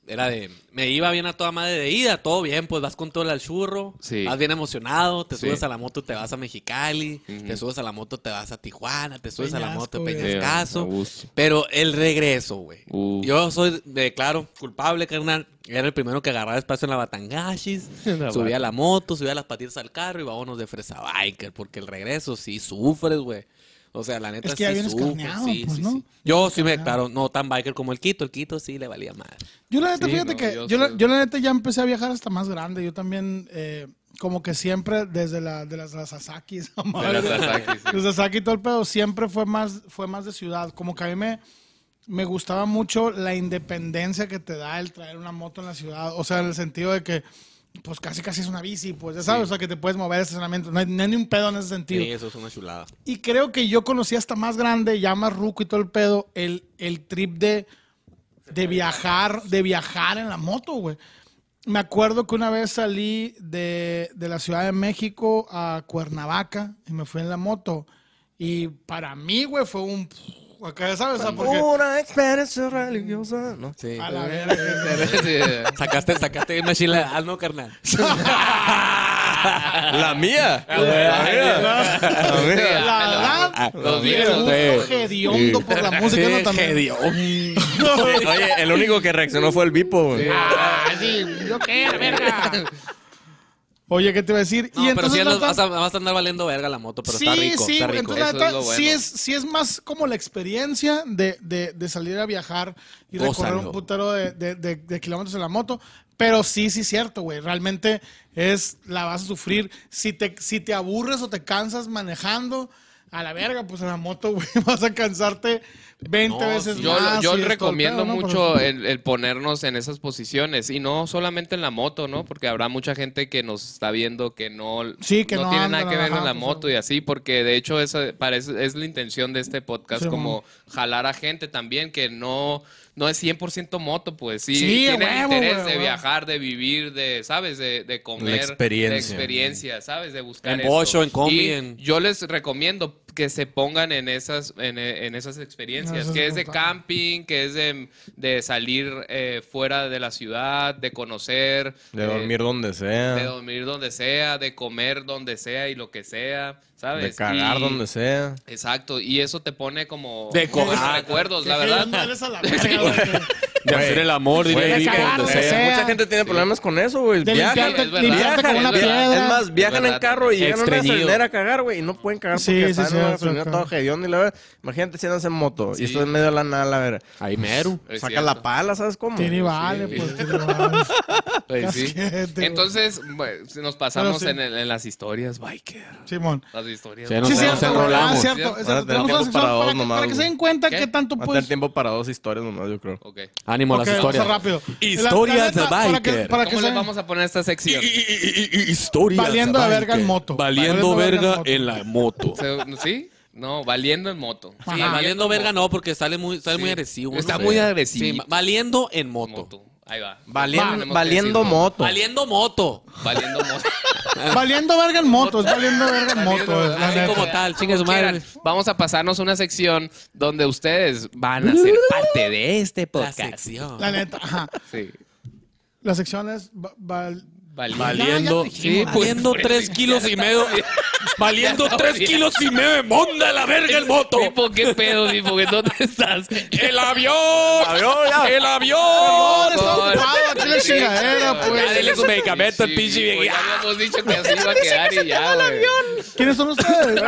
[SPEAKER 4] era de. Me iba bien a toda madre de ida, todo bien, pues vas con todo el al churro,
[SPEAKER 1] Sí.
[SPEAKER 4] vas bien emocionado, te
[SPEAKER 1] Sí.
[SPEAKER 4] subes a la moto, te vas a Mexicali,
[SPEAKER 1] Ujú.
[SPEAKER 4] te subes a la moto, te vas a Tijuana, te subes a la moto,
[SPEAKER 2] Peñasco, güey.
[SPEAKER 1] Sí,
[SPEAKER 4] Peñascaso.
[SPEAKER 1] a gusto.
[SPEAKER 4] pero el regreso, güey.
[SPEAKER 1] Uh.
[SPEAKER 4] Yo soy, me declaro culpable, carnal. Era el primero que agarraba espacio en la Batangashis.
[SPEAKER 1] La
[SPEAKER 4] subía a la moto, subía las patitas al carro y vámonos de fresa biker, porque el regreso sí sufres, güey. O sea, la neta
[SPEAKER 2] Es que ya
[SPEAKER 4] sí
[SPEAKER 2] vienes
[SPEAKER 4] sufres,
[SPEAKER 2] carneado,
[SPEAKER 4] sí,
[SPEAKER 2] pues,
[SPEAKER 4] sí,
[SPEAKER 2] ¿no?
[SPEAKER 4] sí. Yo sí me declaro, no tan biker como el Quito. El Quito sí le valía más.
[SPEAKER 2] Yo la neta,
[SPEAKER 1] Sí,
[SPEAKER 2] fíjate
[SPEAKER 1] no,
[SPEAKER 2] que
[SPEAKER 1] yo
[SPEAKER 2] yo, la,
[SPEAKER 1] sí.
[SPEAKER 2] yo la neta ya empecé a viajar hasta más grande. Yo también, eh, como que siempre, desde la, de las, las Sasaki, esa madre.
[SPEAKER 1] las Sasaki, sí.
[SPEAKER 2] Desde Sasaki y todo el pedo, siempre fue más, fue más de ciudad. Como que a mí me, me gustaba mucho la independencia que te da el traer una moto en la ciudad. O sea, en el sentido de que, pues casi casi es una bici, pues ya sabes, o sea, que te puedes mover de estacionamiento. No hay, no hay ni un pedo en ese sentido.
[SPEAKER 4] Sí, eso es una chulada.
[SPEAKER 2] Y creo que yo conocí hasta más grande, ya más ruco y todo el pedo, el, el trip de, de viajar, de viajar en la moto, güey. Me acuerdo que una vez salí de, de la Ciudad de México a Cuernavaca y me fui en la moto. Y para mí, güey, fue un... Acá, ya ¿sabes? O sea, porque...
[SPEAKER 5] Una experiencia religiosa. ¿no?
[SPEAKER 4] Ah, Sí.
[SPEAKER 2] A la verga.
[SPEAKER 1] Sí.
[SPEAKER 4] Sacaste, sacaste Machine Gun. Ah, no, carnal.
[SPEAKER 5] La mía.
[SPEAKER 1] mía.
[SPEAKER 5] La La mía.
[SPEAKER 2] La
[SPEAKER 1] Ah,
[SPEAKER 2] verdad,
[SPEAKER 1] los
[SPEAKER 2] me
[SPEAKER 1] vieron,
[SPEAKER 2] puso hediondo por la música. ¿no? También.
[SPEAKER 5] Sí, Oye, el único que reaccionó fue el Bipo, güey.
[SPEAKER 2] Ah, sí, yo qué, la verga. Oye, ¿qué te iba a decir?
[SPEAKER 4] No, pero sí
[SPEAKER 2] la
[SPEAKER 4] andas-
[SPEAKER 2] neta-
[SPEAKER 4] vas, a, vas a andar valiendo verga la moto, pero
[SPEAKER 2] sí,
[SPEAKER 4] está rico,
[SPEAKER 2] sí,
[SPEAKER 4] está
[SPEAKER 2] güey,
[SPEAKER 4] rico.
[SPEAKER 2] entonces la
[SPEAKER 1] Eso
[SPEAKER 2] neta,
[SPEAKER 1] es lo bueno.
[SPEAKER 2] sí, es, sí es más como la experiencia de, de- de salir a viajar y recorrer
[SPEAKER 4] Gózalo.
[SPEAKER 2] un putero de, de- de- de kilómetros en la moto. Pero sí, sí es cierto, güey. Realmente es, la vas a sufrir. Si te, si te aburres o te cansas manejando, a la verga, pues en la moto, güey, vas a cansarte 20
[SPEAKER 4] No,
[SPEAKER 2] veces
[SPEAKER 4] sí.
[SPEAKER 1] Yo, yo
[SPEAKER 2] más. y es todo el
[SPEAKER 1] recomiendo
[SPEAKER 2] pedo, ¿no?
[SPEAKER 1] mucho
[SPEAKER 2] Pero-
[SPEAKER 1] el, el ponernos en esas posiciones y no solamente en la moto, ¿no? Porque habrá mucha gente que nos está viendo que no,
[SPEAKER 2] Sí, que no
[SPEAKER 1] tiene
[SPEAKER 2] andan,
[SPEAKER 1] nada que ver
[SPEAKER 2] ajá,
[SPEAKER 1] en la
[SPEAKER 2] pues,
[SPEAKER 1] moto y así, porque de hecho esa parece, es la intención de este podcast,
[SPEAKER 2] Sí,
[SPEAKER 1] como jalar a gente también que no, no es 100% moto, pues sí,
[SPEAKER 2] Sí,
[SPEAKER 1] tiene
[SPEAKER 2] a huevo,
[SPEAKER 1] interés
[SPEAKER 2] güey, a
[SPEAKER 1] de
[SPEAKER 2] huevo.
[SPEAKER 1] viajar, de vivir, de, ¿sabes? De, de comer.
[SPEAKER 5] La experiencia.
[SPEAKER 1] De experiencia, ¿sabes? De buscar
[SPEAKER 4] En
[SPEAKER 1] eso.
[SPEAKER 4] Ocho, en combi,
[SPEAKER 1] Y
[SPEAKER 4] en-
[SPEAKER 1] Yo les recomiendo que se pongan en esas, en, en esas
[SPEAKER 2] No,
[SPEAKER 1] experiencias,
[SPEAKER 2] eso
[SPEAKER 1] que
[SPEAKER 2] es
[SPEAKER 1] es de
[SPEAKER 2] brutal.
[SPEAKER 1] campo camping, que es de, de salir eh, fuera de la ciudad, de conocer,
[SPEAKER 5] De
[SPEAKER 1] eh,
[SPEAKER 5] dormir donde sea.
[SPEAKER 1] de
[SPEAKER 5] De,
[SPEAKER 1] dormir donde sea, de comer donde sea y lo que sea, ¿sabes?
[SPEAKER 5] cagar
[SPEAKER 1] Y-
[SPEAKER 5] donde sea.
[SPEAKER 1] Exacto, y eso te pone como
[SPEAKER 4] De
[SPEAKER 1] como en
[SPEAKER 4] coger.
[SPEAKER 1] recuerdos,
[SPEAKER 2] Que
[SPEAKER 1] la
[SPEAKER 2] hediondo
[SPEAKER 1] verdad.
[SPEAKER 2] eres a la verga, güey, que-
[SPEAKER 4] De hacer el amor,
[SPEAKER 5] Güey,
[SPEAKER 4] dile
[SPEAKER 5] es
[SPEAKER 4] ahí,
[SPEAKER 5] que,
[SPEAKER 2] cagar,
[SPEAKER 4] donde
[SPEAKER 2] donde
[SPEAKER 5] eh,
[SPEAKER 4] sea.
[SPEAKER 2] sea.
[SPEAKER 5] Mucha gente tiene problemas con eso, güey.
[SPEAKER 2] De
[SPEAKER 5] Viajan-
[SPEAKER 2] limpiarte,
[SPEAKER 1] es verdad.
[SPEAKER 2] limpiarte con una
[SPEAKER 1] Es verdad.
[SPEAKER 2] piedra.
[SPEAKER 5] Es más, viajan en
[SPEAKER 1] verdad.
[SPEAKER 5] carro y llegan a una
[SPEAKER 4] Estreñido.
[SPEAKER 5] gasolinera a cagar, güey, y no pueden cagar
[SPEAKER 2] Sí,
[SPEAKER 5] porque
[SPEAKER 2] sí,
[SPEAKER 5] están
[SPEAKER 2] sí,
[SPEAKER 5] en una
[SPEAKER 2] sí,
[SPEAKER 5] gasolinera
[SPEAKER 2] claro.
[SPEAKER 5] todo hediondo y la verdad. Imagínate si andas en moto
[SPEAKER 1] Sí.
[SPEAKER 5] y estás en medio de la nada, la verdad.
[SPEAKER 4] Ahí mero.
[SPEAKER 1] Es
[SPEAKER 5] Saca
[SPEAKER 1] cierto.
[SPEAKER 5] la pala, ¿sabes cómo?
[SPEAKER 2] Tiene y vale,
[SPEAKER 1] Sí.
[SPEAKER 2] pues. tiene y vale.
[SPEAKER 1] Pues, sí.
[SPEAKER 2] Casquete, güey.
[SPEAKER 1] Entonces, pues, nos pasamos
[SPEAKER 2] Pero sí.
[SPEAKER 1] en, el- en las historias, biker.
[SPEAKER 2] Simón.
[SPEAKER 1] Las historias.
[SPEAKER 4] Sí, Nos-
[SPEAKER 2] Sí,
[SPEAKER 4] nos
[SPEAKER 2] cierto. güey. Ah,
[SPEAKER 4] enrolamos.
[SPEAKER 2] cierto.
[SPEAKER 5] Ahora
[SPEAKER 2] Exacto.
[SPEAKER 5] tenemos
[SPEAKER 2] Tenemos una
[SPEAKER 5] tiempo
[SPEAKER 2] sección
[SPEAKER 5] para
[SPEAKER 2] para
[SPEAKER 5] dos
[SPEAKER 2] que-
[SPEAKER 5] nomás,
[SPEAKER 2] para que se
[SPEAKER 5] güey.
[SPEAKER 2] den cuenta
[SPEAKER 1] ¿Qué?
[SPEAKER 2] qué tanto
[SPEAKER 5] Va a tener
[SPEAKER 2] puedes
[SPEAKER 5] tiempo para dos historias nomás, yo creo.
[SPEAKER 1] Ok.
[SPEAKER 4] Ánimo
[SPEAKER 2] Ok,
[SPEAKER 4] las
[SPEAKER 2] vamos
[SPEAKER 4] historias.
[SPEAKER 2] rápido.
[SPEAKER 4] Historias
[SPEAKER 2] La- la neta,
[SPEAKER 4] de
[SPEAKER 2] para que-
[SPEAKER 4] biker.
[SPEAKER 2] para que
[SPEAKER 1] ¿Cómo le
[SPEAKER 2] se-
[SPEAKER 1] vamos a poner esta sección?
[SPEAKER 4] Historias.
[SPEAKER 2] Valiendo la
[SPEAKER 4] de
[SPEAKER 2] verga en
[SPEAKER 4] biker.
[SPEAKER 2] moto. Valiendo
[SPEAKER 4] Valiendo verga
[SPEAKER 2] verga
[SPEAKER 4] en la moto.
[SPEAKER 1] Se- ¿Sí? No, valiendo en moto.
[SPEAKER 4] Sí, valiendo verga no, porque sale muy, sale muy agresivo.
[SPEAKER 1] Está
[SPEAKER 4] no
[SPEAKER 1] muy
[SPEAKER 4] sé.
[SPEAKER 1] agresivo.
[SPEAKER 4] Sí, valiendo en moto.
[SPEAKER 1] Moto. Ahí va.
[SPEAKER 5] Valien-
[SPEAKER 1] Tenemos que
[SPEAKER 5] valiendo
[SPEAKER 1] decirlo.
[SPEAKER 5] moto.
[SPEAKER 4] Valiendo moto.
[SPEAKER 1] Valiendo moto.
[SPEAKER 2] Valiendo verga en moto. Es valiendo verga en moto. güey, la
[SPEAKER 4] Así
[SPEAKER 2] neta.
[SPEAKER 4] como tal, chingue su madre.
[SPEAKER 1] Quieran, Vamos a pasarnos una sección donde ustedes van a ser parte de este
[SPEAKER 4] La
[SPEAKER 1] podcast.
[SPEAKER 4] sección.
[SPEAKER 2] La neta. Ajá.
[SPEAKER 1] Sí.
[SPEAKER 2] La sección es. va- val-
[SPEAKER 1] Valiendo.
[SPEAKER 4] Valiendo,
[SPEAKER 2] Ya, ya dijimos.
[SPEAKER 1] Sí, pues,
[SPEAKER 4] valiendo
[SPEAKER 1] pues,
[SPEAKER 4] tres
[SPEAKER 1] sí.
[SPEAKER 4] kilos y medio. Valiendo tres kilos y medio de monda la verga el moto.
[SPEAKER 1] Pipo, ¿qué pedo, Pipo? ¿Qué- ¿Dónde estás?
[SPEAKER 4] El avión. El avión.
[SPEAKER 2] Ahora está ocupado, aquí la chingadera, pues.
[SPEAKER 4] Dale su medicamento al pinche
[SPEAKER 1] viejo.
[SPEAKER 4] viejo.
[SPEAKER 1] Ya habíamos dicho que así iba a quedar y ya, güey.
[SPEAKER 2] ¿Quiénes son ustedes?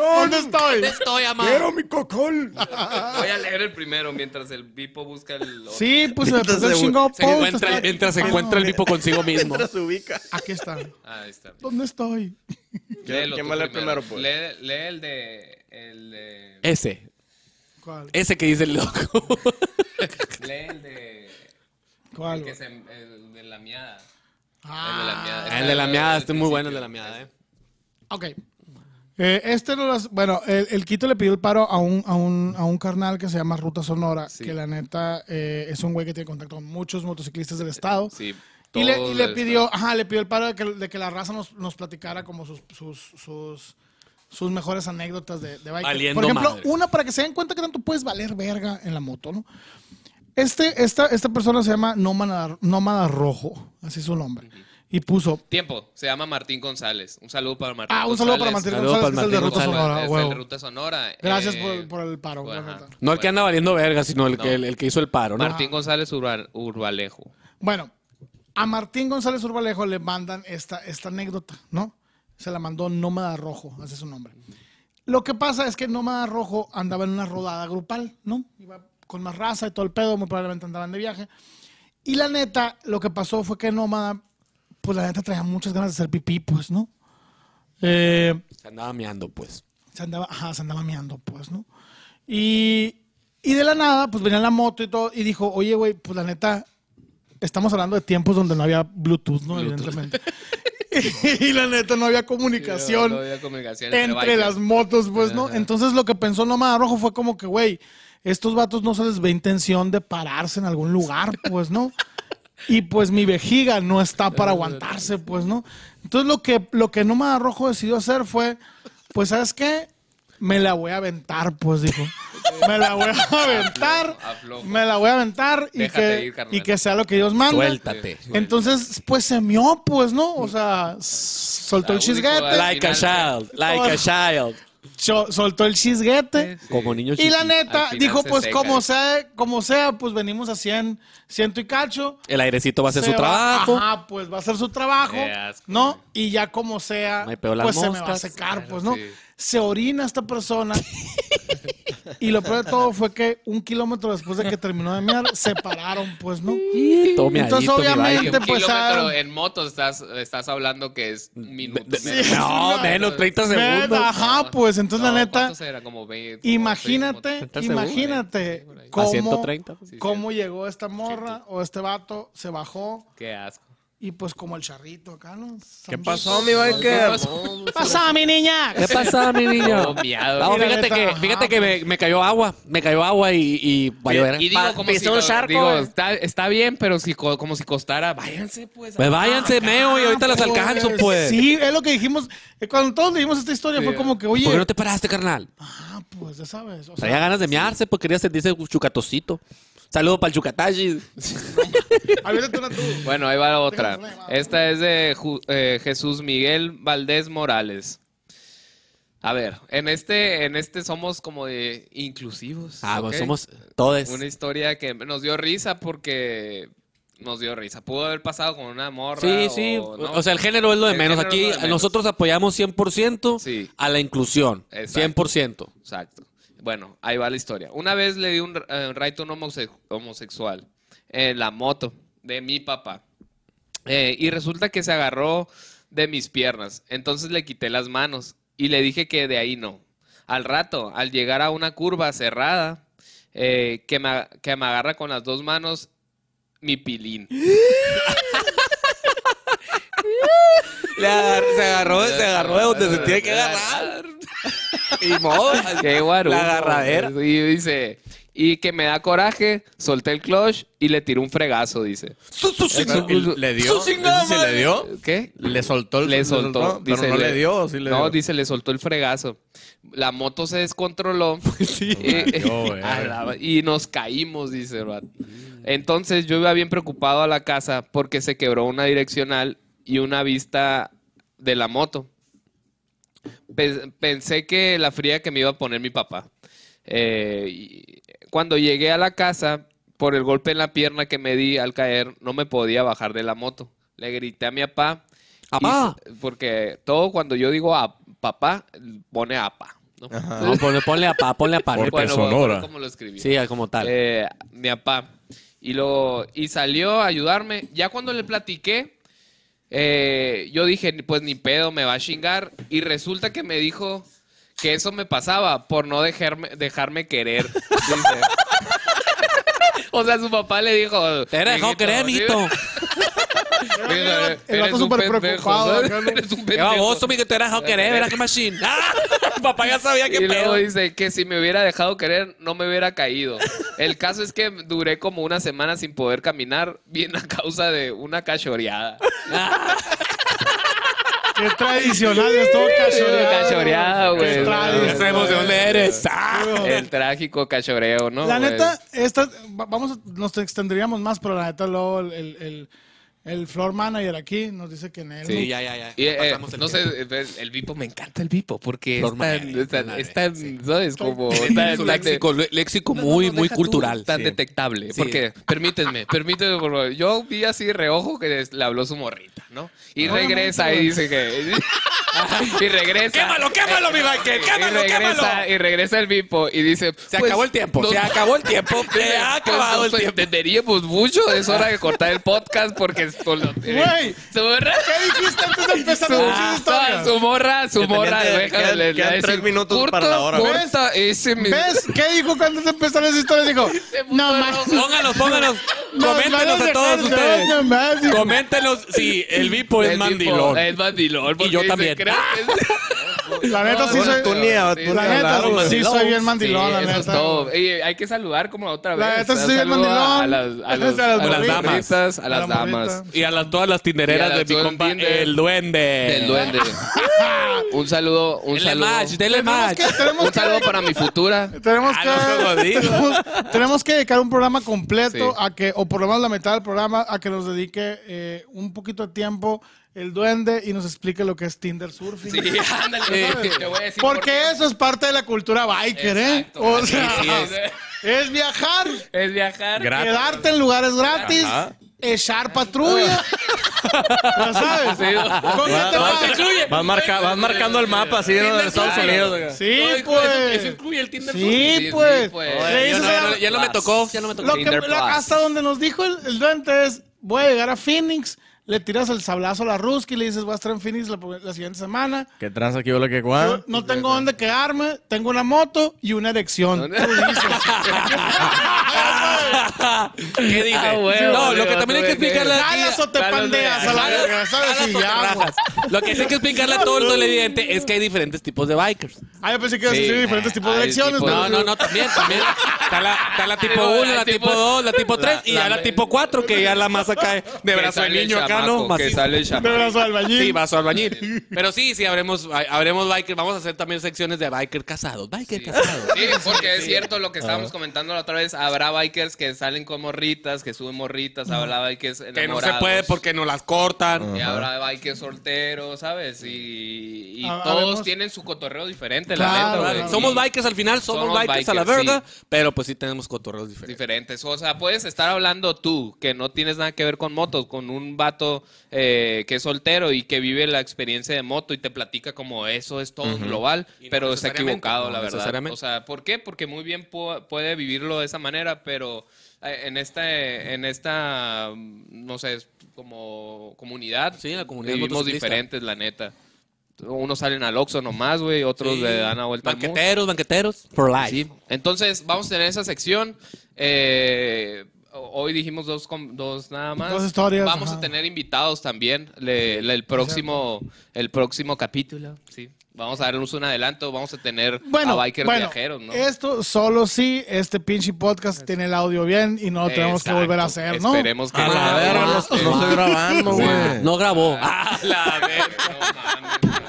[SPEAKER 2] ¿Dónde estoy?
[SPEAKER 4] Estoy amado.
[SPEAKER 5] mi cocol!
[SPEAKER 1] Voy a leer el primero mientras el Pipo busca el... otro.
[SPEAKER 2] Sí, pues me puso el
[SPEAKER 5] Se
[SPEAKER 2] chingado
[SPEAKER 4] Se
[SPEAKER 2] post,
[SPEAKER 4] encuentra,
[SPEAKER 2] está-
[SPEAKER 4] mientras se encuentra el tipo consigo mismo.
[SPEAKER 5] Se ubica.
[SPEAKER 2] Aquí está.
[SPEAKER 1] Ah, ahí está.
[SPEAKER 2] ¿Dónde estoy?
[SPEAKER 1] Léelo
[SPEAKER 5] ¿Quién
[SPEAKER 1] tú
[SPEAKER 5] va a leer primero, pues?
[SPEAKER 1] Lee, lee el de... El de...
[SPEAKER 4] Ese.
[SPEAKER 2] ¿Cuál?
[SPEAKER 4] Ese que dice el loco.
[SPEAKER 1] Lee el de...
[SPEAKER 2] ¿Cuál?
[SPEAKER 1] el que
[SPEAKER 2] güey?
[SPEAKER 1] se- el de la miada.
[SPEAKER 2] Ah,
[SPEAKER 1] El
[SPEAKER 4] El de la meada, este es muy bueno el de la meada, eh.
[SPEAKER 2] ok. Eh, este no las- bueno, el, el Quito le pidió el paro a un, a un, a un carnal que se llama Ruta Sonora,
[SPEAKER 1] Sí.
[SPEAKER 2] que la neta eh, es un güey que tiene contacto con muchos motociclistas del estado.
[SPEAKER 1] Eh, Sí.
[SPEAKER 2] Y le,
[SPEAKER 1] todo
[SPEAKER 2] y le
[SPEAKER 1] el-
[SPEAKER 2] pidió, ajá, le pidió el paro de que, de que la raza nos, nos platicara como sus, sus, sus, sus mejores anécdotas de, de bike.
[SPEAKER 4] Valiendo
[SPEAKER 2] Por ejemplo,
[SPEAKER 4] madre.
[SPEAKER 2] una para que se den cuenta que tanto puedes valer verga en la moto, ¿no? Este, esta, esta persona se llama Nómada, Nómada Rojo, así es su nombre. Y puso,
[SPEAKER 1] Tiempo. Se llama Martín González. Un saludo para Martín
[SPEAKER 2] ah, un saludo para Martín
[SPEAKER 1] González.
[SPEAKER 4] Saludo
[SPEAKER 2] González, que es el
[SPEAKER 4] para
[SPEAKER 2] de Ruta
[SPEAKER 4] Martín González,
[SPEAKER 2] Sonora,
[SPEAKER 1] Es
[SPEAKER 2] huevo.
[SPEAKER 1] de Ruta Sonora.
[SPEAKER 2] Gracias
[SPEAKER 1] Eh,
[SPEAKER 2] por, por el paro. la
[SPEAKER 1] ajá.
[SPEAKER 2] neta.
[SPEAKER 4] No el que anda valiendo verga, sino el, que, el, el que hizo el paro, ¿no?
[SPEAKER 1] Martín González Urba- Urbalejo.
[SPEAKER 2] Bueno, a Martín González Urbalejo le mandan esta, esta anécdota, ¿no? Se la mandó Nómada Rojo, ese es su nombre. Lo que pasa es que Nómada Rojo andaba en una rodada grupal, ¿no? Iba con más raza y todo el pedo, muy probablemente andaban de viaje. Y la neta, lo que pasó fue que Nómada, pues la neta traía muchas ganas de hacer pipí, pues, ¿no? Eh,
[SPEAKER 4] Se andaba meando, pues.
[SPEAKER 2] se andaba, ajá, se andaba meando, pues, ¿no? Y, y de la nada, pues venía la moto y todo, y dijo, oye, güey, pues la neta, estamos hablando de tiempos donde no había Bluetooth, ¿no? Evidentemente. y la neta, no había comunicación
[SPEAKER 1] No había comunicación
[SPEAKER 2] entre
[SPEAKER 1] bikers.
[SPEAKER 2] las motos, pues, ¿no?
[SPEAKER 1] Ajá.
[SPEAKER 2] Entonces lo que pensó Nómada Rojo fue como que, güey, estos vatos no se les ve intención de pararse en algún lugar, pues, ¿no? Y pues mi vejiga no está para aguantarse, pues, ¿no? Entonces lo que, lo que Nómada Rojo decidió hacer fue, pues, ¿sabes qué? Me la voy a aventar, pues, dijo. Me la voy a aventar.
[SPEAKER 1] aflojo.
[SPEAKER 2] Me la voy a aventar y
[SPEAKER 1] Déjate
[SPEAKER 2] que,
[SPEAKER 1] ir, carnal.
[SPEAKER 2] y que sea lo que Dios manda.
[SPEAKER 4] Suéltate.
[SPEAKER 2] Entonces, pues se mió, pues, ¿no? O sea, s- soltó el
[SPEAKER 1] Único,
[SPEAKER 2] chisguete.
[SPEAKER 4] Like a child, like a child.
[SPEAKER 2] Cho- soltó el chisguete.
[SPEAKER 4] Como niño
[SPEAKER 2] Y la
[SPEAKER 4] chiquito.
[SPEAKER 1] Al
[SPEAKER 2] neta,
[SPEAKER 1] final
[SPEAKER 2] dijo,
[SPEAKER 1] se
[SPEAKER 2] pues
[SPEAKER 1] seca.
[SPEAKER 2] como sea, como sea, pues venimos a 100, ciento y cacho.
[SPEAKER 4] El airecito va a hacer
[SPEAKER 2] Se
[SPEAKER 4] su
[SPEAKER 2] va-
[SPEAKER 4] trabajo.
[SPEAKER 2] Ajá, pues va a hacer su trabajo,
[SPEAKER 1] Qué asco,
[SPEAKER 2] ¿no?
[SPEAKER 1] güey.
[SPEAKER 2] Y ya como sea,
[SPEAKER 4] No hay peor las
[SPEAKER 2] pues se me va a
[SPEAKER 4] moscas.
[SPEAKER 2] secar,
[SPEAKER 1] Claro,
[SPEAKER 2] pues, ¿no?
[SPEAKER 1] sí.
[SPEAKER 2] Se orina esta persona. y lo peor de todo fue que un kilómetro después de que terminó de miar, se pararon, pues, ¿no?
[SPEAKER 4] Todo meadito,
[SPEAKER 2] Entonces,
[SPEAKER 4] mi
[SPEAKER 2] obviamente,
[SPEAKER 4] baile.
[SPEAKER 1] Un
[SPEAKER 2] pues,
[SPEAKER 1] kilómetro
[SPEAKER 2] ah,
[SPEAKER 1] en moto estás, estás hablando que es un minuto.
[SPEAKER 4] No, menos 30
[SPEAKER 2] Neta,
[SPEAKER 4] segundos.
[SPEAKER 2] Ajá, pues, entonces
[SPEAKER 1] No,
[SPEAKER 2] la neta,
[SPEAKER 1] ¿cuántos era? Como 20,
[SPEAKER 2] imagínate,
[SPEAKER 4] 30 segundos.
[SPEAKER 1] ¿eh?
[SPEAKER 2] imagínate
[SPEAKER 4] A
[SPEAKER 2] cómo,
[SPEAKER 4] 130. pues.
[SPEAKER 2] cómo llegó esta morra o este vato, se bajó.
[SPEAKER 1] Qué asco.
[SPEAKER 2] Y pues como el charrito acá, ¿no?
[SPEAKER 5] ¿Qué pasó, mi biker?
[SPEAKER 2] ¿Qué pasó, mi niña?
[SPEAKER 4] ¿Qué pasa, mi niño?
[SPEAKER 1] Todo miado.
[SPEAKER 4] No,
[SPEAKER 2] Mira,
[SPEAKER 4] fíjate
[SPEAKER 2] neta,
[SPEAKER 4] que,
[SPEAKER 2] ajá,
[SPEAKER 4] fíjate que me, me cayó agua. Me cayó agua y, y valió verga.
[SPEAKER 1] Y digo, como si,
[SPEAKER 5] pisó un
[SPEAKER 1] no-
[SPEAKER 5] charco,
[SPEAKER 1] digo,
[SPEAKER 5] güey.
[SPEAKER 1] está, está bien, pero si, co- como si costara, váyanse pues.
[SPEAKER 4] Pues váyanse, meo, y ahorita las
[SPEAKER 2] Pues,
[SPEAKER 4] alcanzo, pues.
[SPEAKER 2] Sí, es lo que dijimos. eh, Cuando todos leímos esta historia fue como que, oye,
[SPEAKER 4] ¿Por qué no te paraste, carnal?
[SPEAKER 2] ah, pues ya sabes. O
[SPEAKER 4] Traía
[SPEAKER 2] sea,
[SPEAKER 4] ganas de mearse porque quería sentirse chucatocito. Saludo para el chucatashi.
[SPEAKER 2] aviéntate una tú.
[SPEAKER 1] Bueno, ahí va otra.
[SPEAKER 2] Déjame poner, va.
[SPEAKER 1] Esta es de Ju- eh, Jesús Miguel Valdés Morales. A ver, en este, en este somos como de inclusivos.
[SPEAKER 4] Ah,
[SPEAKER 1] ¿ok?
[SPEAKER 4] pues somos todos.
[SPEAKER 1] Una historia que nos dio risa porque nos dio risa. Pudo haber pasado con una morra.
[SPEAKER 4] Sí,
[SPEAKER 1] o
[SPEAKER 4] sí.
[SPEAKER 1] ¿no?
[SPEAKER 4] O sea, el género es lo de
[SPEAKER 1] El
[SPEAKER 4] menos.
[SPEAKER 1] género
[SPEAKER 4] Aquí
[SPEAKER 1] es lo de menos.
[SPEAKER 4] nosotros apoyamos 100%
[SPEAKER 1] Sí.
[SPEAKER 4] a la inclusión.
[SPEAKER 1] Exacto.
[SPEAKER 4] 100%.
[SPEAKER 1] Exacto. Bueno, ahí va la historia. Una vez le di un, eh, un ride a un homose- homosexual en la moto. de mi papá. Eh, y resulta que se agarró de mis piernas. Entonces le quité las manos y le dije que de ahí no. Al rato, al llegar a una curva cerrada, eh, que, me, a- que me agarra con las dos manos mi pilín.
[SPEAKER 4] Le agar- se agarró, se agarró de donde se tiene que agarrar. Y modo.
[SPEAKER 1] Qué guarumo.
[SPEAKER 4] La agarradera.
[SPEAKER 1] Y dice, y que me da coraje, solté el clutch y le tiré un fregazo, dice.
[SPEAKER 4] Su- su- su-
[SPEAKER 1] Eso-
[SPEAKER 4] su-
[SPEAKER 5] ¿Le dio?
[SPEAKER 4] su-
[SPEAKER 5] ¿Ese
[SPEAKER 4] chingada
[SPEAKER 5] sí le
[SPEAKER 4] madre.
[SPEAKER 5] dio?
[SPEAKER 1] ¿Qué?
[SPEAKER 5] Le soltó el
[SPEAKER 1] Le soltó.
[SPEAKER 5] pero
[SPEAKER 1] dice,
[SPEAKER 5] no le dio, ¿o sí le
[SPEAKER 1] No,
[SPEAKER 5] dio?
[SPEAKER 1] dice, le soltó el fregazo. La moto se descontroló. Eh, eh,
[SPEAKER 5] valió, güey.
[SPEAKER 1] a la- y nos caímos, dice el vato. Entonces yo iba bien preocupado a la casa porque se quebró una direccional y una vista de la moto. Pe- Pensé que la fría que me iba a poner mi papá. Eh, y cuando llegué a la casa, por el golpe en la pierna que me di al caer, no me podía bajar de la moto. Le grité a mi papá. y-
[SPEAKER 4] Apá.
[SPEAKER 1] Porque todo cuando yo digo a papá, pone apa. ¿no?
[SPEAKER 4] No, ponle, ponle a pa, ponle a pa. no hay
[SPEAKER 5] Porque
[SPEAKER 1] Bueno,
[SPEAKER 4] pedo.
[SPEAKER 5] Sonora.
[SPEAKER 1] como lo escribí.
[SPEAKER 4] Sí, como tal.
[SPEAKER 1] Eh, mi papá. Y, lo, y salió a ayudarme. Ya cuando le platiqué, eh, yo dije, pues ni pedo, me va a chingar. Y resulta que me dijo que eso me pasaba por no dejarme, dejarme querer. dice. o sea, su papá le dijo...
[SPEAKER 4] Te dejó
[SPEAKER 1] "Mijito,
[SPEAKER 4] querer, eh, amiguito.
[SPEAKER 1] sí, eres-
[SPEAKER 2] El vato
[SPEAKER 1] eres un
[SPEAKER 2] súper
[SPEAKER 1] pendejo,
[SPEAKER 2] preocupado,
[SPEAKER 1] ¿no?
[SPEAKER 2] acá, ¿no?
[SPEAKER 1] Eres un
[SPEAKER 4] Qué
[SPEAKER 1] pendejo".
[SPEAKER 4] baboso, mi que te dejó querer. Verás eh, qué machine. ¡Ah! Papá ya sabía qué
[SPEAKER 1] Y luego
[SPEAKER 4] pedo.
[SPEAKER 1] dice que si me hubiera dejado querer, no me hubiera caído. El caso es que duré como una semana sin poder caminar, bien a causa de una cachoreada.
[SPEAKER 2] Qué tradicional, es todo
[SPEAKER 1] Una
[SPEAKER 2] cachoreado.
[SPEAKER 1] cachoreada, güey.
[SPEAKER 2] Qué
[SPEAKER 4] Sabemos de
[SPEAKER 2] tradicional.
[SPEAKER 4] dónde eres. ¡Ah!
[SPEAKER 1] El trágico cachoreo, ¿no? Pues,
[SPEAKER 2] La
[SPEAKER 1] güey?
[SPEAKER 2] neta, esta, va- vamos, a- nos extenderíamos más, pero la neta luego el, el, el, el floor manager aquí nos dice que en él.
[SPEAKER 1] Sí.
[SPEAKER 4] Sí, ya, ya, ya.
[SPEAKER 1] Y, eh,
[SPEAKER 4] Pasamos el
[SPEAKER 1] no
[SPEAKER 4] tema.
[SPEAKER 1] sé, el, el Vipo, me encanta el Vipo, porque
[SPEAKER 4] Flor
[SPEAKER 1] es tan,
[SPEAKER 4] María,
[SPEAKER 1] es tan,
[SPEAKER 4] madre,
[SPEAKER 1] es tan,
[SPEAKER 4] sí.
[SPEAKER 1] ¿sabes? Como
[SPEAKER 4] Tiene
[SPEAKER 1] tan,
[SPEAKER 4] su
[SPEAKER 1] tan-
[SPEAKER 4] léxico, lé- léxico
[SPEAKER 1] No, no,
[SPEAKER 4] muy,
[SPEAKER 1] no,
[SPEAKER 4] muy
[SPEAKER 1] deja tú,
[SPEAKER 4] cultural.
[SPEAKER 1] Tan
[SPEAKER 4] Sí.
[SPEAKER 1] detectable.
[SPEAKER 4] Sí.
[SPEAKER 1] Porque, permítanme, permítanme, por favor. Yo vi así de reojo que des- le habló su morrita, ¿no? Y
[SPEAKER 2] No,
[SPEAKER 1] regresa
[SPEAKER 2] no, no.
[SPEAKER 1] y dice que. y regresa.
[SPEAKER 4] Quémalo, quémalo, mi vaquero, Eh, quémalo,
[SPEAKER 1] y regresa,
[SPEAKER 4] quémalo.
[SPEAKER 1] Y regresa el Vipo y dice.
[SPEAKER 4] Se acabó el tiempo, se acabó el tiempo. Se ha acabado el
[SPEAKER 1] pues,
[SPEAKER 4] tiempo.
[SPEAKER 1] entenderíamos mucho, es hora de cortar el podcast porque es con lo-
[SPEAKER 2] Güey.
[SPEAKER 1] su morra,
[SPEAKER 2] ¿Qué dijiste antes de empezar
[SPEAKER 1] su,
[SPEAKER 2] la
[SPEAKER 1] ah,
[SPEAKER 2] pinche historia?
[SPEAKER 1] su morra, su morra,
[SPEAKER 5] Independiente,
[SPEAKER 1] deja,
[SPEAKER 5] quedan-
[SPEAKER 1] le- le-
[SPEAKER 5] quedan
[SPEAKER 1] le-
[SPEAKER 5] tres minutos
[SPEAKER 1] corta,
[SPEAKER 5] para la hora.
[SPEAKER 1] Corta ese mi-
[SPEAKER 2] ¿Ves? ¿Qué dijo que antes de empezar esa historia? Dijo, no más.
[SPEAKER 4] Pónganos, pónganos. Coméntenos a todos ustedes. Coméntenos si el Vipo es
[SPEAKER 1] El tipo
[SPEAKER 4] mandilón.
[SPEAKER 1] Es mandilón. porque
[SPEAKER 4] yo
[SPEAKER 1] dice,
[SPEAKER 4] también.
[SPEAKER 1] "Creo que es-".
[SPEAKER 2] La neta sí
[SPEAKER 1] No,
[SPEAKER 2] soy-
[SPEAKER 1] no,
[SPEAKER 5] Tú ni a-
[SPEAKER 1] sí,
[SPEAKER 5] tú ni
[SPEAKER 2] La
[SPEAKER 1] sí,
[SPEAKER 2] neta,
[SPEAKER 5] hablar, güey.
[SPEAKER 2] sí soy bien mandilón, la
[SPEAKER 1] eso
[SPEAKER 2] neta.
[SPEAKER 1] es todo. Y hay que saludar como otra vez.
[SPEAKER 2] La neta, sí soy bien
[SPEAKER 1] Saludo a- A las,
[SPEAKER 2] mandilón.
[SPEAKER 1] a los-
[SPEAKER 2] A las
[SPEAKER 1] a las
[SPEAKER 4] morritas.
[SPEAKER 1] damas. A las
[SPEAKER 2] la morrita.
[SPEAKER 1] damas.
[SPEAKER 4] Y a las, todas las
[SPEAKER 1] Y a
[SPEAKER 4] tindereras
[SPEAKER 1] las
[SPEAKER 4] de mi
[SPEAKER 1] todo el
[SPEAKER 4] compa,
[SPEAKER 1] Tinder.
[SPEAKER 4] el duende.
[SPEAKER 1] Del duende. un saludo, un
[SPEAKER 4] Dele
[SPEAKER 1] saludo.
[SPEAKER 4] match, dele
[SPEAKER 2] Tenemos
[SPEAKER 4] match.
[SPEAKER 2] que, tenemos
[SPEAKER 1] Un saludo
[SPEAKER 2] que-
[SPEAKER 1] para mi futura.
[SPEAKER 2] Tenemos
[SPEAKER 4] Ah,
[SPEAKER 2] que,
[SPEAKER 4] no se lo digo.
[SPEAKER 2] tenemos, tenemos que dedicar un programa completo
[SPEAKER 1] Sí.
[SPEAKER 2] a que, o por lo menos la mitad del programa, a que nos dedique eh, un poquito de tiempo el duende y nos explique lo que es Tinder Surfing.
[SPEAKER 1] Sí, ándale. Te voy a decir por
[SPEAKER 2] Porque
[SPEAKER 1] qué.
[SPEAKER 2] eso es parte de la cultura biker,
[SPEAKER 1] Exacto.
[SPEAKER 2] ¿eh? O
[SPEAKER 1] Sí,
[SPEAKER 2] sea,
[SPEAKER 1] sí es.
[SPEAKER 2] es viajar,
[SPEAKER 1] Es viajar.
[SPEAKER 5] Gratis.
[SPEAKER 2] quedarte en lugares gratis,
[SPEAKER 5] Ajá.
[SPEAKER 2] echar patrulla. ¿Ya sabes? ¿Con qué te
[SPEAKER 5] Va-
[SPEAKER 2] vas?
[SPEAKER 5] Vas, marca- vas marcando el mapa así en los Estados
[SPEAKER 1] claro.
[SPEAKER 5] Unidos. güey.
[SPEAKER 2] Sí,
[SPEAKER 4] No, eso-
[SPEAKER 2] pues.
[SPEAKER 4] eso incluye el Tinder
[SPEAKER 2] Sí,
[SPEAKER 1] Sí,
[SPEAKER 2] pues.
[SPEAKER 1] sí, pues.
[SPEAKER 2] Le
[SPEAKER 4] Ya
[SPEAKER 2] dices
[SPEAKER 4] no,
[SPEAKER 2] a la-
[SPEAKER 4] ya no- ya no me tocó, ya no me tocó.
[SPEAKER 2] Lo que-
[SPEAKER 1] Tinder
[SPEAKER 2] lo-
[SPEAKER 1] Plus.
[SPEAKER 2] hasta donde nos dijo el, el duende es, voy a llegar a Phoenix, le tiras el sablazo a la Ruski, le dices, voy a estar en Phoenix la, la siguiente semana.
[SPEAKER 5] ¿Qué tranza aquí, hola, qué
[SPEAKER 2] Yo
[SPEAKER 5] cuá?
[SPEAKER 2] no tengo dónde quedarme, tengo una moto y una erección. Tú dices.
[SPEAKER 4] ¿Qué dice?
[SPEAKER 1] Ah, bueno,
[SPEAKER 4] no, lo
[SPEAKER 1] digo,
[SPEAKER 4] que también hay que
[SPEAKER 1] tú ves que-
[SPEAKER 4] explicarle aquí-
[SPEAKER 2] Jalas o te
[SPEAKER 1] Jalas,
[SPEAKER 2] pandeas a la
[SPEAKER 4] jalas,
[SPEAKER 2] verga, ¿sabes?
[SPEAKER 4] jalas
[SPEAKER 2] Y
[SPEAKER 4] o te
[SPEAKER 2] ya, pues. güey.
[SPEAKER 4] rajas. Lo que sí hay que explicarle a todo el televidente es que hay diferentes tipos de bikers.
[SPEAKER 2] Ah, yo pensé que ibas a
[SPEAKER 1] Sí.
[SPEAKER 2] decir diferentes tipos de
[SPEAKER 1] Hay
[SPEAKER 2] erecciones.
[SPEAKER 1] tipos-
[SPEAKER 2] pero-
[SPEAKER 4] No, no, no, también, también. Está la, está la tipo 1, la tipo 2, la tipo 3 y
[SPEAKER 1] la-
[SPEAKER 4] ya la tipo 4, que ya la masa cae de
[SPEAKER 1] Que
[SPEAKER 4] brazo al
[SPEAKER 1] sale el
[SPEAKER 4] niño acá, ¿no?
[SPEAKER 1] chamaco, Que
[SPEAKER 4] Macizo.
[SPEAKER 1] sale el
[SPEAKER 2] De
[SPEAKER 1] chamaco.
[SPEAKER 2] brazo al bañil.
[SPEAKER 4] Sí, vaso albañil. Pero sí, sí, habremos, ha- habremos biker. Vamos a hacer también secciones de biker casados. Biker casados.
[SPEAKER 1] Sí, porque es cierto lo que estábamos comentando la otra vez. Habrá bikers que salen con morritas, que suben morritas, habrá bikers
[SPEAKER 4] Que no
[SPEAKER 1] enamorados.
[SPEAKER 4] se puede porque no las cortan.
[SPEAKER 1] Y habrá bikers solteros, ¿sabes? Y, y
[SPEAKER 2] Ah,
[SPEAKER 1] todos
[SPEAKER 2] habemos-
[SPEAKER 1] tienen su cotorreo diferente,
[SPEAKER 2] Claro,
[SPEAKER 1] la neta,
[SPEAKER 2] claro.
[SPEAKER 1] güey.
[SPEAKER 4] Somos
[SPEAKER 1] Y-
[SPEAKER 4] bikers al final, somos,
[SPEAKER 1] Somos
[SPEAKER 4] bikers, a la
[SPEAKER 1] bikers,
[SPEAKER 4] verga, pero pues sí tenemos cotorreos diferentes.
[SPEAKER 1] diferentes. O sea, puedes estar hablando tú, que no tienes nada que ver con motos, con un vato vato eh, que es soltero y que vive la experiencia de moto y te platica como eso es todo global,
[SPEAKER 4] Y no
[SPEAKER 1] pero está
[SPEAKER 4] necesariamente,
[SPEAKER 1] equivocado,
[SPEAKER 4] no
[SPEAKER 1] la verdad.
[SPEAKER 4] necesariamente.
[SPEAKER 1] O sea, ¿por qué? Porque muy bien pu- puede vivirlo de esa manera, pero eh, en esta, en esta mm, no sé, es como comunidad,
[SPEAKER 4] Sí, la comunidad
[SPEAKER 1] vivimos
[SPEAKER 4] motociclista.
[SPEAKER 1] diferentes, la neta. Unos salen al Oxxo nomás, güey, otros le dan la vuelta al mundo.
[SPEAKER 4] Banqueteros, banqueteros. For life.
[SPEAKER 1] Sí. Entonces, vamos a tener esa sección. Eh, hoy dijimos dos, com- dos nada más.
[SPEAKER 2] Dos historias,
[SPEAKER 1] Vamos
[SPEAKER 2] ajá.
[SPEAKER 1] a tener invitados también. Le- le- el, próximo, el próximo capítulo. Sí. Vamos a darnos un adelanto. Vamos a tener
[SPEAKER 2] Bueno,
[SPEAKER 1] a bikers
[SPEAKER 2] bueno,
[SPEAKER 1] viajeros, ¿no?
[SPEAKER 2] esto solo si este pinche podcast tiene el audio bien y no lo tenemos
[SPEAKER 1] Exacto.
[SPEAKER 2] que volver a hacer, ¿no?
[SPEAKER 1] Esperemos que
[SPEAKER 5] A
[SPEAKER 1] no.
[SPEAKER 5] la verga, no,
[SPEAKER 4] este,
[SPEAKER 5] no estoy grabando, güey.
[SPEAKER 4] No grabó. Ah,
[SPEAKER 1] A la verga, no mames.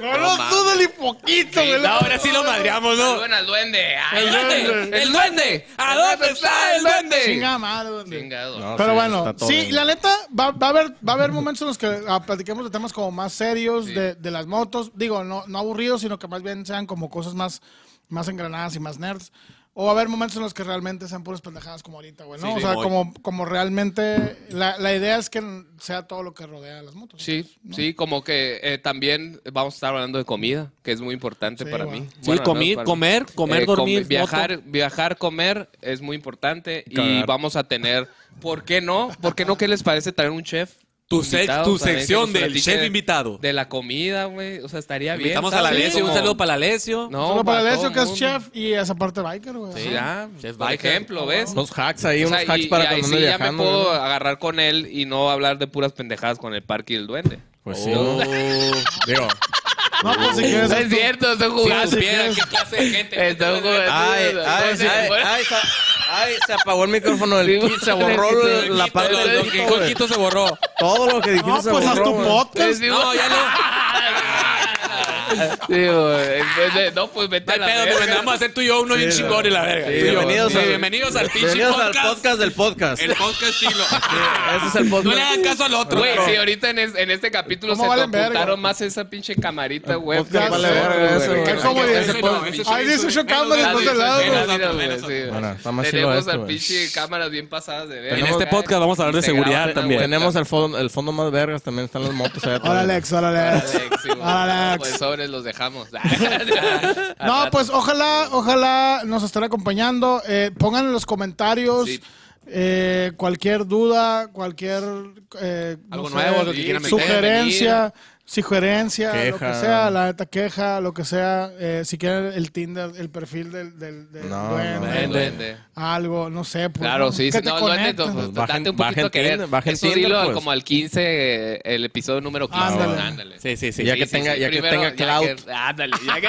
[SPEAKER 2] No lo
[SPEAKER 1] mames.
[SPEAKER 2] dudo ni poquito, güey.
[SPEAKER 1] no,
[SPEAKER 4] ahora sí lo madreamos, ¿no?
[SPEAKER 1] Saluden al duende. Ay,
[SPEAKER 4] ¡El duende! ¡El duende! ¿A dónde está el duende?
[SPEAKER 2] Chingada madre, güey.
[SPEAKER 1] Chingado.
[SPEAKER 5] No,
[SPEAKER 2] Pero
[SPEAKER 5] sí,
[SPEAKER 2] bueno,
[SPEAKER 5] está todo
[SPEAKER 2] sí,
[SPEAKER 5] bien.
[SPEAKER 2] la neta, va, va a haber, va a haber momentos en los que ah, platiquemos de temas como más serios, de, de las motos. Digo, no, no aburridos, sino que más bien sean como cosas más, más engranadas y más nerds. O va a haber momentos en los que realmente sean puras pendejadas como ahorita, güey, ¿no? o sea, como, como realmente la, la idea es que sea todo lo que rodea a las motos.
[SPEAKER 1] Sí, sí, como que eh, también vamos a estar hablando de comida, que es muy importante
[SPEAKER 2] Sí,
[SPEAKER 1] para
[SPEAKER 2] güey.
[SPEAKER 1] mí.
[SPEAKER 4] Sí,
[SPEAKER 1] Bueno,
[SPEAKER 4] comi-
[SPEAKER 1] para-
[SPEAKER 4] comer, comer,
[SPEAKER 1] com-
[SPEAKER 4] dormir,
[SPEAKER 1] viajar, viajar, comer es muy importante y
[SPEAKER 5] Cagar.
[SPEAKER 1] vamos a tener, ¿por qué no? ¿Por qué no? ¿Qué les parece traer un chef?
[SPEAKER 4] Tu sec-
[SPEAKER 1] invitado
[SPEAKER 4] tu
[SPEAKER 1] también que
[SPEAKER 4] sección
[SPEAKER 1] nos
[SPEAKER 4] del
[SPEAKER 1] platique
[SPEAKER 4] chef
[SPEAKER 1] de-
[SPEAKER 4] invitado.
[SPEAKER 1] De la comida, güey. O sea, estaría bien.
[SPEAKER 4] Invitamos a la
[SPEAKER 1] ¿sabes?
[SPEAKER 4] Lesio. Un
[SPEAKER 1] Como-
[SPEAKER 4] saludo para la Lesio.
[SPEAKER 1] No,
[SPEAKER 2] Solo para
[SPEAKER 1] para
[SPEAKER 2] Alessio,
[SPEAKER 1] todo
[SPEAKER 2] que es
[SPEAKER 1] mundo.
[SPEAKER 2] chef, y esa parte biker, güey.
[SPEAKER 1] Sí,
[SPEAKER 2] Ajá.
[SPEAKER 1] ya,
[SPEAKER 4] Chef
[SPEAKER 1] por
[SPEAKER 4] biker.
[SPEAKER 1] ejemplo, ¿ves?
[SPEAKER 5] Unos hacks ahí,
[SPEAKER 1] O
[SPEAKER 5] unos
[SPEAKER 1] sea,
[SPEAKER 5] hacks
[SPEAKER 1] y-
[SPEAKER 5] para
[SPEAKER 1] y ahí
[SPEAKER 5] cuando
[SPEAKER 1] sí
[SPEAKER 5] ando
[SPEAKER 1] ya me
[SPEAKER 5] viajando.
[SPEAKER 1] puedo
[SPEAKER 5] ¿no?
[SPEAKER 1] agarrar con él y no hablar de puras pendejadas con el parque y el duende.
[SPEAKER 5] Pues sí, ¿no? Digo,
[SPEAKER 2] No, pues si quieres.
[SPEAKER 1] No es
[SPEAKER 2] haz tú.
[SPEAKER 1] cierto, estoy jugando.
[SPEAKER 2] Sí, sí,
[SPEAKER 1] Vieran
[SPEAKER 2] sí.
[SPEAKER 1] qué clase de gente. Estoy
[SPEAKER 5] eh,
[SPEAKER 1] jugando.
[SPEAKER 5] Ay, ay, sí, ay, ay, se- ay, se apagó el micrófono del kit, se borró la- la parte
[SPEAKER 4] Lo
[SPEAKER 5] del
[SPEAKER 4] del
[SPEAKER 5] kit,
[SPEAKER 4] Don
[SPEAKER 5] güey.
[SPEAKER 4] Quijito se borró.
[SPEAKER 5] Todo lo que dijiste
[SPEAKER 2] No,
[SPEAKER 5] se
[SPEAKER 2] pues haz
[SPEAKER 5] borró,
[SPEAKER 2] tu
[SPEAKER 5] güey.
[SPEAKER 2] podcast.
[SPEAKER 4] No, ya no.
[SPEAKER 1] Sí, güey. En vez de- No, pues vete a
[SPEAKER 4] Al
[SPEAKER 1] la
[SPEAKER 4] pedo, te
[SPEAKER 1] verga.
[SPEAKER 4] vendamos a hacer tú y yo uno bien chingón y la verga.
[SPEAKER 5] Sí,
[SPEAKER 4] Tú y yo.
[SPEAKER 5] bienvenidos
[SPEAKER 4] Sí,
[SPEAKER 5] al-
[SPEAKER 4] bienvenidos al pinche
[SPEAKER 5] Bienvenidos al
[SPEAKER 4] podcast.
[SPEAKER 5] podcast del podcast.
[SPEAKER 4] El podcast chilo.
[SPEAKER 5] Ese es el podcast.
[SPEAKER 4] No le hagan caso al otro.
[SPEAKER 1] Güey,
[SPEAKER 4] cabrón.
[SPEAKER 1] sí, ahorita en, es- en este capítulo se
[SPEAKER 2] ¿Cómo
[SPEAKER 1] te
[SPEAKER 2] valen verga? Pues,
[SPEAKER 1] apuntaron más esa pinche camarita, güey.
[SPEAKER 5] podcast vale verga ese, güey.
[SPEAKER 1] Mira,
[SPEAKER 2] Es como
[SPEAKER 4] Ese
[SPEAKER 2] ese
[SPEAKER 4] no,
[SPEAKER 2] pod-
[SPEAKER 4] ese sí,
[SPEAKER 2] Ahí dice
[SPEAKER 4] ese sí.
[SPEAKER 2] ocho cámaras
[SPEAKER 4] Menos
[SPEAKER 2] por
[SPEAKER 4] otro,
[SPEAKER 2] del lado.
[SPEAKER 4] menos
[SPEAKER 2] güey.
[SPEAKER 4] otro,
[SPEAKER 1] mira,
[SPEAKER 4] menos
[SPEAKER 1] güey,
[SPEAKER 4] otro.
[SPEAKER 1] sí.
[SPEAKER 5] Bueno, está más chilo
[SPEAKER 1] Tenemos
[SPEAKER 5] esto,
[SPEAKER 1] al
[SPEAKER 5] güey.
[SPEAKER 1] pinche cámaras bien pasadas de verga.
[SPEAKER 4] En este podcast vamos a hablar de
[SPEAKER 1] Y se graban
[SPEAKER 4] seguridad
[SPEAKER 1] en
[SPEAKER 4] también.
[SPEAKER 1] la
[SPEAKER 5] Tenemos el fondo, el fondo más vergas, también están las motos allá atrás.
[SPEAKER 2] Órale, Alex, órale. Alex.
[SPEAKER 1] Alex, sí, güey.
[SPEAKER 2] Órale,
[SPEAKER 1] Pues
[SPEAKER 2] Alex.
[SPEAKER 1] sobres los dejamos.
[SPEAKER 2] No, pues ojalá, ojalá nos estén acompañando. Eh, pongan en los comentarios
[SPEAKER 1] Sí.
[SPEAKER 2] eh, cualquier duda, cualquier eh, no
[SPEAKER 4] Algo
[SPEAKER 2] sé,
[SPEAKER 4] nuevo que quieran meter,
[SPEAKER 2] sugerencia, sugerencia, lo que
[SPEAKER 5] Queja.
[SPEAKER 2] sea, la neta queja, lo que sea. Eh, si quieren el Tinder, el perfil del, del, del
[SPEAKER 5] No,
[SPEAKER 2] duende,
[SPEAKER 5] no,
[SPEAKER 1] El
[SPEAKER 5] no.
[SPEAKER 1] duende.
[SPEAKER 2] algo, no sé. pues,
[SPEAKER 1] Claro, sí,
[SPEAKER 2] que
[SPEAKER 1] sí.
[SPEAKER 2] te
[SPEAKER 1] No, no es
[SPEAKER 2] conecten.
[SPEAKER 1] neto, pues,
[SPEAKER 5] Pues bajen-
[SPEAKER 1] date un poquito
[SPEAKER 5] bajen
[SPEAKER 1] a querer.
[SPEAKER 5] Tinder, bajen
[SPEAKER 1] Eso
[SPEAKER 5] Tinder,
[SPEAKER 1] dilo
[SPEAKER 5] pues.
[SPEAKER 1] como al 15, eh, el episodio número 15.
[SPEAKER 2] Ándale.
[SPEAKER 1] Ándale.
[SPEAKER 4] Sí, sí, sí.
[SPEAKER 5] Ya que tenga- ya que
[SPEAKER 1] ya
[SPEAKER 5] tenga clout.
[SPEAKER 1] que- ándale, ya que...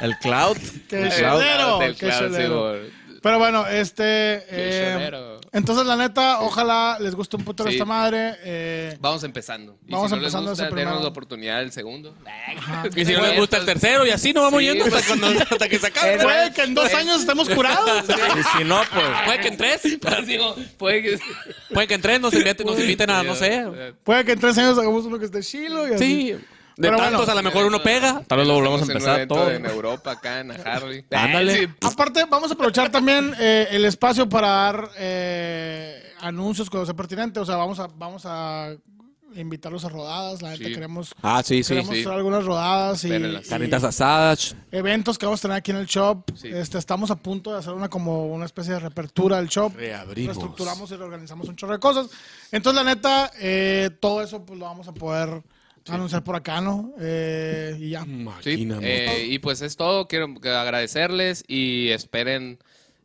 [SPEAKER 5] El cloud.
[SPEAKER 2] Qué
[SPEAKER 5] El cloud.
[SPEAKER 2] chelero,
[SPEAKER 1] Del
[SPEAKER 2] qué
[SPEAKER 1] clout, sí,
[SPEAKER 2] chelero.
[SPEAKER 1] güey.
[SPEAKER 2] Pero bueno, este. eh,
[SPEAKER 1] cholero.
[SPEAKER 2] entonces, la neta, ojalá les guste un puto
[SPEAKER 1] Sí.
[SPEAKER 2] esta madre. eh,
[SPEAKER 1] Vamos empezando. Y
[SPEAKER 2] Vamos
[SPEAKER 1] si no
[SPEAKER 2] empezando
[SPEAKER 1] les
[SPEAKER 2] ese
[SPEAKER 1] gusta,
[SPEAKER 2] primero.
[SPEAKER 1] denos la oportunidad del segundo.
[SPEAKER 4] Y si no les gusta el tercero y así nos vamos
[SPEAKER 1] Sí,
[SPEAKER 4] yendo hasta,
[SPEAKER 1] pues.
[SPEAKER 4] cuando- hasta que se acabe.
[SPEAKER 1] Era-
[SPEAKER 2] Puede que en dos años estemos curados.
[SPEAKER 5] Y si no, pues.
[SPEAKER 4] Puede que en tres.
[SPEAKER 1] Digo, puede que...
[SPEAKER 4] Puede que en tres nos inviten, nos inviten a, no sé.
[SPEAKER 2] Puede que en tres años hagamos uno que esté chilo. Y así.
[SPEAKER 4] Sí. De
[SPEAKER 2] Pero
[SPEAKER 4] tantos
[SPEAKER 2] bueno.
[SPEAKER 4] a lo mejor uno pega.
[SPEAKER 5] Tal vez lo volvemos a
[SPEAKER 1] Estamos en un
[SPEAKER 5] empezar
[SPEAKER 1] evento
[SPEAKER 5] todo.
[SPEAKER 1] En Europa, acá, en Harley.
[SPEAKER 4] Ándale.
[SPEAKER 1] Sí,
[SPEAKER 2] Aparte, vamos a aprovechar también eh, el espacio para dar eh, anuncios cuando sea pertinente. O sea, vamos a, vamos a invitarlos a rodadas. La neta,
[SPEAKER 1] Sí.
[SPEAKER 2] queremos,
[SPEAKER 4] Ah, sí,
[SPEAKER 2] queremos hacer algunas rodadas y,
[SPEAKER 1] Espérenlas.
[SPEAKER 2] y
[SPEAKER 4] Carnitas asadas.
[SPEAKER 2] eventos que vamos a tener aquí en el shop.
[SPEAKER 1] Sí.
[SPEAKER 2] Este, estamos a punto de hacer una como una especie de reapertura del shop.
[SPEAKER 4] Reabrimos.
[SPEAKER 2] Reestructuramos y reorganizamos un chorro de cosas. Entonces, la neta, eh, todo eso pues lo vamos a poder anunciar por acá, ¿no? Eh, y ya.
[SPEAKER 1] Sí, eh, y pues es todo. Quiero que- agradecerles y esperen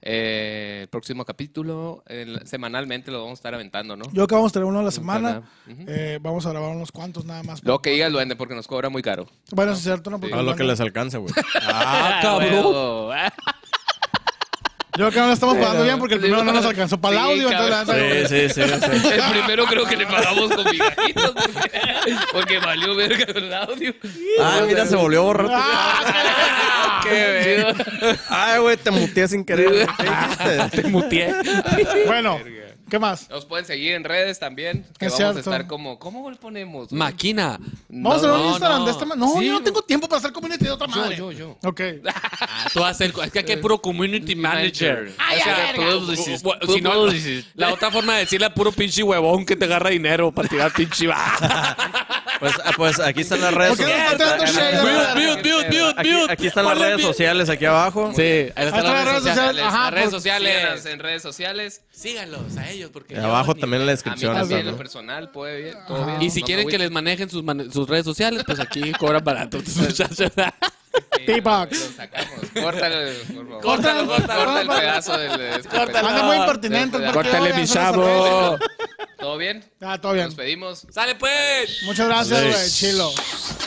[SPEAKER 1] eh, el próximo capítulo. El- semanalmente lo vamos a estar aventando, ¿no?
[SPEAKER 2] Yo creo que vamos a tener uno a la
[SPEAKER 1] Ojalá.
[SPEAKER 2] semana. Eh, vamos a grabar unos cuantos nada más.
[SPEAKER 1] Lo que diga el duende, porque nos cobra muy caro.
[SPEAKER 2] Bueno, eso es cierto, ¿no? Porque
[SPEAKER 5] A lo que
[SPEAKER 2] bueno,
[SPEAKER 5] les alcance, güey.
[SPEAKER 4] Ah, cabrón.
[SPEAKER 1] Huevo.
[SPEAKER 2] Yo creo que no lo estamos pagando bien porque el primero no nos alcanzó para el
[SPEAKER 1] Sí,
[SPEAKER 2] audio. Entonces, la
[SPEAKER 1] cabrón.
[SPEAKER 2] neta,
[SPEAKER 5] Sí, sí, sí. sí.
[SPEAKER 1] El primero creo que le pagamos con migajitos porque, porque valió verga el audio.
[SPEAKER 5] Ah, mira, se volvió a
[SPEAKER 2] Ah.
[SPEAKER 5] borrar.
[SPEAKER 4] Ah,
[SPEAKER 1] Qué verga.
[SPEAKER 5] Ay, güey, te muteé sin querer. ¿Qué dijiste?
[SPEAKER 4] Te muteé.
[SPEAKER 2] ah, Bueno, ¿Qué más?
[SPEAKER 1] Nos pueden seguir en redes también. Que
[SPEAKER 2] Es
[SPEAKER 1] vamos
[SPEAKER 2] cierto.
[SPEAKER 1] a estar como. ¿Cómo le ponemos? güey?
[SPEAKER 4] Maquina.
[SPEAKER 2] Vamos a hacer un
[SPEAKER 4] no,
[SPEAKER 2] Instagram
[SPEAKER 4] no.
[SPEAKER 2] de esta ma- No,
[SPEAKER 1] Sí,
[SPEAKER 2] yo no
[SPEAKER 1] güey.
[SPEAKER 2] tengo tiempo para hacer community de otra madre.
[SPEAKER 1] yo, yo.
[SPEAKER 2] Ok.
[SPEAKER 4] Ah, tú vas a ser- Es que aquí es puro community manager.
[SPEAKER 1] Ay,
[SPEAKER 4] O sea,
[SPEAKER 1] a verga. Publicist,
[SPEAKER 4] pu- pu- si no,
[SPEAKER 1] publicist.
[SPEAKER 4] la otra forma de decirle a puro pinche huevón que te agarra dinero para tirar pinche.
[SPEAKER 5] Pues, ah, pues aquí están las redes
[SPEAKER 2] ¿Por qué no
[SPEAKER 5] sociales.
[SPEAKER 2] está dando shade a la
[SPEAKER 4] Mute,
[SPEAKER 2] verga?
[SPEAKER 4] mute, mute, mute,
[SPEAKER 5] Aquí,
[SPEAKER 4] mute.
[SPEAKER 5] aquí están las
[SPEAKER 4] Ponle
[SPEAKER 5] redes
[SPEAKER 4] mute.
[SPEAKER 5] sociales, aquí abajo.
[SPEAKER 4] Sí, ahí están
[SPEAKER 2] Ahí están
[SPEAKER 4] las redes sociales. pues,
[SPEAKER 2] Ajá,
[SPEAKER 4] las redes
[SPEAKER 2] por-
[SPEAKER 1] Síganos
[SPEAKER 4] sociales.
[SPEAKER 1] en redes sociales.
[SPEAKER 4] Síganlos eh. a ellos porque.
[SPEAKER 5] Y abajo
[SPEAKER 4] yo-
[SPEAKER 5] también en la
[SPEAKER 1] A mí
[SPEAKER 5] descripción.
[SPEAKER 1] también,
[SPEAKER 5] están,
[SPEAKER 1] lo
[SPEAKER 5] ¿no?
[SPEAKER 1] personal, puede bien. Todo bien.
[SPEAKER 4] Y si
[SPEAKER 1] no
[SPEAKER 4] quieren
[SPEAKER 1] me
[SPEAKER 4] que les manejen sus, mane- sus redes sociales, pues aquí cobran barato. tus muchachos.
[SPEAKER 1] agüiten,
[SPEAKER 2] T-Box.
[SPEAKER 1] Lo sacamos. Córtale, por favor.
[SPEAKER 4] Córtalo,
[SPEAKER 1] Corta
[SPEAKER 4] córtalo.
[SPEAKER 1] el pedazo del. del-
[SPEAKER 4] Córtalo.
[SPEAKER 2] Anda muy impertinente. el
[SPEAKER 1] Ya, ya.
[SPEAKER 2] partido,
[SPEAKER 4] Córtale,
[SPEAKER 2] ya
[SPEAKER 4] mi
[SPEAKER 2] se nos
[SPEAKER 4] chavo.
[SPEAKER 2] acabó.
[SPEAKER 1] ¿Todo bien?
[SPEAKER 2] Ah, todo bien.
[SPEAKER 1] Nos pedimos.
[SPEAKER 4] ¡Sale pues!
[SPEAKER 2] Muchas gracias, güey. Chilo.